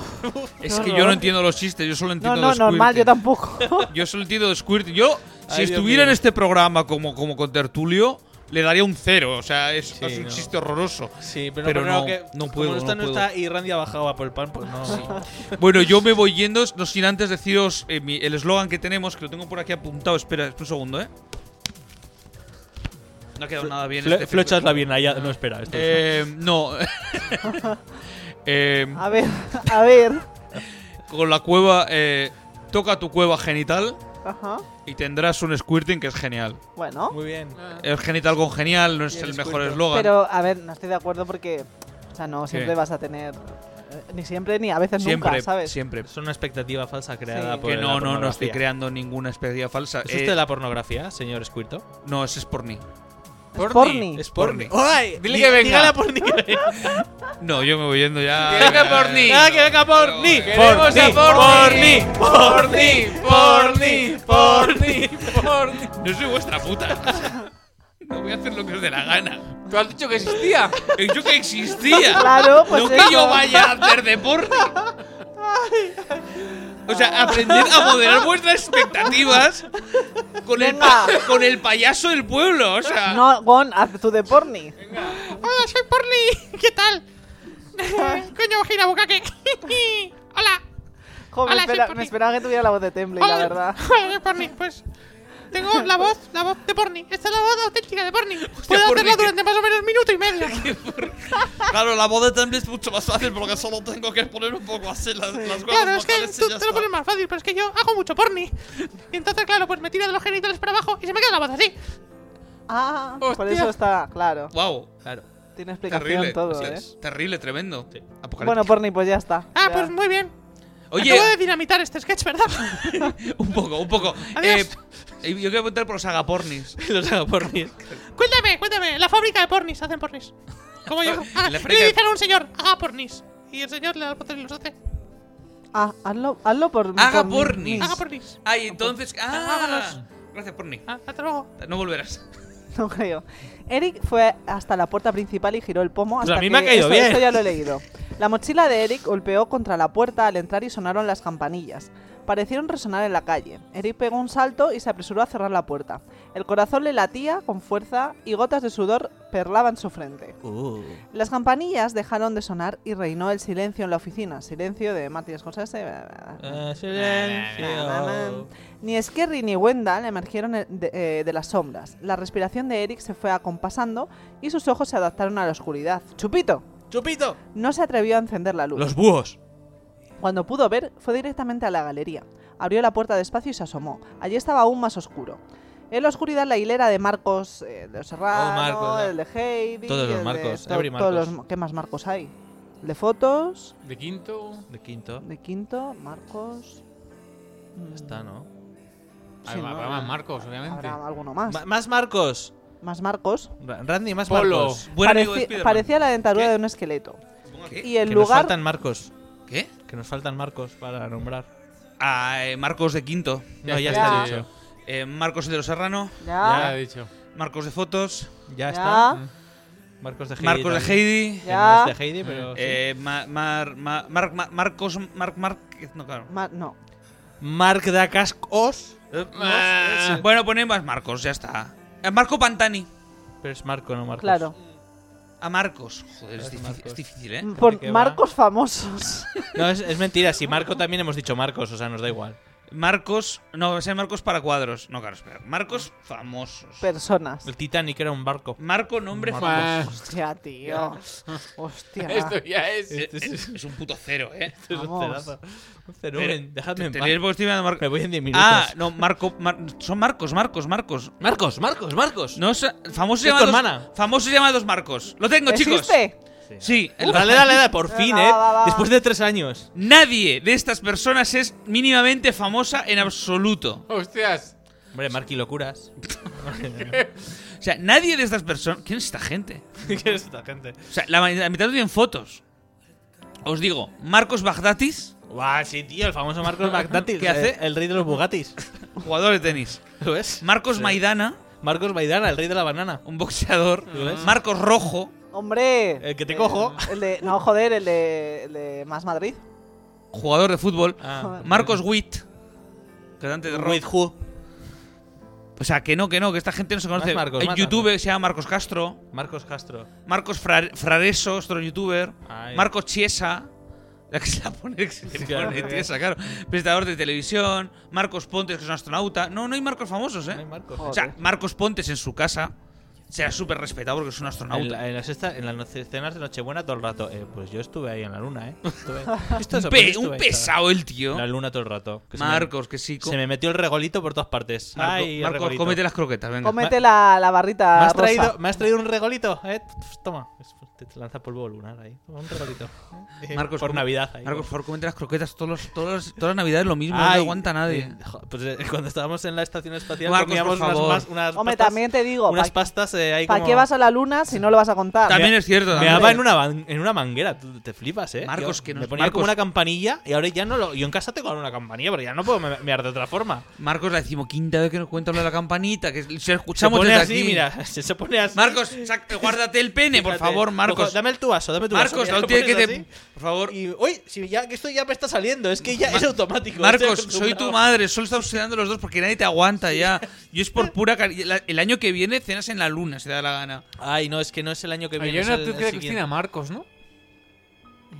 [SPEAKER 1] es
[SPEAKER 4] qué
[SPEAKER 1] que yo
[SPEAKER 4] horror.
[SPEAKER 1] no entiendo los chistes, yo solo
[SPEAKER 4] No,
[SPEAKER 1] entiendo
[SPEAKER 4] no,
[SPEAKER 1] los
[SPEAKER 4] normal, yo
[SPEAKER 1] squirting.
[SPEAKER 4] tampoco.
[SPEAKER 1] Yo solo entiendo de squirt. Yo, si
[SPEAKER 2] Ay, Dios
[SPEAKER 1] estuviera en
[SPEAKER 2] mío.
[SPEAKER 1] este programa como, como con Tertulio, le daría un cero. O sea, es,
[SPEAKER 2] Sí,
[SPEAKER 1] es un
[SPEAKER 2] no.
[SPEAKER 1] chiste horroroso.
[SPEAKER 2] Sí, pero,
[SPEAKER 1] Pero
[SPEAKER 2] creo
[SPEAKER 1] no,
[SPEAKER 2] que.
[SPEAKER 1] no
[SPEAKER 2] como
[SPEAKER 1] puedo,
[SPEAKER 2] esta
[SPEAKER 1] no
[SPEAKER 2] no
[SPEAKER 1] puedo.
[SPEAKER 2] está y Randy abajo va por el pan, pues no.
[SPEAKER 1] Bueno, yo me voy yendo, no sin antes deciros eh, mi- el eslogan que tenemos, que lo tengo por aquí apuntado. Espera, espera un segundo, ¿eh? No ha quedado nada bien.
[SPEAKER 2] Fle-
[SPEAKER 1] este
[SPEAKER 2] flechas la bien allá. No, espera. Esto es-
[SPEAKER 1] Eh, no. Eh,
[SPEAKER 4] A ver, a ver.
[SPEAKER 1] con la cueva, eh, toca tu cueva genital
[SPEAKER 4] Ajá.
[SPEAKER 1] y tendrás un squirting que es genial.
[SPEAKER 4] Bueno.
[SPEAKER 2] Muy bien.
[SPEAKER 1] El genital con genial no es el, mejor eslogan.
[SPEAKER 4] Pero, a ver, no estoy de acuerdo porque. O sea, no siempre
[SPEAKER 1] ¿Qué?
[SPEAKER 4] vas a tener. eh, Ni siempre ni a veces
[SPEAKER 1] siempre,
[SPEAKER 4] nunca, ¿sabes?
[SPEAKER 1] siempre.
[SPEAKER 2] Es una expectativa falsa creada
[SPEAKER 4] Sí.
[SPEAKER 2] por
[SPEAKER 1] Que
[SPEAKER 2] la
[SPEAKER 1] no, no, no estoy
[SPEAKER 2] pornografía.
[SPEAKER 1] creando ninguna expectativa falsa.
[SPEAKER 2] ¿Es
[SPEAKER 1] Eh,
[SPEAKER 2] usted la pornografía, señor Squirto?
[SPEAKER 1] No, ese es por mí.
[SPEAKER 4] Porni.
[SPEAKER 2] Es
[SPEAKER 1] porni.
[SPEAKER 2] ¡Ay!
[SPEAKER 3] Dile que venga.
[SPEAKER 2] Dígale a porni que venga.
[SPEAKER 1] No, yo me voy yendo ya.
[SPEAKER 3] Que venga por mí.
[SPEAKER 2] Ah, que venga porni.
[SPEAKER 3] Queremos a
[SPEAKER 2] Porni.
[SPEAKER 3] Porni. Porni. Porni. Porni. Porni.
[SPEAKER 1] No soy vuestra puta. No voy a hacer lo que os dé la gana.
[SPEAKER 3] ¿Tú has dicho que existía?
[SPEAKER 1] Eh, Yo que existía.
[SPEAKER 4] Claro, pues
[SPEAKER 1] No
[SPEAKER 4] eso.
[SPEAKER 1] que yo vaya a hacer deporte. O sea, aprender a moderar vuestras expectativas con el, pa-
[SPEAKER 4] Venga.
[SPEAKER 1] con el payaso del pueblo. O sea,
[SPEAKER 4] No, Gon, haz tú de porni.
[SPEAKER 8] Hola, soy Porni. ¿Qué tal? Coño, gira boca que. Hola.
[SPEAKER 4] Joder,
[SPEAKER 8] Hola,
[SPEAKER 4] espera-
[SPEAKER 8] soy porni.
[SPEAKER 4] me esperaba que tuviera la voz de Temple, la
[SPEAKER 8] Hola.
[SPEAKER 4] verdad.
[SPEAKER 8] Hola, soy Porni. Pues tengo la voz, la voz de Porni. Esta es la voz auténtica de Porni. Puedo
[SPEAKER 1] Porni,
[SPEAKER 8] hacerla
[SPEAKER 1] que-
[SPEAKER 8] durante más o menos un minuto y medio.
[SPEAKER 9] Claro, la voz de Temple es mucho más fácil porque solo tengo que poner un poco así las, las huevas
[SPEAKER 8] Claro, es que
[SPEAKER 9] vocales y
[SPEAKER 8] tú
[SPEAKER 9] ya
[SPEAKER 8] te lo
[SPEAKER 9] está.
[SPEAKER 8] pones más fácil, pero es que yo hago mucho porni. Y entonces, claro, pues me tiro de los genitales para abajo y se me queda la voz así.
[SPEAKER 4] Ah, por
[SPEAKER 8] Hostia.
[SPEAKER 4] eso está, claro.
[SPEAKER 1] wow. Claro.
[SPEAKER 4] Tiene explicación
[SPEAKER 1] Terrible.
[SPEAKER 4] todo,
[SPEAKER 1] Sí,
[SPEAKER 4] ¿eh?
[SPEAKER 1] Terrible, tremendo.
[SPEAKER 4] Bueno,
[SPEAKER 1] Apocalíptico.
[SPEAKER 4] porni, pues ya está.
[SPEAKER 8] Ah,
[SPEAKER 4] Ya.
[SPEAKER 8] pues muy bien.
[SPEAKER 1] Oye,
[SPEAKER 8] Acabo de dinamitar este sketch, ¿verdad?
[SPEAKER 1] un poco, un poco.
[SPEAKER 8] Adiós.
[SPEAKER 1] Eh, yo quiero preguntar por los agapornis.
[SPEAKER 2] Los hago por mí.
[SPEAKER 8] cuéntame, cuéntame. La fábrica de pornis, hacen pornis. Como yo. Ah,
[SPEAKER 1] La
[SPEAKER 8] le
[SPEAKER 1] fábrica de-
[SPEAKER 8] dicen a un señor, haga pornis. Y el señor le da los botones y los hace.
[SPEAKER 4] Ah, hazlo, hazlo por
[SPEAKER 1] Haga
[SPEAKER 4] por
[SPEAKER 1] pornis.
[SPEAKER 8] Haga pornis.
[SPEAKER 1] Ay, entonces. ¡Ah! Gracias, porni.
[SPEAKER 8] Ah, hasta luego.
[SPEAKER 1] No volverás.
[SPEAKER 4] No creo. Eric fue hasta la puerta principal y giró el pomo
[SPEAKER 2] Pues
[SPEAKER 4] hasta
[SPEAKER 2] a mí
[SPEAKER 4] que-
[SPEAKER 2] me ha caído
[SPEAKER 4] eso-
[SPEAKER 2] bien.
[SPEAKER 4] Esto ya lo he leído. La mochila de Eric golpeó contra la puerta al entrar y sonaron las campanillas. Parecieron resonar en la calle. Eric pegó un salto y se apresuró a cerrar la puerta. El corazón le latía con fuerza y gotas de sudor perlaban su frente.
[SPEAKER 2] Oh.
[SPEAKER 4] Las campanillas dejaron de sonar y reinó el silencio en la oficina. Silencio de Matías José.
[SPEAKER 2] Ah, silencio.
[SPEAKER 4] Ni Skerry ni Wendell emergieron de, eh, de las sombras. La respiración de Eric se fue acompasando y sus ojos se adaptaron a la oscuridad. ¡Chupito!
[SPEAKER 2] ¡Chupito!
[SPEAKER 4] No se atrevió a encender la luz.
[SPEAKER 2] Los búhos.
[SPEAKER 4] Cuando pudo ver, fue directamente a la galería. Abrió la puerta despacio y se asomó. Allí estaba aún más oscuro. En la oscuridad la hilera de Marcos eh, de Serrano,
[SPEAKER 2] Oh, Marcos,
[SPEAKER 4] el de Heidi...
[SPEAKER 2] Todos los
[SPEAKER 4] el de
[SPEAKER 2] Marcos,
[SPEAKER 4] to-
[SPEAKER 2] every
[SPEAKER 4] todos
[SPEAKER 2] Marcos.
[SPEAKER 4] los- ¿Qué más Marcos hay? El De fotos,
[SPEAKER 3] De quinto.
[SPEAKER 2] De quinto.
[SPEAKER 4] de quinto, Marcos... mm,
[SPEAKER 2] Está, ¿no?
[SPEAKER 4] Sí,
[SPEAKER 3] Habrá
[SPEAKER 4] ¿no?
[SPEAKER 3] habrá más Marcos, obviamente.
[SPEAKER 4] Habrá alguno más.
[SPEAKER 2] Ma- más Marcos.
[SPEAKER 4] más Marcos.
[SPEAKER 2] Ra- Randy, más
[SPEAKER 3] Polo.
[SPEAKER 2] Marcos.
[SPEAKER 1] Buen amigo de
[SPEAKER 4] Pareci-
[SPEAKER 1] Spiderman.
[SPEAKER 4] parecía la dentadura
[SPEAKER 1] ¿Qué?
[SPEAKER 4] de un esqueleto.
[SPEAKER 1] ¿Qué?
[SPEAKER 4] Y el
[SPEAKER 2] Eh, que nos
[SPEAKER 4] lugar...
[SPEAKER 2] faltan Marcos.
[SPEAKER 1] ¿Qué?
[SPEAKER 2] Que nos faltan Marcos para nombrar.
[SPEAKER 1] Ah, eh, Marcos de Quinto.
[SPEAKER 2] No, ya,
[SPEAKER 3] Ya
[SPEAKER 2] está
[SPEAKER 4] está.
[SPEAKER 2] dicho.
[SPEAKER 1] Eh, Marcos el de los Serrano.
[SPEAKER 3] Ya
[SPEAKER 4] Ya,
[SPEAKER 3] he dicho.
[SPEAKER 1] Marcos de Fotos.
[SPEAKER 2] Ya,
[SPEAKER 4] Ya.
[SPEAKER 2] está. Marcos de Heidi.
[SPEAKER 1] Marcos de
[SPEAKER 2] también.
[SPEAKER 1] Heidi.
[SPEAKER 2] Que
[SPEAKER 4] ya.
[SPEAKER 2] no es de Heidi, pero. sí.
[SPEAKER 1] Eh, ma- mar, ma- mar- ma- Marcos. Marc Márquez. No, claro.
[SPEAKER 4] Ma- no.
[SPEAKER 2] Mark de Cascos.
[SPEAKER 1] Ah, Bueno, ponéis más Marcos, ya está. A Marco Pantani.
[SPEAKER 2] Pero es Marco, no Marcos.
[SPEAKER 4] Claro.
[SPEAKER 1] A Marcos. Joder, es,
[SPEAKER 2] Es
[SPEAKER 1] difícil,
[SPEAKER 2] Marcos.
[SPEAKER 1] es difícil, ¿eh?
[SPEAKER 4] Por
[SPEAKER 2] que va.
[SPEAKER 4] Marcos famosos.
[SPEAKER 2] No, es, es mentira. Si Marco también hemos dicho Marcos, o sea, nos da igual.
[SPEAKER 1] Marcos. No, va a ser Marcos para cuadros. No, claro, espera. Marcos famosos.
[SPEAKER 4] Personas.
[SPEAKER 2] El Titanic era un barco.
[SPEAKER 1] Marco, nombre famoso.
[SPEAKER 3] Más.
[SPEAKER 4] Hostia, tío. Hostia.
[SPEAKER 3] Esto ya es.
[SPEAKER 1] Eh, eh, Es un puto cero, ¿eh?
[SPEAKER 2] Esto Este es un
[SPEAKER 4] Vamos.
[SPEAKER 2] cerazo. Un cerumen,
[SPEAKER 1] Pero,
[SPEAKER 2] Dejadme en paz.
[SPEAKER 1] Tenéis porque estoy mirando Marco.
[SPEAKER 2] Me voy en 10 minutos.
[SPEAKER 1] Ah, no, Marco. Mar- son Marcos, Marcos, Marcos.
[SPEAKER 2] Marcos, Marcos, Marcos.
[SPEAKER 1] No, sa- famosos
[SPEAKER 2] Es tu
[SPEAKER 1] llamados.
[SPEAKER 2] hermana.
[SPEAKER 1] Famosos llamados Marcos. Lo tengo, chicos.
[SPEAKER 4] ¿Existe?
[SPEAKER 1] Sí, el-
[SPEAKER 2] Dale, dale, dale, por fin,
[SPEAKER 4] va,
[SPEAKER 2] eh.
[SPEAKER 4] va, va.
[SPEAKER 2] Después de tres años.
[SPEAKER 1] nadie de estas personas es mínimamente famosa en absoluto.
[SPEAKER 3] Hostias.
[SPEAKER 2] Hombre, Marqui Locuras.
[SPEAKER 1] O sea, nadie de estas personas. ¿Quién es esta gente?
[SPEAKER 2] ¿Qué es esta gente?
[SPEAKER 1] O sea, la, ma- la mitad no tienen fotos. Os digo, Marcos Bagdatis,
[SPEAKER 2] Guau, sí, tío, el famoso Marcos Bagdatis.
[SPEAKER 1] ¿Qué hace?
[SPEAKER 2] eh, El rey de los Bugatis.
[SPEAKER 1] jugador de tenis.
[SPEAKER 2] ¿Lo ves?
[SPEAKER 1] Marcos Maidana,
[SPEAKER 2] Marcos Baidana, el rey de la banana.
[SPEAKER 1] un boxeador.
[SPEAKER 2] ¿Lo ves?
[SPEAKER 1] Marcos Rojo.
[SPEAKER 4] Hombre. Eh,
[SPEAKER 2] El que te cojo.
[SPEAKER 4] El de, no, joder, el de, el de Más Madrid.
[SPEAKER 1] jugador de fútbol.
[SPEAKER 2] Ah,
[SPEAKER 1] Marcos Witt, cantante de rock.
[SPEAKER 2] With who?
[SPEAKER 1] O sea, que no, que no, que esta gente no se conoce.
[SPEAKER 2] Más Marcos,
[SPEAKER 1] Hay
[SPEAKER 2] más
[SPEAKER 1] youtuber que se llama Marcos Castro,
[SPEAKER 2] Marcos Castro.
[SPEAKER 1] Marcos Fra- Frareso, otro youtuber,
[SPEAKER 2] Ay.
[SPEAKER 1] Marcos Chiesa, la que se la pone, que se le
[SPEAKER 2] Claro.
[SPEAKER 1] pone Chiesa, claro, presentador de televisión, Marcos Pontes, que es un astronauta. No, no hay Marcos famosos,
[SPEAKER 2] No hay
[SPEAKER 1] ¿eh?
[SPEAKER 2] Marcos.
[SPEAKER 1] O sea, Marcos Pontes en su casa será súper respetado porque es un
[SPEAKER 2] En,
[SPEAKER 1] astronauta.
[SPEAKER 2] la- en las esta- en las noche- cenas de Nochebuena todo el rato. Eh, pues yo estuve ahí en la luna, ¿eh? Estuve- Esto es-
[SPEAKER 1] Un, pe-
[SPEAKER 2] estuve
[SPEAKER 1] un
[SPEAKER 2] ahí,
[SPEAKER 1] pesado el
[SPEAKER 2] estaba
[SPEAKER 1] tío.
[SPEAKER 2] En la luna todo el rato. Que se me-
[SPEAKER 1] Marcos, que sí. co-
[SPEAKER 2] Se me, metió el regolito por todas partes.
[SPEAKER 1] Marco-
[SPEAKER 2] Ay, el
[SPEAKER 1] Marcos,
[SPEAKER 2] regolito.
[SPEAKER 1] cómete las croquetas, venga.
[SPEAKER 4] Cómete la, la barrita.
[SPEAKER 2] ¿Me has,
[SPEAKER 4] Ah, rosa.
[SPEAKER 2] traído, me has traído un regolito, ¿eh? Pf, Toma. Es- Te te lanza polvo lunar ahí. Toma un regolito. Eh,
[SPEAKER 1] Marcos,
[SPEAKER 2] por
[SPEAKER 1] come-
[SPEAKER 2] Navidad ahí.
[SPEAKER 1] Marcos, por favor, comente las croquetas todos los- todos los- todas las navidades lo mismo, no
[SPEAKER 2] Ay,
[SPEAKER 1] lo aguanta nadie.
[SPEAKER 2] eh, jo- pues eh, cuando estábamos en la estación espacial
[SPEAKER 1] Marcos,
[SPEAKER 2] comíamos
[SPEAKER 1] por
[SPEAKER 2] unas,
[SPEAKER 1] favor.
[SPEAKER 2] mas- unas
[SPEAKER 4] Hombre,
[SPEAKER 2] pastas,
[SPEAKER 4] también te digo.
[SPEAKER 2] unas
[SPEAKER 4] pa-
[SPEAKER 2] pastas eh, de ahí
[SPEAKER 4] ¿Para
[SPEAKER 2] como-
[SPEAKER 4] qué vas a la luna si no lo vas a contar?
[SPEAKER 1] También es cierto.
[SPEAKER 2] Me
[SPEAKER 1] también.
[SPEAKER 2] daba en una, man- en una manguera, tú te flipas, ¿eh?
[SPEAKER 1] Marcos,
[SPEAKER 2] Yo-
[SPEAKER 1] que
[SPEAKER 2] Me
[SPEAKER 1] nos-
[SPEAKER 2] ponía como
[SPEAKER 1] Marcos.
[SPEAKER 2] una campanilla y ahora ya no lo... Yo en casa tengo ahora una campanilla, pero ya no puedo me- mear de otra forma.
[SPEAKER 1] Marcos, la decimoquinta vez que nos cuenta lo de la campanita, que si la
[SPEAKER 2] Se
[SPEAKER 1] escuchamos
[SPEAKER 2] pone
[SPEAKER 1] desde
[SPEAKER 2] así,
[SPEAKER 1] aquí.
[SPEAKER 2] mira, se, se pone así.
[SPEAKER 1] Marcos, sac- guárdate el pene, por
[SPEAKER 2] Fíjate.
[SPEAKER 1] favor,
[SPEAKER 2] Ojo,
[SPEAKER 1] Marcos.
[SPEAKER 2] Dame el tu vaso, dame tu vaso.
[SPEAKER 1] Marcos,
[SPEAKER 2] Mira,
[SPEAKER 1] no
[SPEAKER 2] lo
[SPEAKER 1] tienes que
[SPEAKER 2] pones
[SPEAKER 1] te...
[SPEAKER 2] así.
[SPEAKER 1] Por favor.
[SPEAKER 2] Y, uy, si ya, que esto ya me está saliendo, es que ya es automático.
[SPEAKER 1] Marcos, soy
[SPEAKER 2] estoy
[SPEAKER 1] tu
[SPEAKER 2] acostumbrado.
[SPEAKER 1] madre, solo estamos cenando los dos porque nadie te aguanta ya. Yo es por pura cari- la- El año que viene cenas en la luna, si te da la gana.
[SPEAKER 2] Ay, no, es que no es el año que viene.
[SPEAKER 3] Yo
[SPEAKER 2] es
[SPEAKER 3] no
[SPEAKER 2] el-
[SPEAKER 3] tú
[SPEAKER 2] el
[SPEAKER 3] que
[SPEAKER 2] siguiente.
[SPEAKER 3] Cristina Marcos, ¿no?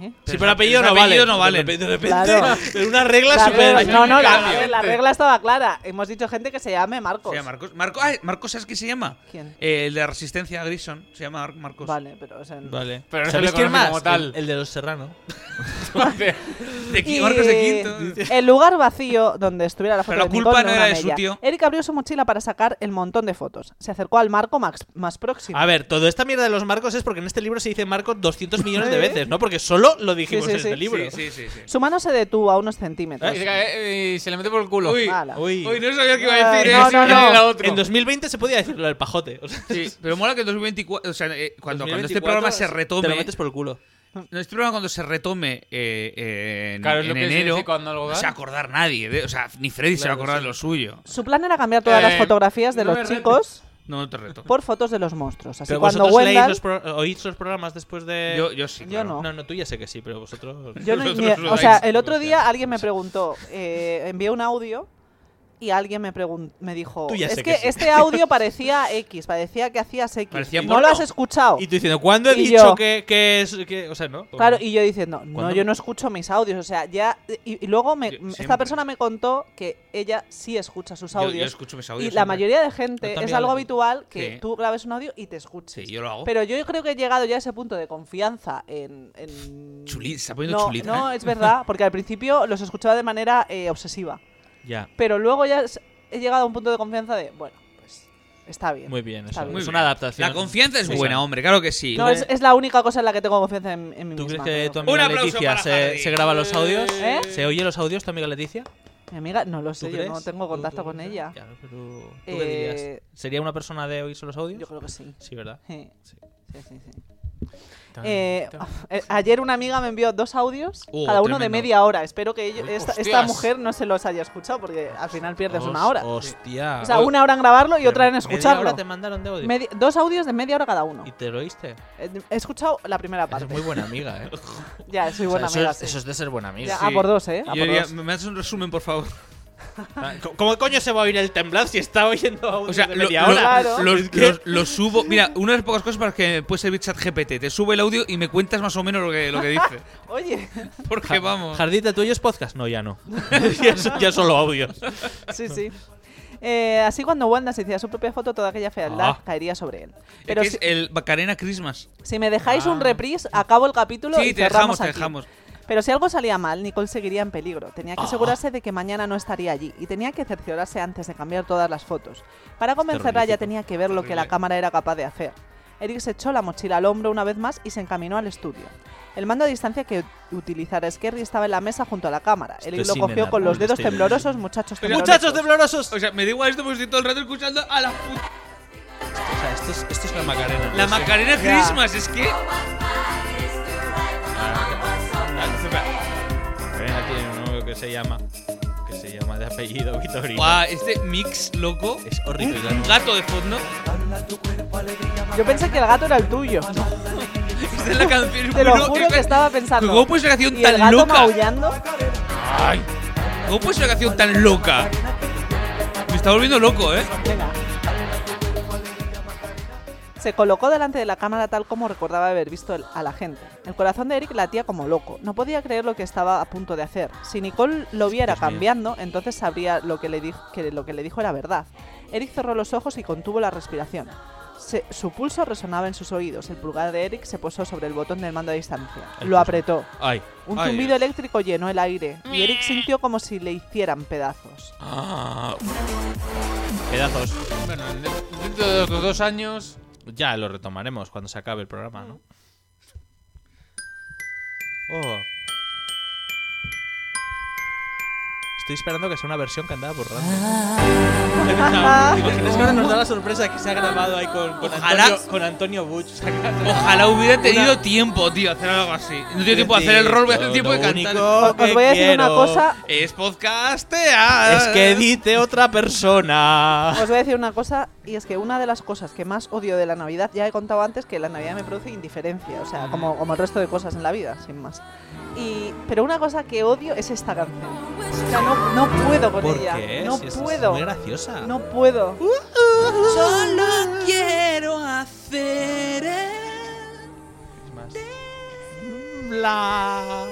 [SPEAKER 4] ¿Eh?
[SPEAKER 2] Sí, pero el apellido
[SPEAKER 1] Los
[SPEAKER 2] no vale.
[SPEAKER 1] apellidos no valen.
[SPEAKER 2] De repente,
[SPEAKER 4] Claro.
[SPEAKER 2] pero una regla
[SPEAKER 4] La
[SPEAKER 2] súper.
[SPEAKER 4] regla- no, no, la,
[SPEAKER 3] Cambio.
[SPEAKER 4] la regla estaba clara. Hemos dicho gente que se llame Marcos.
[SPEAKER 1] Se llama Marcos. Marco, ah, Marcos, ¿sabes qué se llama?
[SPEAKER 4] ¿Quién?
[SPEAKER 1] Eh, el de la resistencia a Grison. Se llama Mar- Marcos.
[SPEAKER 4] Vale, pero o sea, no.
[SPEAKER 2] Vale.
[SPEAKER 3] Pero no se
[SPEAKER 2] ¿Sabéis
[SPEAKER 3] le
[SPEAKER 2] quién
[SPEAKER 3] conoce
[SPEAKER 2] más?
[SPEAKER 3] como tal.
[SPEAKER 2] El, el de los Serrano.
[SPEAKER 1] De qui-
[SPEAKER 4] Y-
[SPEAKER 1] Marcos de Quinto.
[SPEAKER 4] El lugar vacío donde estuviera la foto
[SPEAKER 1] Pero
[SPEAKER 4] de
[SPEAKER 1] la culpa
[SPEAKER 4] Nicole
[SPEAKER 1] no
[SPEAKER 4] no
[SPEAKER 1] era
[SPEAKER 4] una
[SPEAKER 1] de su
[SPEAKER 4] mella.
[SPEAKER 1] tío.
[SPEAKER 4] Eric abrió su mochila para sacar el montón de fotos. Se acercó al marco más, más próximo.
[SPEAKER 2] A ver, toda esta mierda de los marcos es porque en este libro se dice marcos 200 millones de veces, ¿no? Porque solo lo dijimos
[SPEAKER 4] ¿Eh? Sí, sí,
[SPEAKER 2] en este
[SPEAKER 4] sí.
[SPEAKER 2] libro.
[SPEAKER 1] Sí, sí, sí.
[SPEAKER 4] Su mano se detuvo a unos centímetros.
[SPEAKER 3] Y se, cae- eh, y se le mete por el culo.
[SPEAKER 1] Uy,
[SPEAKER 4] Mala.
[SPEAKER 2] Uy.
[SPEAKER 1] uy, no sabía que iba a decir
[SPEAKER 4] No,
[SPEAKER 1] eso.
[SPEAKER 4] no, no.
[SPEAKER 3] Era otro.
[SPEAKER 2] En 2020 se podía decirlo del pajote. O sea,
[SPEAKER 1] Sí, pero mola que en 2024, o sea, eh, cuando, cuando este
[SPEAKER 2] 2024
[SPEAKER 1] programa se
[SPEAKER 2] Te lo
[SPEAKER 1] retome,
[SPEAKER 2] metes por el culo.
[SPEAKER 1] no, este programa cuando se retome eh, eh, en,
[SPEAKER 3] Claro, es lo
[SPEAKER 1] en
[SPEAKER 3] que se
[SPEAKER 1] enero,
[SPEAKER 3] dice cuando algo
[SPEAKER 1] no
[SPEAKER 3] gana.
[SPEAKER 1] se va a acordar nadie, de- o sea, ni Freddy se va a acordar de lo suyo.
[SPEAKER 4] Su plan era cambiar todas las
[SPEAKER 3] Eh,
[SPEAKER 4] fotografías de
[SPEAKER 3] no me
[SPEAKER 4] los
[SPEAKER 3] retes.
[SPEAKER 4] chicos
[SPEAKER 1] No, no te reto.
[SPEAKER 4] por fotos de los monstruos. Así
[SPEAKER 2] Pero
[SPEAKER 4] cuando
[SPEAKER 2] vosotros leéis
[SPEAKER 4] Wendell...
[SPEAKER 2] los pro- oís los programas después de.
[SPEAKER 1] Yo, yo sí.
[SPEAKER 4] Pues, Yo
[SPEAKER 1] claro.
[SPEAKER 4] no.
[SPEAKER 2] No, no, tú ya sé que sí, pero vosotros.
[SPEAKER 4] Yo no,
[SPEAKER 1] Vosotros
[SPEAKER 4] ni-
[SPEAKER 1] lo
[SPEAKER 4] o sea,
[SPEAKER 1] dais.
[SPEAKER 4] el otro día alguien me preguntó, eh, envié un audio y alguien me pregun- me dijo,
[SPEAKER 2] Tú ya
[SPEAKER 4] es
[SPEAKER 2] sé
[SPEAKER 4] que,
[SPEAKER 2] que sí".
[SPEAKER 4] este audio parecía X, parecía que hacías X,
[SPEAKER 1] Parecía
[SPEAKER 4] no
[SPEAKER 1] porno.
[SPEAKER 4] lo has escuchado.
[SPEAKER 2] Y tú diciendo, ¿cuándo he
[SPEAKER 4] Y
[SPEAKER 2] dicho
[SPEAKER 4] yo.
[SPEAKER 2] que, que es.? Que, o sea, ¿no? Como-
[SPEAKER 4] Claro, y yo diciendo, no,
[SPEAKER 2] ¿Cuándo?
[SPEAKER 4] yo no escucho mis audios, o sea, ya... Y, y luego me,
[SPEAKER 1] Yo
[SPEAKER 4] m-
[SPEAKER 1] siempre.
[SPEAKER 4] esta persona me contó que ella sí escucha sus
[SPEAKER 1] Yo-
[SPEAKER 4] audios.
[SPEAKER 1] Yo, escucho mis audios.
[SPEAKER 4] y la
[SPEAKER 1] siempre.
[SPEAKER 4] mayoría de
[SPEAKER 2] Yo
[SPEAKER 4] gente
[SPEAKER 2] también
[SPEAKER 4] es
[SPEAKER 2] lo
[SPEAKER 4] algo
[SPEAKER 2] escucho.
[SPEAKER 4] habitual que
[SPEAKER 1] Sí.
[SPEAKER 4] tú grabes un audio y te escuches.
[SPEAKER 1] Sí, yo lo hago.
[SPEAKER 4] Pero yo creo que he llegado ya a ese punto de confianza en... en...
[SPEAKER 1] Chuli- se está poniendo
[SPEAKER 4] No,
[SPEAKER 1] chulita.
[SPEAKER 4] no,
[SPEAKER 1] ¿eh?
[SPEAKER 4] es verdad, porque al principio los escuchaba de manera eh, obsesiva.
[SPEAKER 2] Ya.
[SPEAKER 4] Pero luego ya es- he llegado a un punto de confianza de, bueno, pues está bien.
[SPEAKER 2] Muy bien,
[SPEAKER 4] Está
[SPEAKER 2] eso.
[SPEAKER 4] bien.
[SPEAKER 2] es
[SPEAKER 1] Muy
[SPEAKER 2] una
[SPEAKER 1] bien.
[SPEAKER 2] adaptación.
[SPEAKER 1] La confianza es
[SPEAKER 2] Sí,
[SPEAKER 1] buena,
[SPEAKER 2] sí.
[SPEAKER 1] hombre, claro que sí.
[SPEAKER 4] No, es, es la única cosa en la que tengo confianza en, en mí
[SPEAKER 2] ¿Tú
[SPEAKER 4] misma,
[SPEAKER 2] crees que
[SPEAKER 4] creo.
[SPEAKER 2] tu amiga
[SPEAKER 1] Un aplauso
[SPEAKER 2] Leticia
[SPEAKER 1] para
[SPEAKER 2] se,
[SPEAKER 1] Javi.
[SPEAKER 2] se graba los audios?
[SPEAKER 4] ¿Eh?
[SPEAKER 2] ¿Se oye los audios tu amiga Leticia?
[SPEAKER 4] Mi amiga, no lo sé,
[SPEAKER 2] ¿Tú
[SPEAKER 4] yo no
[SPEAKER 2] crees?
[SPEAKER 4] tengo
[SPEAKER 2] ¿Tú-
[SPEAKER 4] contacto
[SPEAKER 2] tú-
[SPEAKER 4] con ella.
[SPEAKER 2] Ya, pero ¿Tú
[SPEAKER 4] Eh,
[SPEAKER 2] qué dirías? ¿Sería una persona de oír solo los audios?
[SPEAKER 4] Yo creo que sí.
[SPEAKER 2] Sí, ¿verdad?
[SPEAKER 4] Sí,
[SPEAKER 2] Sí.
[SPEAKER 4] sí, sí. sí.
[SPEAKER 3] Tan,
[SPEAKER 4] Eh,
[SPEAKER 3] tan.
[SPEAKER 4] eh, ayer una amiga me envió dos audios,
[SPEAKER 1] Oh,
[SPEAKER 4] cada uno de
[SPEAKER 1] tremendo.
[SPEAKER 4] media hora. Espero que ello-
[SPEAKER 3] Uy,
[SPEAKER 4] esta, esta
[SPEAKER 3] hostias.
[SPEAKER 4] mujer no se los haya escuchado porque al final pierdes
[SPEAKER 2] Hos-
[SPEAKER 4] una hora.
[SPEAKER 2] Hostia.
[SPEAKER 4] O sea, una hora en grabarlo y otra en
[SPEAKER 2] Ahora
[SPEAKER 4] escucharlo.
[SPEAKER 2] te mandaron de audio.
[SPEAKER 4] Medi- dos audios de media hora cada uno.
[SPEAKER 2] ¿Y te lo oíste?
[SPEAKER 4] Eh, He escuchado la primera
[SPEAKER 2] Esa es
[SPEAKER 4] parte.
[SPEAKER 2] muy buena amiga, ¿eh?
[SPEAKER 4] Ya, soy buena
[SPEAKER 3] O sea, eso,
[SPEAKER 4] amiga.
[SPEAKER 3] es,
[SPEAKER 4] sí.
[SPEAKER 3] eso es de ser buena amiga.
[SPEAKER 4] Ya, A por dos, ¿eh? A
[SPEAKER 1] Yo
[SPEAKER 4] por
[SPEAKER 1] diría,
[SPEAKER 4] dos.
[SPEAKER 1] ¿Me haces un resumen, por favor?
[SPEAKER 2] ¿Cómo coño se va a oír el temblad si está oyendo audios
[SPEAKER 1] O sea,
[SPEAKER 2] de
[SPEAKER 1] lo,
[SPEAKER 2] media
[SPEAKER 1] lo-
[SPEAKER 2] hora?
[SPEAKER 4] Claro.
[SPEAKER 1] los- los- los subo. Mira, una de las pocas cosas para las que me puede servir ChatGPT. Te subo el audio y me cuentas más o menos lo que, lo que dice.
[SPEAKER 4] Oye,
[SPEAKER 1] Porque vamos.
[SPEAKER 2] Jardita, ¿tú oyes podcast? No, ya no. ya, son- ya solo audios.
[SPEAKER 4] sí, sí. Eh, así cuando Wanda se hiciera su propia foto, toda aquella fealdad
[SPEAKER 2] Ah.
[SPEAKER 4] caería sobre él.
[SPEAKER 1] Es
[SPEAKER 4] Pero
[SPEAKER 1] que
[SPEAKER 4] si,
[SPEAKER 1] es el Bacarena Christmas.
[SPEAKER 4] si me dejáis un reprise, acabo el capítulo
[SPEAKER 1] Sí,
[SPEAKER 4] y
[SPEAKER 1] te dejamos,
[SPEAKER 4] cerramos
[SPEAKER 1] te
[SPEAKER 4] aquí.
[SPEAKER 1] dejamos.
[SPEAKER 4] Pero si algo salía mal, Nicole seguiría en peligro. Tenía que asegurarse de que mañana no estaría allí y tenía que cerciorarse antes de cambiar todas las fotos. Para convencerla ya
[SPEAKER 2] terrorífico.
[SPEAKER 4] tenía que ver lo que la
[SPEAKER 1] Horrible.
[SPEAKER 4] cámara era capaz de hacer. Eric se echó la mochila al hombro una vez más y se encaminó al estudio. El mando a distancia que utilizara Skerry estaba en la mesa junto a la cámara. Eric
[SPEAKER 2] es
[SPEAKER 4] lo cogió con
[SPEAKER 2] inenarrable,
[SPEAKER 4] los dedos
[SPEAKER 2] este libro.
[SPEAKER 4] temblorosos, muchachos temblorosos.
[SPEAKER 2] ¡Muchachos temblorosos!
[SPEAKER 1] O sea, me da igual esto porque estoy todo el rato escuchando a la puta.
[SPEAKER 2] O sea, esto es, esto es la Macarena.
[SPEAKER 1] La
[SPEAKER 2] Sí.
[SPEAKER 1] Macarena Christmas, es que.
[SPEAKER 2] Macarena tiene un novio que se llama. Que se llama de apellido Vitorino.
[SPEAKER 1] Guau, este mix loco.
[SPEAKER 2] Es horrible.
[SPEAKER 1] Un gato de fondo.
[SPEAKER 4] Yo pensé que el gato era el tuyo.
[SPEAKER 1] Esta es la canción.
[SPEAKER 4] Te lo
[SPEAKER 1] bueno,
[SPEAKER 4] juro que
[SPEAKER 1] esta-
[SPEAKER 4] estaba pensando.
[SPEAKER 1] ¿Cómo puede ser una canción
[SPEAKER 4] ¿Y el
[SPEAKER 1] tan
[SPEAKER 4] gato
[SPEAKER 1] loca?
[SPEAKER 4] maullando?
[SPEAKER 1] ¿Cómo puede ser una canción tan loca? Me está volviendo loco, ¿eh?
[SPEAKER 4] Venga. Se colocó delante de la cámara tal como recordaba haber visto el- a la gente. El corazón de Eric latía como loco. No podía creer lo que estaba a punto de hacer. Si Nicole lo viera
[SPEAKER 2] Dios mío.
[SPEAKER 4] cambiando, entonces sabría lo que, le dijo, que lo que le dijo era verdad. Eric cerró los ojos y contuvo la respiración. Se- su pulso resonaba en sus oídos. El pulgar de Eric se posó sobre el botón del mando a distancia.
[SPEAKER 2] Ay,
[SPEAKER 4] Lo
[SPEAKER 2] Dios
[SPEAKER 4] apretó.
[SPEAKER 2] Ay.
[SPEAKER 4] Un
[SPEAKER 1] Ay,
[SPEAKER 4] zumbido eléctrico llenó el aire y Eric sintió como si le hicieran pedazos.
[SPEAKER 2] Ah. Pedazos.
[SPEAKER 3] Bueno, en- dentro de los dos años.
[SPEAKER 2] Ya lo retomaremos cuando se acabe el programa, ¿no? Oh. Estoy esperando que sea una versión cantada por Randy. Imagínate que ahora nos da la sorpresa que se ha grabado ahí con, con
[SPEAKER 1] Ojalá.
[SPEAKER 2] Antonio, con Antonio Butch. O sea, que-
[SPEAKER 1] Ojalá hubiera tenido tiempo, tío, hacer algo así. No tengo tiempo de hacer el rol, voy a hacer
[SPEAKER 2] Lo
[SPEAKER 1] tiempo de cantar.
[SPEAKER 2] único
[SPEAKER 4] Os
[SPEAKER 2] que
[SPEAKER 4] voy a decir una
[SPEAKER 2] quiero
[SPEAKER 4] cosa.
[SPEAKER 1] Es podcast.
[SPEAKER 2] Es que edite otra persona.
[SPEAKER 4] Os voy a decir una cosa, y es que una de las cosas que más odio de la Navidad, ya he contado antes que la Navidad me produce indiferencia, o sea, como, como el resto de cosas en la vida, sin más. Y, pero una cosa que odio es esta canción. O sea, no, no puedo con
[SPEAKER 2] ¿Por
[SPEAKER 4] ella.
[SPEAKER 2] qué?
[SPEAKER 4] No
[SPEAKER 2] Si es- Es
[SPEAKER 4] puedo.
[SPEAKER 2] muy graciosa.
[SPEAKER 4] No puedo.
[SPEAKER 9] Solo quiero hacer
[SPEAKER 2] Bla.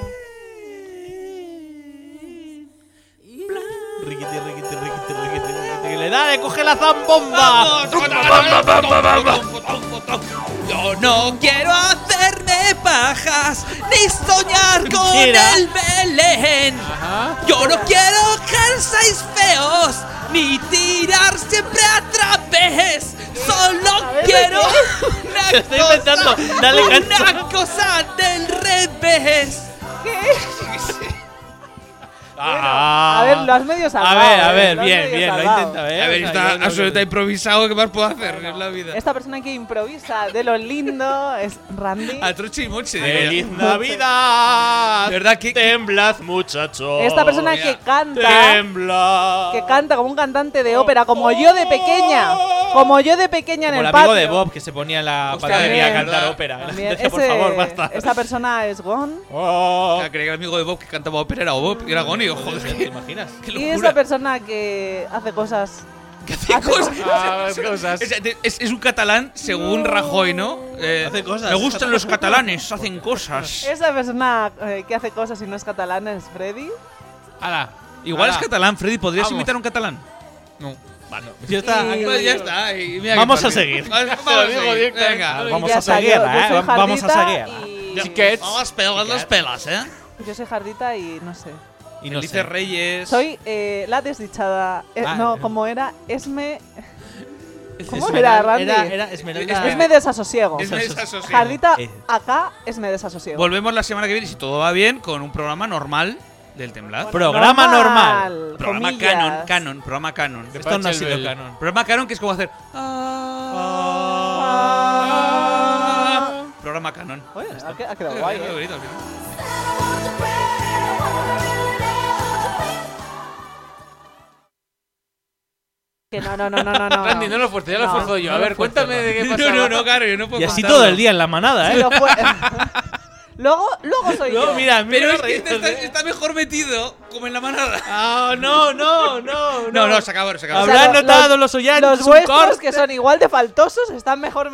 [SPEAKER 2] Riquiti, riquiti, riquiti, riquiti, riquiti. ¡Le dale, coge la zambomba!
[SPEAKER 9] Yo no quiero hacerme pajas ni soñar con
[SPEAKER 2] Mira.
[SPEAKER 9] el Belén. Yo no quiero jerseys feos ni tirar siempre a través. Solo quiero una
[SPEAKER 2] Estoy inventando. Dale,
[SPEAKER 9] una cosa del revés.
[SPEAKER 2] Ah.
[SPEAKER 4] A ver, lo has medio salvado.
[SPEAKER 2] A ver, a
[SPEAKER 4] eh,
[SPEAKER 2] ver,
[SPEAKER 4] lo has
[SPEAKER 2] bien,
[SPEAKER 4] medio
[SPEAKER 2] bien, lo
[SPEAKER 4] salvado.
[SPEAKER 2] intenta, ¿eh?
[SPEAKER 1] A ver,
[SPEAKER 2] O sea,
[SPEAKER 1] está
[SPEAKER 2] yo no-
[SPEAKER 1] absoluta improvisado. ¿Qué más puedo hacer en la vida?
[SPEAKER 4] Esta persona que improvisa de lo lindo es Randy.
[SPEAKER 1] A troche y moche.
[SPEAKER 2] ¡Feliz
[SPEAKER 1] diría.
[SPEAKER 2] Navidad!
[SPEAKER 1] De verdad que-
[SPEAKER 2] Temblad, muchachos.
[SPEAKER 4] Esta persona que canta,
[SPEAKER 2] Temblad.
[SPEAKER 4] que canta como un cantante de ópera, como yo de pequeña. Como yo de pequeña en
[SPEAKER 2] Como el
[SPEAKER 4] el
[SPEAKER 2] amigo
[SPEAKER 4] patio.
[SPEAKER 2] de Bob que se ponía en la
[SPEAKER 1] Hostia,
[SPEAKER 2] panadería a
[SPEAKER 4] también.
[SPEAKER 2] cantar ópera. La
[SPEAKER 4] También.
[SPEAKER 2] gente decía, por
[SPEAKER 4] Ese-
[SPEAKER 2] favor, basta.
[SPEAKER 4] Esta persona es Gon.
[SPEAKER 2] Oh.
[SPEAKER 1] Ah, creía que el amigo de Bob que cantaba ópera era Bob, era Goni, oh, joder.
[SPEAKER 2] ¿Te
[SPEAKER 1] qué-
[SPEAKER 2] imaginas?
[SPEAKER 1] Qué
[SPEAKER 4] Y esa
[SPEAKER 1] locura.
[SPEAKER 4] persona que hace cosas.
[SPEAKER 1] ¿Qué hace cosas?
[SPEAKER 3] Ah, cosas.
[SPEAKER 1] Es, es- es un catalán según Rajoy, ¿no? Eh,
[SPEAKER 2] Hace cosas.
[SPEAKER 1] Me gustan los catalanes, hacen cosas.
[SPEAKER 4] Esa persona eh, que hace cosas y no es catalana es Freddy.
[SPEAKER 3] Ala.
[SPEAKER 1] Igual es
[SPEAKER 3] Ala.
[SPEAKER 1] catalán, Freddy. ¿Podrías
[SPEAKER 3] Vamos.
[SPEAKER 1] imitar a un catalán? No.
[SPEAKER 2] Ya está.
[SPEAKER 4] Y-
[SPEAKER 1] Pues ya está. y mira que
[SPEAKER 2] Vamos a
[SPEAKER 1] fácil.
[SPEAKER 2] seguir.
[SPEAKER 1] Vamos a
[SPEAKER 3] digo
[SPEAKER 1] seguir,
[SPEAKER 3] directamente.
[SPEAKER 1] Venga.
[SPEAKER 4] y
[SPEAKER 2] Vamos
[SPEAKER 4] ya
[SPEAKER 2] a
[SPEAKER 4] está, yo-
[SPEAKER 2] seguirla,
[SPEAKER 4] yo
[SPEAKER 2] ¿eh?
[SPEAKER 4] soy
[SPEAKER 2] Va- vamos a
[SPEAKER 4] jardita
[SPEAKER 2] seguirla.
[SPEAKER 4] y-
[SPEAKER 3] Chiquets.
[SPEAKER 9] No, las pelas, las pelas, ¿eh?
[SPEAKER 4] Yo soy jardita y no sé.
[SPEAKER 2] Y no
[SPEAKER 1] Felices
[SPEAKER 2] sé.
[SPEAKER 1] Reyes.
[SPEAKER 4] Soy eh, la desdichada. eh,
[SPEAKER 2] Ah,
[SPEAKER 4] no,
[SPEAKER 2] eh.
[SPEAKER 4] como era, esme. ¿Cómo
[SPEAKER 2] Esmeralda-
[SPEAKER 4] era, Randy?
[SPEAKER 2] Era, era Esmeralda.
[SPEAKER 4] Esme desasosiego.
[SPEAKER 1] Es me desasosiego.
[SPEAKER 4] Jardita
[SPEAKER 2] Eh.
[SPEAKER 4] acá es me desasosiego.
[SPEAKER 1] Volvemos la semana que viene, si todo va bien, con un programa normal del Temblad.
[SPEAKER 2] Programa normal.
[SPEAKER 1] programa
[SPEAKER 4] comillas.
[SPEAKER 1] canon, canon, programa canon.
[SPEAKER 2] Esto no ha sido
[SPEAKER 3] Pachelbel.
[SPEAKER 2] canon.
[SPEAKER 1] Programa canon que es como hacer. "Ah". Ah. Programa canon.
[SPEAKER 4] Oye,
[SPEAKER 1] Ya
[SPEAKER 4] ha
[SPEAKER 1] está.
[SPEAKER 4] que- ha quedado
[SPEAKER 1] Eh,
[SPEAKER 4] guay.
[SPEAKER 1] eh,
[SPEAKER 4] ¿eh?
[SPEAKER 1] bonito, al final.
[SPEAKER 4] Que no, no, no, no, no. no.
[SPEAKER 3] Randy, no lo fuerces, ya lo
[SPEAKER 4] No,
[SPEAKER 3] esfuerzo yo.
[SPEAKER 2] no
[SPEAKER 3] A
[SPEAKER 2] lo fuerces,
[SPEAKER 3] ver, cuéntame
[SPEAKER 2] Randy.
[SPEAKER 3] de qué pasa.
[SPEAKER 1] No, no, no, claro, yo no puedo.
[SPEAKER 2] Y así
[SPEAKER 1] contarlo.
[SPEAKER 2] todo el día en la manada,
[SPEAKER 4] Si
[SPEAKER 2] ¿eh?
[SPEAKER 4] lo fue- luego, luego soy yo.
[SPEAKER 2] No, mira, mira.
[SPEAKER 1] Pero es
[SPEAKER 2] los
[SPEAKER 1] que este
[SPEAKER 2] reídos,
[SPEAKER 1] está,
[SPEAKER 2] ¿eh?
[SPEAKER 1] está mejor metido como en la manada.
[SPEAKER 2] Ah, no, no, no, no.
[SPEAKER 1] No, no, se acabó, se acabó.
[SPEAKER 2] Habrán
[SPEAKER 4] lo-
[SPEAKER 2] notado los oyentes
[SPEAKER 4] Los
[SPEAKER 2] un
[SPEAKER 4] vuestros,
[SPEAKER 2] corte.
[SPEAKER 4] que son igual de faltosos, están mejor